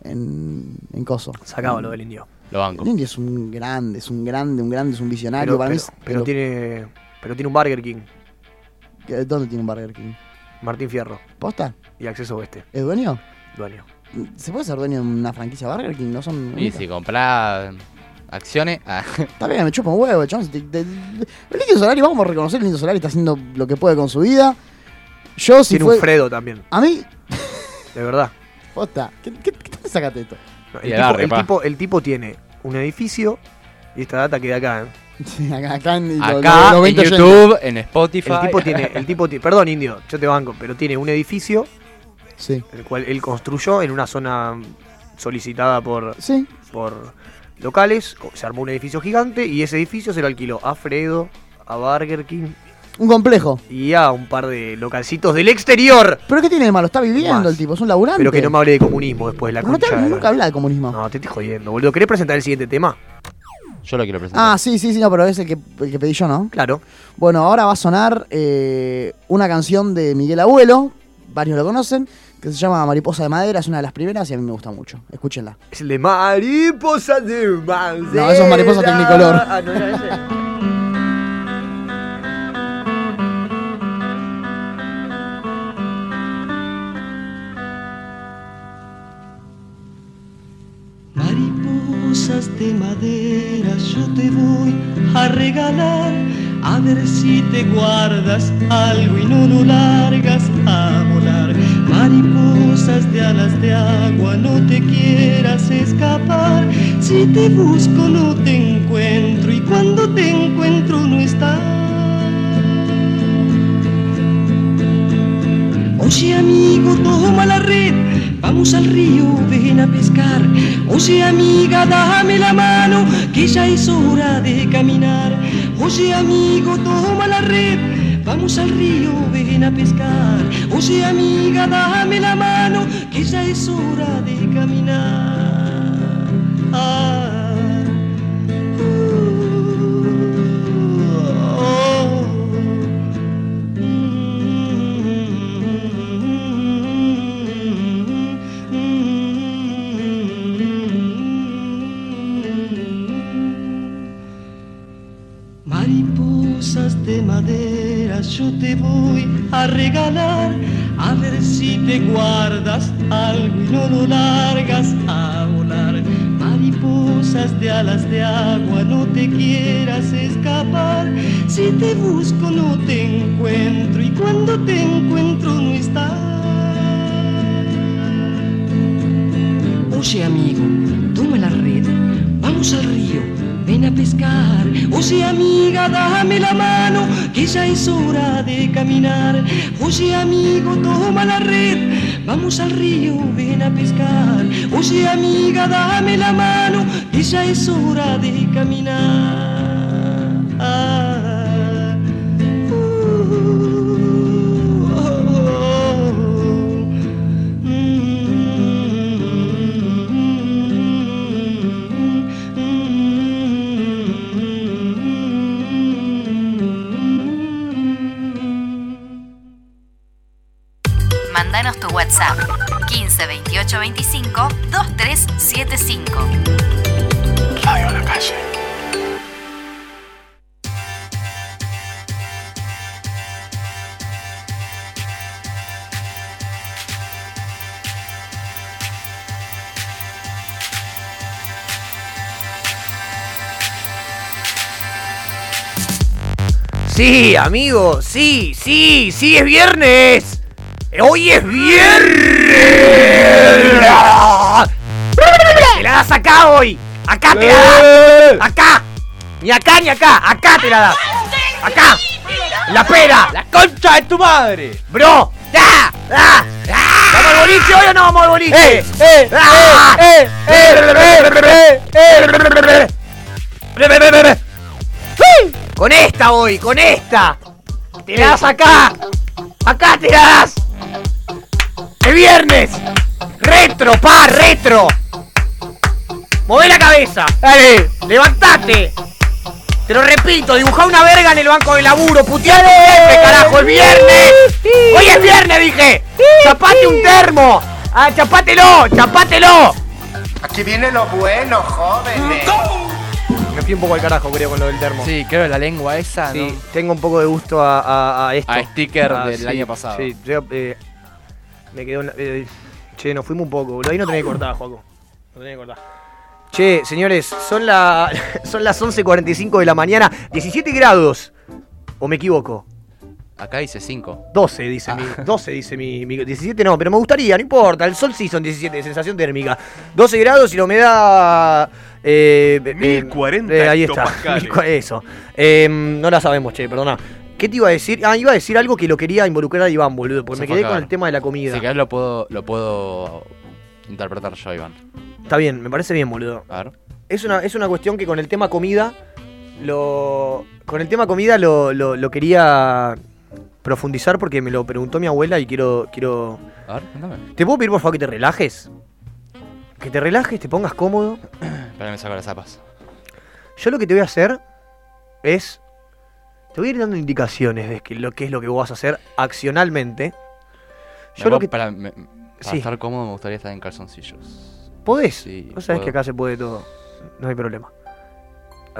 S4: en, en coso.
S1: Sacado lo del indio.
S6: Lo banco.
S4: El Indio es un grande, es un grande, un grande, es un visionario.
S1: Pero,
S4: para mí
S1: pero-
S4: es-
S1: pero tiene, pero tiene un Burger King,
S4: ¿Qué- ¿Dónde tiene un Burger King?
S1: Martín Fierro
S4: ¿Posta?
S1: y Acceso Oeste,
S4: ¿Es dueño?
S1: dueño.
S4: ¿Se puede ser dueño de una franquicia Burger King? No son.
S6: Y
S4: únicas.
S6: si comprás acciones, ah,
S4: Está bien, me chupa un huevo, chabón. Te- te- te- El Indio Solari, vamos a reconocer, el Indio Solari está haciendo lo que puede con su vida. Yo, si
S1: tiene
S4: fue.
S1: un Fredo también,
S4: A mí,
S1: de verdad.
S4: posta. ¿Qué, qué, qué te sacaste esto?
S1: No, El,
S6: Y el
S1: tipo,
S6: arre,
S1: el
S6: pa.
S1: tipo- el tipo tiene un edificio y esta data queda acá. ¿eh?
S4: Sí, acá, acá en, lo-
S6: acá
S4: lo- lo
S6: en
S4: 20 oyentes.
S6: YouTube, en Spotify.
S1: El tipo tiene, el tipo ti- perdón indio, yo te banco, pero tiene un edificio
S4: Sí.
S1: el cual él construyó en una zona solicitada por,
S4: Sí.
S1: por locales, o- se armó un edificio gigante y ese edificio se lo alquiló a Fredo, a Burger King
S4: Un complejo.
S1: y a un par de localcitos del exterior.
S4: ¿Pero qué tiene de malo? Está viviendo
S1: Más.
S4: el tipo, es un laburante.
S1: Pero que no me hable de comunismo después, la
S4: Pero no te-
S1: concha. de la-
S4: nunca habla de comunismo.
S1: No, te estoy jodiendo, boludo. ¿Querés presentar el siguiente tema?
S6: Yo lo quiero presentar.
S4: Ah, sí, sí, sí, no, pero es el que, el que pedí yo, ¿no?
S1: Claro.
S4: Bueno, ahora va a sonar eh, una canción de Miguel Abuelo, varios lo conocen, que se llama Mariposa de Madera, es una de las primeras y a mí me gusta mucho. Escúchenla.
S1: Es el de Mariposa de Bandera.
S4: No, eso es Mariposa Tecnicolor.
S1: Ah, no era ese.
S10: Mariposas de madera yo te voy a regalar, a ver si te guardas algo y no lo largas a volar. Mariposas de alas de agua, no te quieras escapar, si te busco no te encuentro y cuando te encuentro no estás. Oye amigo, toma la red, vamos al río, ven a pescar. Oye amiga, dame la mano, que ya es hora de caminar. Oye amigo, toma la red, vamos al río, ven a pescar. Oye amiga, dame la mano, que ya es hora de caminar. Ah, uh, oh. Mariposas de madera yo te voy a regalar, a ver si te guardas algo y no lo largas a volar. Mariposas de alas de agua, no te quieras escapar, si te busco no te encuentro y cuando te encuentro no estás. Oye amigo, toma la red, vamos al río, ven a pescar. Oye amiga, dame la mano, que ya es hora de caminar. Oye amigo, toma la red, vamos al río, ven a pescar. Oye amiga, dame la mano, que ya es hora de caminar. Ah, uh, oh, oh.
S9: Mándanos tu WhatsApp 15 28 25 2375.
S1: Sí, amigo, sí, sí, sí, es viernes. Hoy es viernes. Eh. Te la das acá hoy. Acá te la das. Acá. Ni acá ni acá. Acá te la das. Acá. La pera. La concha de tu madre. Bro. Ah. ¡Da! ¡Da! ¡Da! ¿Vamos al boliche hoy o no vamos al boliche?
S11: ¡Eh! ¡Eh!
S1: ¡Ah!
S11: ¡Eh! ¡Eh! ¡Eh! ¡Eh!
S1: Con esta voy, con esta. Te la das acá. Acá te la das. El viernes. Retro, pa, retro. Move la cabeza. Dale. Levantate. Te lo repito, dibujá una verga en el banco de laburo, putear un jefe, carajo, el viernes. Hoy es viernes, dije. Chapate un termo. Ah, chapátelo, chapátelo.
S5: Aquí viene lo bueno, eh. jóvenes.
S1: Me fui un poco al carajo, creo, con lo del termo.
S6: Sí, creo que la lengua esa,
S1: Sí,
S6: ¿no?
S1: tengo un poco de gusto a, a, a esto. Ah,
S6: A sticker del
S1: sí,
S6: año pasado.
S1: Sí, yo, eh, me quedó... en la- eh, che, nos fuimos un poco, boludo. Ahí no tenés que cortar, Joaco. No tenés que cortar. Che, señores, son, la, son las 11.45 de la mañana. 17 grados. ¿O me equivoco?
S6: Acá dice 5.
S1: 12 dice,
S6: Ah.
S1: mi, 12 dice mi, mi- 17 no, pero me gustaría, no importa. El sol sí son 17 de sensación térmica. 12 grados y la humedad... Eh, eh,
S12: 1040
S1: eh, ahí está.
S12: hectopascales.
S1: Mil cua- Eso. Em, no la sabemos, che, perdona. ¿Qué te iba a decir? Ah, iba a decir algo que lo quería involucrar a Iván, boludo, porque
S6: Se
S1: me
S6: fue a
S1: quedé con
S6: cagar.
S1: el tema de la comida.
S6: Así que lo puedo, lo puedo interpretar yo, Iván.
S1: Está bien, me parece bien, boludo.
S6: A ver.
S1: Es una, es una cuestión que con el tema comida, lo. Con el tema comida lo, lo- lo quería profundizar porque me lo preguntó mi abuela y quiero. quiero...
S6: A ver, cuéntame.
S1: ¿Te puedo pedir por favor que te relajes? Que te relajes, te pongas cómodo.
S6: Espera, que me saco las zapas.
S1: Yo lo que te voy a hacer es. Te voy a ir dando indicaciones de que lo que es lo que vos vas a hacer accionalmente. Yo
S6: Me
S1: lo
S6: voy-
S1: que.
S6: Para, me- para
S1: Sí.
S6: estar cómodo me gustaría estar en calzoncillos.
S1: ¿Podés?
S6: Sí,
S1: Vos sabés que
S6: puedo.
S1: acá se puede todo. No hay problema.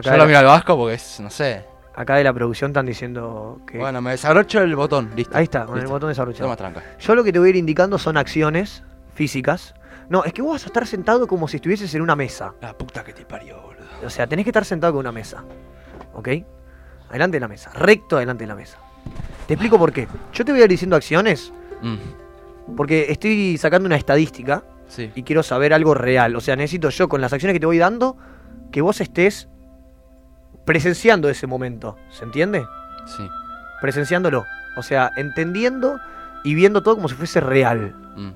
S6: Yo lo miro al vasco porque es, no sé.
S1: Acá de la producción están diciendo que.
S6: Bueno, me desabrocho el botón, listo.
S1: Ahí está, con el
S6: listo.
S1: botón desabrochado.
S6: Toma tranca.
S1: Yo lo que te voy a ir indicando son acciones físicas. No, es que vos vas a estar sentado como si estuvieses en una mesa.
S6: La puta que te parió, boludo.
S1: O sea, tenés que estar sentado con una mesa. ¿Ok? Adelante de la mesa. Recto adelante de la mesa. Te explico por qué. Yo te voy a ir diciendo acciones
S6: Mm,
S1: porque estoy sacando una estadística
S6: Sí.
S1: y quiero saber algo real. O sea, necesito yo con las acciones que te voy dando que vos estés presenciando ese momento. ¿Se entiende?
S6: Sí.
S1: Presenciándolo. O sea, entendiendo y viendo todo como si fuese real.
S6: Mm.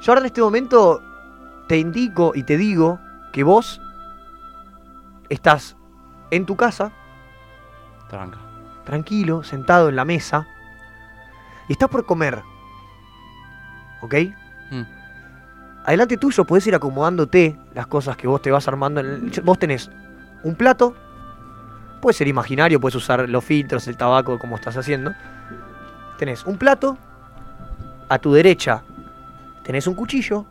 S1: Yo ahora en este momento te indico y te digo que vos estás en tu casa,
S6: Tranca.
S1: tranquilo, sentado en la mesa, y estás por comer. ¿Ok?
S6: Mm.
S1: Adelante tuyo podés ir acomodándote las cosas que vos te vas armando. en el- Vos tenés un plato, puede ser imaginario, puedes usar los filtros, el tabaco, como estás haciendo. Tenés un plato, a tu derecha tenés un cuchillo,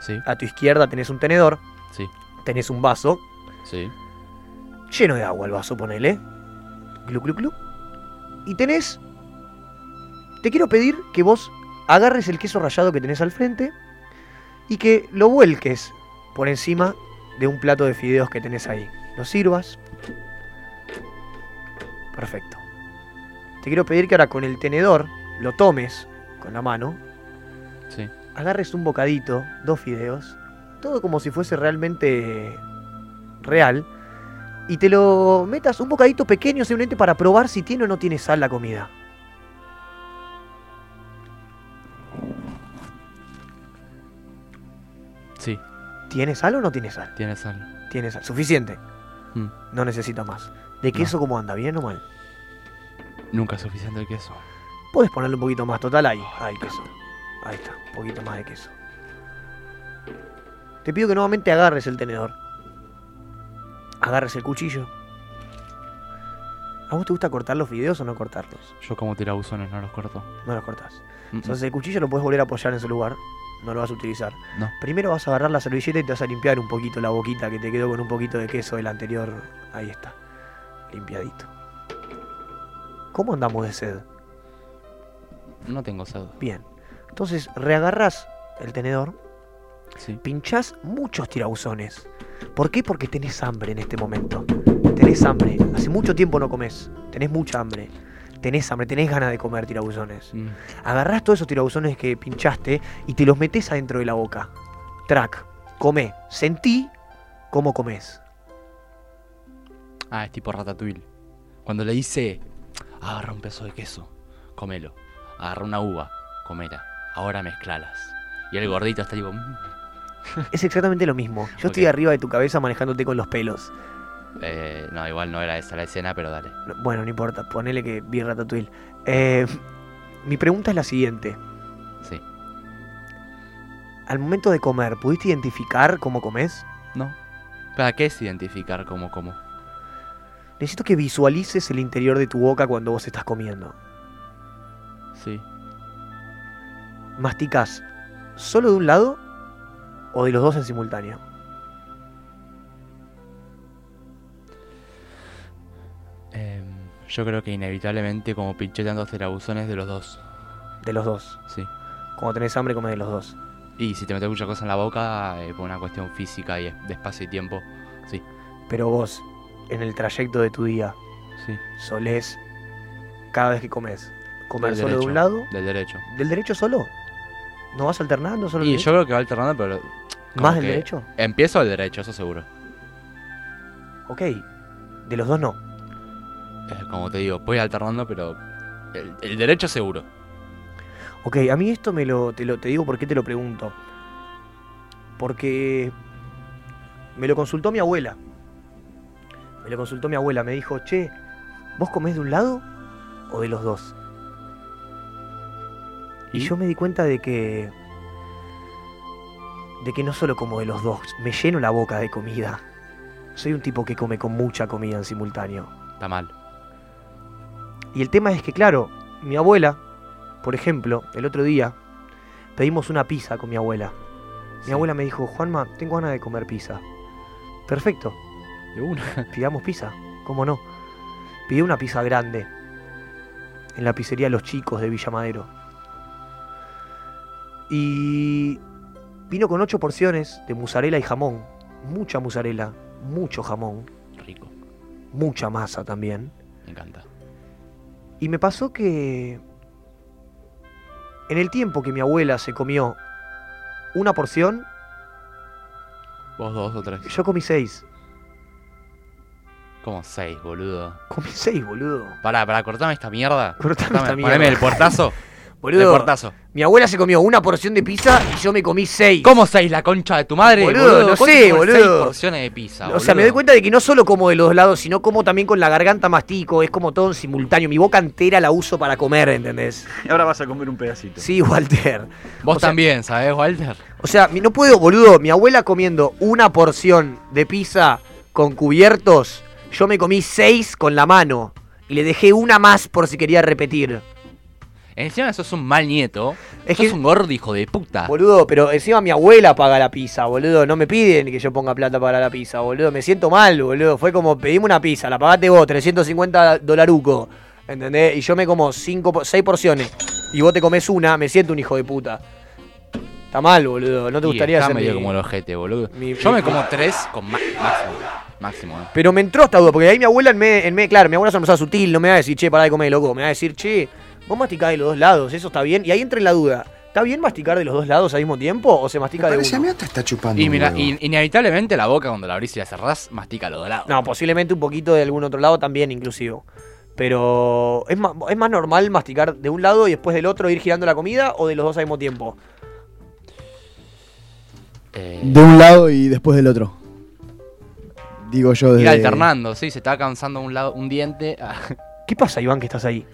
S6: Sí.
S1: a tu izquierda tenés un tenedor,
S6: Sí.
S1: tenés un vaso,
S6: Sí.
S1: lleno de agua el vaso, ponele. Glu, glu, glu. Y tenés. Te quiero pedir que vos agarres el queso rallado que tenés al frente y que lo vuelques por encima de un plato de fideos que tenés ahí. Lo sirvas. Perfecto. Te quiero pedir que ahora con el tenedor lo tomes con la mano,
S6: Sí.
S1: agarres un bocadito, dos fideos, todo como si fuese realmente real, y te lo metas un bocadito pequeño simplemente para probar si tiene o no tiene sal la comida.
S6: Sí.
S1: ¿Tiene sal o no tiene sal?
S6: Tiene sal.
S1: Tiene sal. Suficiente.
S6: Mm.
S1: No necesita más. ¿De queso cómo anda? ¿Bien o mal?
S6: Nunca es suficiente el queso.
S1: Puedes ponerle un poquito más, total ahí. Ahí queso. Ahí está, un poquito más de queso. Te pido que nuevamente agarres el tenedor. Agarres el cuchillo. ¿A vos te gusta cortar los videos o no cortarlos?
S6: Yo como tirabuzones no los corto.
S1: No los cortás.
S6: Mm, mm.
S1: Entonces el cuchillo lo puedes volver a apoyar en su lugar. No lo vas a utilizar.
S6: No.
S1: Primero vas a agarrar la servilleta y te vas a limpiar un poquito la boquita que te quedó con un poquito de queso del anterior. Ahí está. Limpiadito. ¿Cómo andamos de sed?
S6: No tengo sed.
S1: Bien. Entonces reagarrás el tenedor.
S6: Sí.
S1: Pinchás muchos tirabuzones. ¿Por qué? Porque tenés hambre en este momento. Tenés hambre. Hace mucho tiempo no comes. Tenés mucha hambre. Tenés hambre, tenés ganas de comer tirabuzones.
S6: Mm.
S1: Agarrás todos esos tirabuzones que pinchaste y te los metés adentro de la boca. Track, comé. Sentí cómo comes.
S6: Ah, es tipo ratatouille. Cuando le dice, agarra un pedazo de queso, comelo. Agarra una uva, comela. Ahora mezclalas. Y el gordito está tipo, "Mm,
S1: Es exactamente lo mismo. Yo estoy arriba de tu cabeza manejándote con los pelos.
S6: eh, no, igual no era esa la escena, pero dale.
S1: No, Bueno, no importa, ponele que vi Ratatouille. Eh, mi pregunta es la siguiente.
S6: Sí.
S1: Al momento de comer, ¿pudiste identificar cómo comes?
S6: No. ¿Para qué es identificar cómo como?
S1: Necesito que visualices el interior de tu boca cuando vos estás comiendo.
S6: Sí.
S1: ¿Masticás solo de un lado o de los dos en simultáneo?
S6: Em, yo creo que inevitablemente como pincheteando hacia abusones de los dos.
S1: De los dos.
S6: Sí.
S1: Cuando tenés hambre, comes de los dos.
S6: Y si te metes mucha cosa en la boca, eh, por una cuestión física y es- de espacio y tiempo, sí.
S1: Pero vos, en el trayecto de tu día,
S6: Sí.
S1: solés, cada vez que comes, comer
S6: Del
S1: solo de
S6: derecho,
S1: un lado.
S6: Del derecho.
S1: ¿Del derecho solo? ¿No vas alternando solo?
S6: Y
S1: el
S6: yo
S1: derecho?
S6: creo que va alternando, pero... como
S1: ¿Más del
S6: que
S1: derecho?
S6: Empiezo del derecho, eso seguro.
S1: Ok, de los dos no.
S6: Eh, como te digo, voy alternando, pero... El, el derecho seguro.
S1: Ok, a mí esto me lo te, lo te digo porque te lo pregunto. Porque me lo consultó mi abuela. Me lo consultó mi abuela, me dijo, che, ¿vos comés de un lado o de los dos? ¿Y? yo me di cuenta de que. de que no solo como de los dos, me lleno la boca de comida. Soy un tipo que come con mucha comida en simultáneo.
S6: Está mal.
S1: Y el tema es que, claro, mi abuela, por ejemplo, el otro día pedimos una pizza con mi abuela. Mi abuela me dijo, Juanma, tengo ganas de comer pizza. Perfecto.
S6: De una.
S1: Pidamos pizza, ¿cómo no? Pidió una pizza grande en la pizzería Los Chicos de Villa Madero. Y vino con ocho porciones de mozzarella y jamón. Mucha mozzarella, mucho jamón.
S6: Rico.
S1: Mucha masa también.
S6: Me encanta.
S1: Y me pasó que en el tiempo que mi abuela se comió una porción,
S6: Vos dos o tres.
S1: yo comí seis.
S6: Como seis, boludo.
S1: Comí seis, boludo.
S6: Pará, pará, cortame esta mierda.
S1: Cortame
S6: Cortame,
S1: esta mierda.
S6: Poneme el portazo.
S1: Boludo,
S6: El portazo.
S1: Mi abuela se comió una porción de pizza y yo me comí seis.
S6: ¿Cómo seis la concha de tu madre?
S1: Boludo, no
S6: ¿cuánto
S1: sé,
S6: comen
S1: boludo.
S6: Seis porciones de pizza,
S1: O sea, me doy
S6: boludo?
S1: cuenta de que no solo como de los dos lados, sino como también con la garganta mastico, es como todo en simultáneo. Mi boca entera la uso para comer, ¿entendés?
S12: Ahora vas a comer un pedacito.
S1: Sí, Walter.
S6: Vos
S1: O sea-
S6: también, ¿sabés, Walter?
S1: O sea, mi- no puedo, boludo. Mi abuela comiendo una porción de pizza con cubiertos. Yo me comí seis con la mano. Y le dejé una más por si quería repetir.
S6: Encima sos un mal nieto.
S1: Es
S6: sos
S1: que-
S6: un gordo hijo de puta.
S1: Boludo, pero encima mi abuela paga la pizza, boludo. No me piden que yo ponga plata para la pizza, boludo. Me siento mal, boludo. Fue como, pedimos una pizza, la pagaste vos, 350 dolaruco. ¿Entendés? Y yo me como cinco, po- seis porciones. Y vos te comes una, me siento un hijo de puta. Está mal, boludo. No te
S6: Y
S1: gustaría
S6: está
S1: ser
S6: medio
S1: mi-
S6: como el ojete, boludo.
S1: mi-
S6: Yo
S1: mi-
S6: me como tres con ma- máximo. Máximo, ¿eh?
S1: Pero me entró esta duda, porque ahí mi abuela, en vez, en vez- claro, mi abuela es una persona sutil, no me va a decir, che, pará de comer, loco. Me va a decir, che, vos masticás de los dos lados, eso está bien. Y ahí entra en la duda, ¿está bien masticar de los dos lados al mismo tiempo o se mastica de uno?
S6: está chupando. Y mira,
S1: un
S6: y- inevitablemente la boca cuando la abrís y la cerrás, mastica lo dorado.
S1: No, posiblemente un poquito de algún otro lado también, inclusive. Pero ¿es más, es más normal masticar de un lado y después del otro ir girando la comida o de los dos al mismo tiempo.
S6: Eh,
S4: De un lado y después del otro. Digo yo desde...
S6: Ir alternando, sí, se está cansando un lado, un diente. Ah,
S1: ¿Qué pasa, Iván, que estás ahí?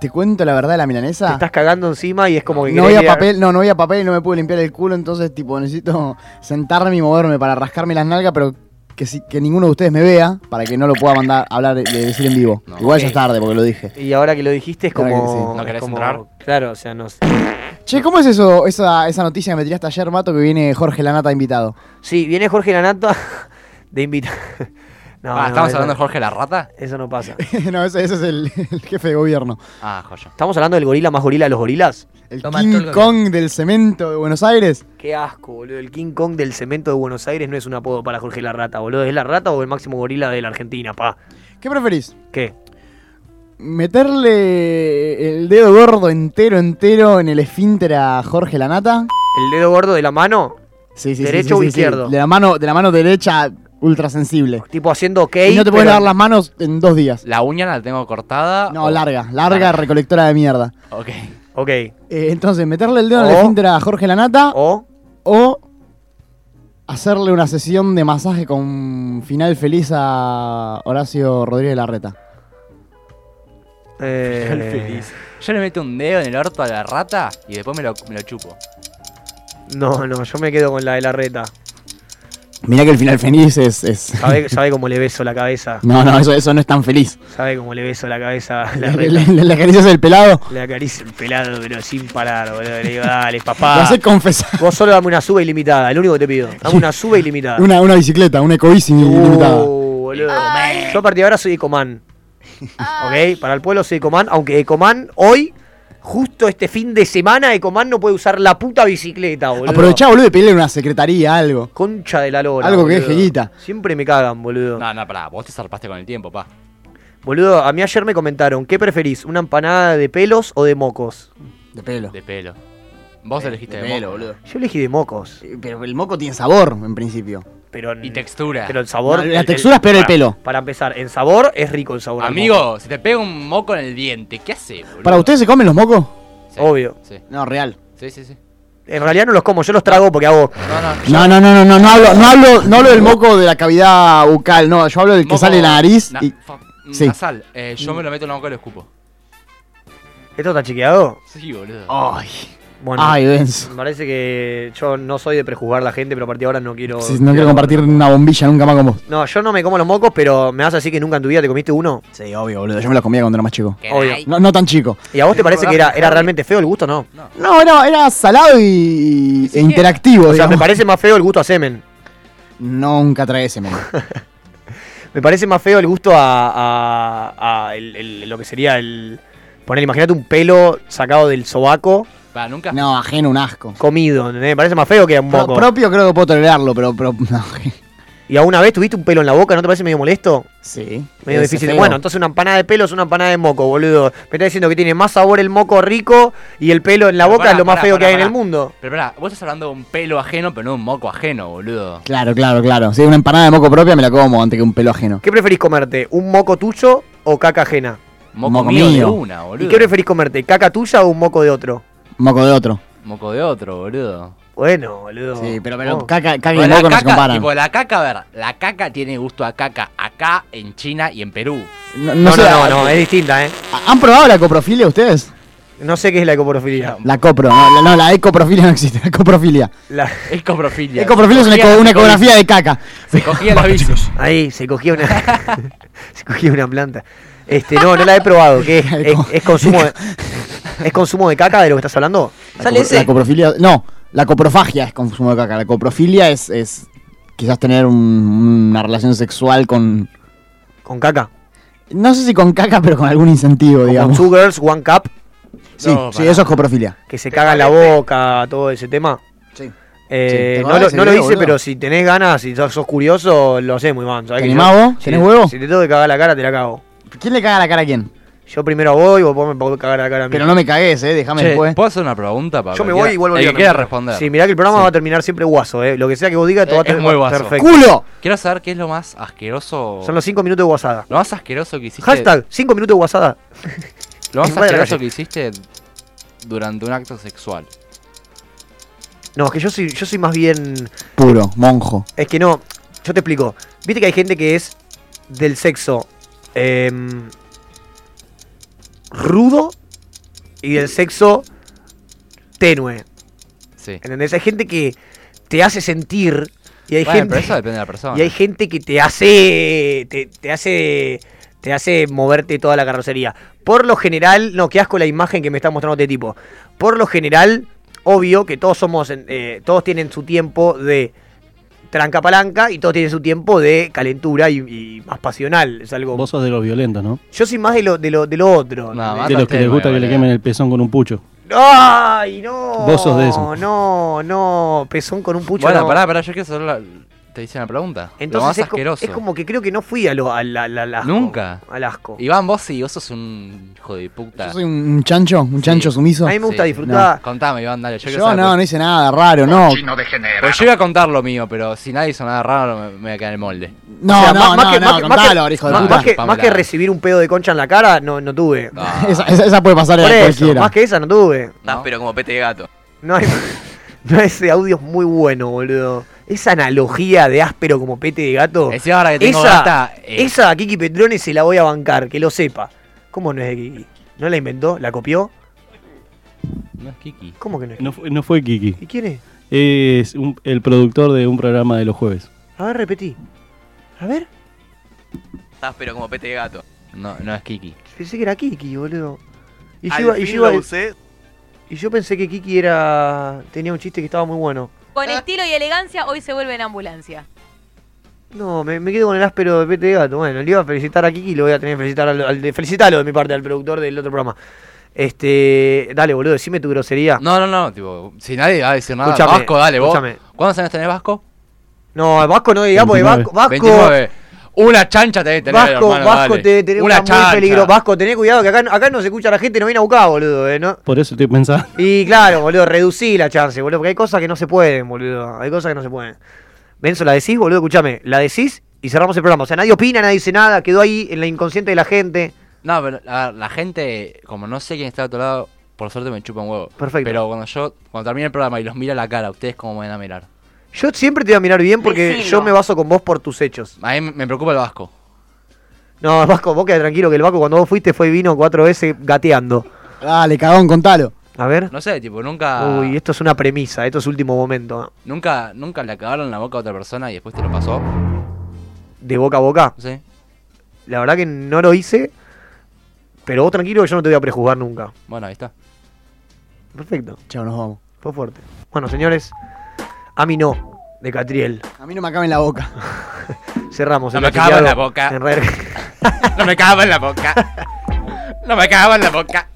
S4: ¿Te cuento la verdad de la
S1: Te
S4: milanesa?
S1: estás cagando encima y es como que
S4: Ah. No
S1: querés
S4: había
S1: mirar-
S4: papel, no, no había papel y no me pude limpiar el culo, entonces tipo necesito sentarme y moverme para rascarme las nalgas, pero que, si- que ninguno de ustedes me vea para que no lo pueda mandar hablar de decir en vivo. Igual ya es tarde porque lo dije.
S1: Y ahora que lo dijiste es
S4: Claro que
S1: como...
S4: sí.
S1: es
S4: ¿No querés
S1: como-
S4: entrar?
S1: Claro, o sea, no sé.
S4: Che, ¿cómo es eso, esa, esa noticia que me tiraste ayer, Mato, que viene Jorge Lanata invitado?
S1: Sí, viene Jorge Lanata de invita. No,
S6: Ah,
S1: no,
S6: ¿estamos
S1: eso-
S6: hablando de Jorge la rata?
S1: Eso no pasa.
S4: no, ese, ese es el, el jefe de gobierno.
S6: Ah, joya.
S1: ¿Estamos hablando del gorila más gorila de los gorilas?
S4: El King Kong del cemento de Buenos Aires.
S1: Qué asco, boludo. El King Kong del cemento de Buenos Aires no es un apodo para Jorge la Rata, boludo. ¿Es la rata o el máximo gorila de la Argentina, pa?
S4: ¿Qué preferís?
S1: ¿Qué?
S4: ¿Meterle el dedo gordo entero, entero en el esfínter a Jorge Lanata?
S1: ¿El dedo gordo de la mano?
S4: Sí, sí, sí,
S1: ¿Derecho
S4: sí,
S1: o
S4: sí, sí.
S1: izquierdo?
S4: De la mano, de la mano derecha ultra sensible.
S1: Tipo haciendo ok.
S4: y no te puedes
S1: pero-
S4: lavar las manos en dos días.
S6: La uña la tengo cortada.
S4: No,
S6: o-
S4: larga, larga recolectora de mierda.
S6: Ok.
S1: Ok.
S4: Eh, entonces, meterle el dedo en
S1: O-
S4: el esfínter a Jorge Lanata.
S1: O.
S4: O hacerle una sesión de masaje con final feliz a Horacio Rodríguez Larreta.
S6: Final feliz.
S1: eh,
S6: Yo le meto un dedo en el orto a la rata y después me lo, me lo chupo.
S1: No, no, yo me quedo con la de la reta.
S4: Mirá que el final feliz es. es-
S1: Sabe, sabe cómo le beso la cabeza.
S4: No, no, eso, eso no es tan feliz.
S1: Sabe cómo le beso la cabeza a la
S4: Le,
S1: reta.
S4: le- le acaricias el pelado.
S1: Le acaricio el pelado, pero sin parar, boludo. Le digo, dale, papá.
S4: Lo hace confesar.
S1: Vos solo dame una suba ilimitada, el único que te pido. Dame una suba ilimitada.
S4: Una, una bicicleta, una ecobici ilimitada.
S1: Uh, boludo. Yo a partir de ahora soy Ecoman. ok, para el pueblo soy Ecoman, aunque Ecoman hoy, justo este fin de semana, Ecoman no puede usar la puta bicicleta, boludo.
S4: Aprovechá, boludo, y pedirle una secretaría, algo.
S1: Concha de la lora.
S4: Algo que
S1: boludo.
S4: es jeguita.
S1: Siempre me cagan, boludo.
S6: No, no, pará, vos te zarpaste con el tiempo, pa.
S1: Boludo, a mí ayer me comentaron, ¿qué preferís? ¿Una empanada de pelos o de mocos?
S4: De pelo.
S6: De pelo. Vos
S4: Eh,
S6: elegiste de, moco.
S1: Yo elegí de mocos.
S4: Pero el moco tiene sabor, en principio.
S1: Pero,
S6: Y textura.
S1: pero el sabor.
S4: No, la textura es peor el
S1: para-
S4: pelo.
S1: Para empezar, en sabor es rico el sabor. al moco.
S6: Amigo, si te pega un moco en el diente, ¿qué hace, boludo?
S4: ¿Para ustedes se comen los mocos?
S1: obvio.
S6: Sí,
S4: No, real.
S6: sí, sí. sí.
S1: En realidad no los como, yo los trago porque hago.
S6: No, no.
S4: No, no, no, no, no, no hablo, no hablo, no hablo del moco de la cavidad bucal, no, yo hablo del que
S6: Moco-
S4: sale de la nariz
S6: na-
S4: y.
S6: fa-
S4: Sí.
S6: Nasal. Eh, yo me lo meto en la boca y lo escupo.
S1: ¿Esto está chequeado?
S6: Sí, boludo.
S4: Ay.
S1: Bueno,
S4: Ay, Benz.
S1: me parece que yo no soy de prejuzgar la gente, pero a partir de ahora no quiero.
S4: Sí, no quiero compartir una bombilla nunca más con vos.
S1: No, yo no me como los mocos, pero me vas a decir que nunca en tu vida te comiste uno.
S4: Sí, obvio, boludo. Yo me los comía cuando era más chico.
S1: Obvio.
S4: No, no tan chico.
S1: ¿Y a vos te parece que era, era realmente feo el gusto no?
S4: No, era, era salado y, e interactivo.
S1: O sea, me
S4: digamos.
S1: parece más feo el gusto a semen.
S4: Nunca trae ese men.
S1: Me parece más feo el gusto a, a- a el- el- lo que sería el... Poner, imagínate un pelo sacado del sobaco
S6: Va, nunca.
S4: No, ajeno, un asco.
S1: comido, ¿entendés? Me parece más feo que a un
S4: Pro-
S1: moco.
S4: propio creo que puedo tolerarlo, pero. pero no.
S1: ¿Y alguna vez tuviste un pelo en la boca? ¿No te parece medio molesto?
S4: Sí.
S1: Medio
S4: ese
S1: difícil.
S4: feo.
S1: Bueno, entonces una empanada de pelo es una empanada de moco, boludo. Me estás diciendo que tiene más sabor el moco rico y el pelo en la
S6: Pero
S1: boca
S6: pará,
S1: es lo más
S6: pará,
S1: feo que
S6: pará,
S1: hay en
S6: pará.
S1: el mundo.
S6: Pero pará, vos estás hablando de un pelo ajeno, pero no de un moco ajeno, boludo.
S4: Claro, claro, claro. Si una empanada de moco propia me la como antes que un pelo ajeno.
S1: ¿Qué preferís comerte? ¿Un moco tuyo o caca ajena?
S6: Moco,
S4: Moco
S6: mío, de
S4: mío.
S6: una, boludo.
S1: ¿Y qué preferís comerte? ¿Caca tuya o un moco de otro?
S4: Moco de otro.
S6: Moco de otro, boludo.
S1: Bueno, boludo.
S4: Sí, pero, pero
S1: Oh.
S4: caca, caca
S6: Pero
S4: y
S6: la
S4: moco no se
S6: caca,
S4: comparan.
S6: tipo, la caca, a ver, la caca tiene gusto a caca acá, en China y en Perú.
S4: No,
S1: No,
S4: sé,
S1: no, no, no, es distinta, ¿eh?
S4: ¿Han probado la coprofilia ustedes?
S1: No sé qué es la ecoporofilia.
S4: La copro, no, la- no, la ecoprofilia no existe, la coprofilia.
S1: La-
S6: Es coprofilia.
S4: Ecoprofilia es una, eco- una ecografía de caca.
S6: Se cogía los bichos.
S1: Ahí, se cogía una. se cogía una planta. Este, no, no la he probado. ¿Qué es? ¿Es, es consumo de. ¿Es consumo de caca de lo que estás hablando?
S4: La copro- La coprofilia, no, la coprofagia es consumo de caca. La coprofilia es, es quizás tener un- una relación sexual con,
S1: ¿Con caca?
S4: no sé si con caca, pero con algún incentivo,
S1: Con
S4: digamos.
S1: two girls, one cup,
S4: Sí,
S6: No,
S4: sí,
S6: pará.
S4: eso es coprofilia.
S1: que se caga en la boca, todo ese tema.
S4: Sí.
S1: Eh,
S4: Sí, ¿te
S1: no
S4: acordás
S1: lo,
S4: ese
S1: no lo
S4: video,
S1: hice,
S4: boludo?
S1: pero si tenés ganas, si sos, sos curioso, lo hacemos, Iván. ¿sabés
S4: ¿Te
S1: que
S4: animás
S1: yo-
S4: vos?
S1: si-
S4: ¿Tenés huevo?
S1: Si te tengo que cagar la cara, te la cago.
S4: ¿Quién le caga la cara a quién?
S1: Yo primero voy, vos vos me podés cagar la cara a mí.
S4: Pero no me cagues, eh, déjame
S6: Che,
S4: después.
S6: ¿Puedo hacer una pregunta? Para
S1: Yo me
S6: cualquiera?
S1: voy y vuelvo
S6: El
S1: yo
S6: que
S1: también.
S6: quiera responder.
S1: Sí, mirá que el programa va a terminar siempre guaso, eh. Lo que sea que vos digas, te
S6: Eh,
S1: va a
S6: es muy guaso.
S1: Perfecto.
S4: ¡Culo!
S6: Quiero saber qué es lo más asqueroso.
S1: Son los 5 minutos de guasada.
S6: Lo más asqueroso que hiciste.
S1: Hashtag 5 minutos de guasada.
S6: Lo más
S1: Vaya la
S6: asqueroso
S1: calle.
S6: que hiciste durante un acto sexual.
S1: No, es que yo soy, yo soy más bien.
S4: Puro, monjo.
S1: Es que no. Yo te explico. Viste que hay gente que es del sexo em, rudo y del sexo tenue.
S6: Sí.
S1: ¿Entendés? Hay gente que te hace sentir y hay
S6: Bueno,
S1: gente.
S6: pero eso depende de la persona.
S1: Y hay gente que te hace. Te, te hace. Te hace moverte toda la carrocería. Por lo general. No, qué asco la imagen que me está mostrando este tipo. Por lo general, obvio que todos somos. en- eh, todos tienen su tiempo de tranca palanca y todos tienen su tiempo de calentura y, y más pasional. Es algo.
S3: Vos sos de los violentos, ¿no?
S1: Yo soy más de lo, de lo, de lo otro.
S6: No,
S1: ¿entendés?
S6: Ah,
S3: De los que les
S6: bastante,
S3: gusta que le
S6: boludo.
S3: quemen el pezón con un pucho.
S1: ¡Ay, no!
S3: Vos sos de eso.
S1: No, no. Pezón con un pucho.
S6: Bueno,
S1: no.
S6: pará, pará, yo quiero saber la- te hice una pregunta. lo
S1: Entonces
S6: más
S1: es, co-
S6: asqueroso.
S1: es como que creo que no fui a lo, al, al- al asco.
S6: Nunca.
S1: Al asco.
S6: Iván, vos sí, vos sos un hijo de puta.
S1: Ah.
S4: Yo soy un chancho, un chancho sumiso.
S6: Sí.
S4: No.
S6: No. Contame, Iván, dale. Yo, quiero
S4: Yo
S6: saber,
S4: no,
S6: pues.
S4: no hice nada raro, no.
S6: Pues yo iba a contar lo mío, pero si nadie hizo nada raro, me, me voy a quedar en el molde.
S4: No,
S1: O sea,
S4: no,
S1: más- más
S4: no, no,
S1: que- más que- más que-
S4: contalo, ahora, hijo de
S1: más-
S4: puta.
S1: Más que, más que recibir un pedo de concha en la cara, no, no tuve.
S4: Esa, esa- esa puede pasar
S1: Por
S4: a
S1: eso,
S4: cualquiera.
S1: Más que esa no tuve.
S12: Estás pero como pete de gato.
S1: No hay- no, ese audio es muy bueno, boludo. Esa analogía de áspero como pete de gato.
S6: Decía ahora que tengo
S1: Oh. esa,
S6: gata, eh.
S1: esa a Kiki Petrone se la voy a bancar, que lo sepa. ¿Cómo no es de Kiki? ¿No la inventó? ¿La copió?
S6: No es Kiki.
S1: ¿Cómo que no es
S3: No, fue- no fue Kiki.
S1: ¿Y quién es?
S3: Es un- el productor de un programa de los jueves.
S1: A ver, repetí. A ver,
S12: Estás pero como pete de gato.
S6: No, no es Kiki.
S1: pensé que era Kiki, boludo. Y yo,
S12: Al
S1: iba- y
S12: fin
S1: yo iba-
S12: lo usé.
S1: y yo pensé que Kiki era tenía un chiste que estaba muy bueno.
S13: Con estilo y elegancia, hoy se vuelve en ambulancia.
S1: No, me, me quedo con el áspero de Pete de Gato. Bueno, le iba a felicitar a Kiki y lo voy a tener que felicitar al, al de, felicitalo de mi parte, al productor del otro programa. Este, dale, boludo, decime tu grosería.
S6: No, no, no, tipo, si nadie va a decir nada,
S1: Escúchame,
S6: Vasco, dale, vos.
S1: escúchame.
S6: ¿Cuántos años tenés Vasco?
S1: No, Vasco no diga, porque Vasco, Vasco,
S6: 29. Una chancha tenés que tener,
S1: Vasco,
S6: hermano,
S1: Vasco
S6: dale.
S1: te, tenés una, muy
S6: chancha.
S1: peligrosa. Vasco, tené cuidado que acá, no- acá no se escucha la gente, no viene a buscar, boludo, eh, ¿no?
S3: Por eso estoy pensando.
S1: Y claro, boludo, reducí la chance, boludo, porque hay cosas que no se pueden, boludo. Hay cosas que no se pueden. Benzo, la decís, boludo, escúchame, la decís y cerramos el programa. O sea, nadie opina, nadie dice nada, quedó ahí en la inconsciente de la gente.
S6: No, pero a ver, la gente, como no sé quién está a tu lado, por suerte me chupa un huevo.
S1: Perfecto.
S6: Pero cuando yo, cuando termine el programa y los mira la cara, ¿ustedes cómo me van a mirar?
S1: Yo siempre te voy a mirar bien porque
S6: Decilo.
S1: yo me baso con vos por tus hechos.
S6: A mí me me preocupa el Vasco.
S1: No, Vasco, vos quedate tranquilo que el Vasco cuando vos fuiste fue y vino cuatro veces gateando.
S4: Dale, cagón, contalo.
S1: A ver.
S6: No sé, tipo, nunca.
S1: Uy, esto es una premisa, esto es último momento.
S6: Nunca, nunca le acabaron la boca a otra persona y después te lo pasó.
S1: De boca a boca.
S6: Sí.
S1: La verdad que no lo hice, pero vos tranquilo que yo no te voy a prejuzgar nunca.
S6: Bueno, ahí está.
S1: Perfecto.
S4: Chao, nos vamos.
S1: Fue fuerte. Bueno, señores, a mí no, de Catriel.
S4: A mí no me acaba en la boca.
S1: Cerramos.
S6: No
S1: el
S6: me cago en la
S1: afiliado
S6: boca.
S1: en Red-
S6: No me cago en la boca. No me cago en la boca.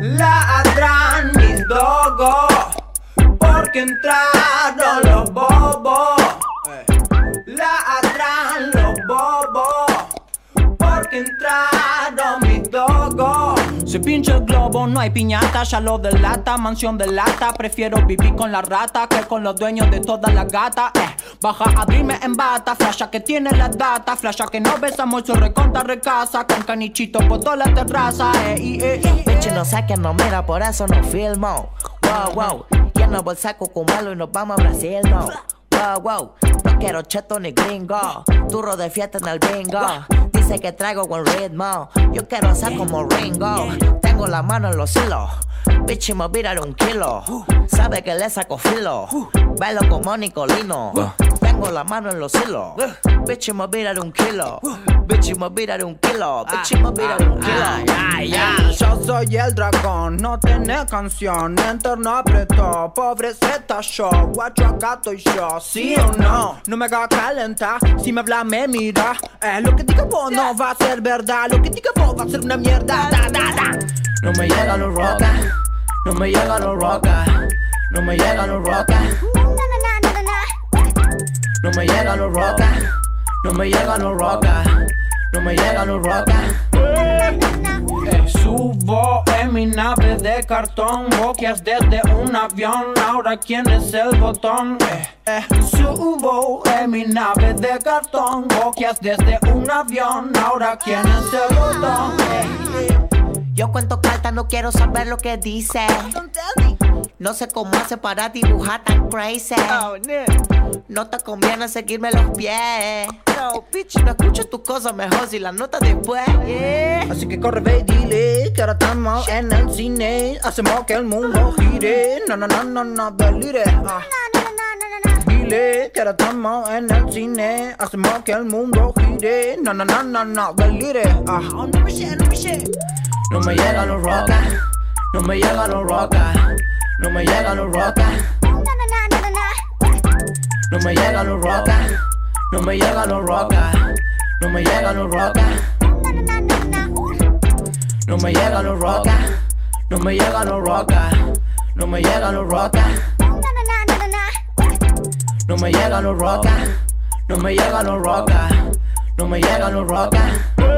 S11: Ladran mis dogos porque entraron los bobos. Ladran los bobos porque entraron mis dogos.
S14: Se pincha el globo, no hay piñata, ya lo delata, mansión de lata. Prefiero vivir con la rata que con los dueños de todas las gatas. eh. Baja a Dreamer en bata, flasha que tiene la data, flasha que no besamos, su reconta recasa, con canichito por toda la terraza. Eh, y, eh,
S15: Bitch, no saquen, no mira, por eso no filmo. Wow, wow. Lleno el bolsaco con malo y nos vamos a Brasil, no. Wow, wow. No quiero cheto ni gringo. Turro de fiesta en el bingo. Dice que traigo buen ritmo. Yo quiero ser como Ringo. Tengo la mano en los hilos. Bitch, me vira un kilo. Sabe que le saco filo. Bailo como Nicolino. Tengo la mano en los hilos. Bitch, me vira un kilo. Bitch, me vira un kilo. Bitch, me vira un kilo.
S14: Ay, ay, Yo soy el dragón, no tenés canción, entorno apretó, pobre Z yo, guacho acá estoy yo, sí o no, no me hagas calentar, si me habla me mira, eh, lo que diga vos no va a ser verdad, lo que diga vos va a ser una mierda, da, da, da.
S15: No me llegan los rocas, no me llegan los rocas, no me llegan los rocas. No me llegan los rocas, no me llegan los rocas, no me llegan los rocas.
S14: Ey, Subo en mi nave de cartón, boquias desde un avión, ahora quién es el botón. Eh, eh. Subo en mi nave de cartón, boquias desde un avión, ahora quién es el botón.
S15: Yo cuento cartas, no quiero saber lo que dice. No sé cómo hace para dibujar tan crazy. No te conviene seguirme los pies. No, bitch, no escucho tus cosas mejor si las notas después.
S14: Así que corre, ve y dile que ahora estamos en el cine. Hacemos que el mundo gire. No, no, no, no, no, delire. Ah. Dile que ahora estamos en el cine. Hacemos que el mundo gire. No, no, no, no, no, delire. Ah.
S15: No me llegan los rocas, no me llegan los rocas, no me llegan los rocas.
S11: No me llegan los rocas. No me llegan los rocas. No me llegan los rocas. No me llegan los rocas. No me llegan los rocas. No me llegan los rocas. No me llegan los rocas. No me llegan los rocas. No me llegan los rocas.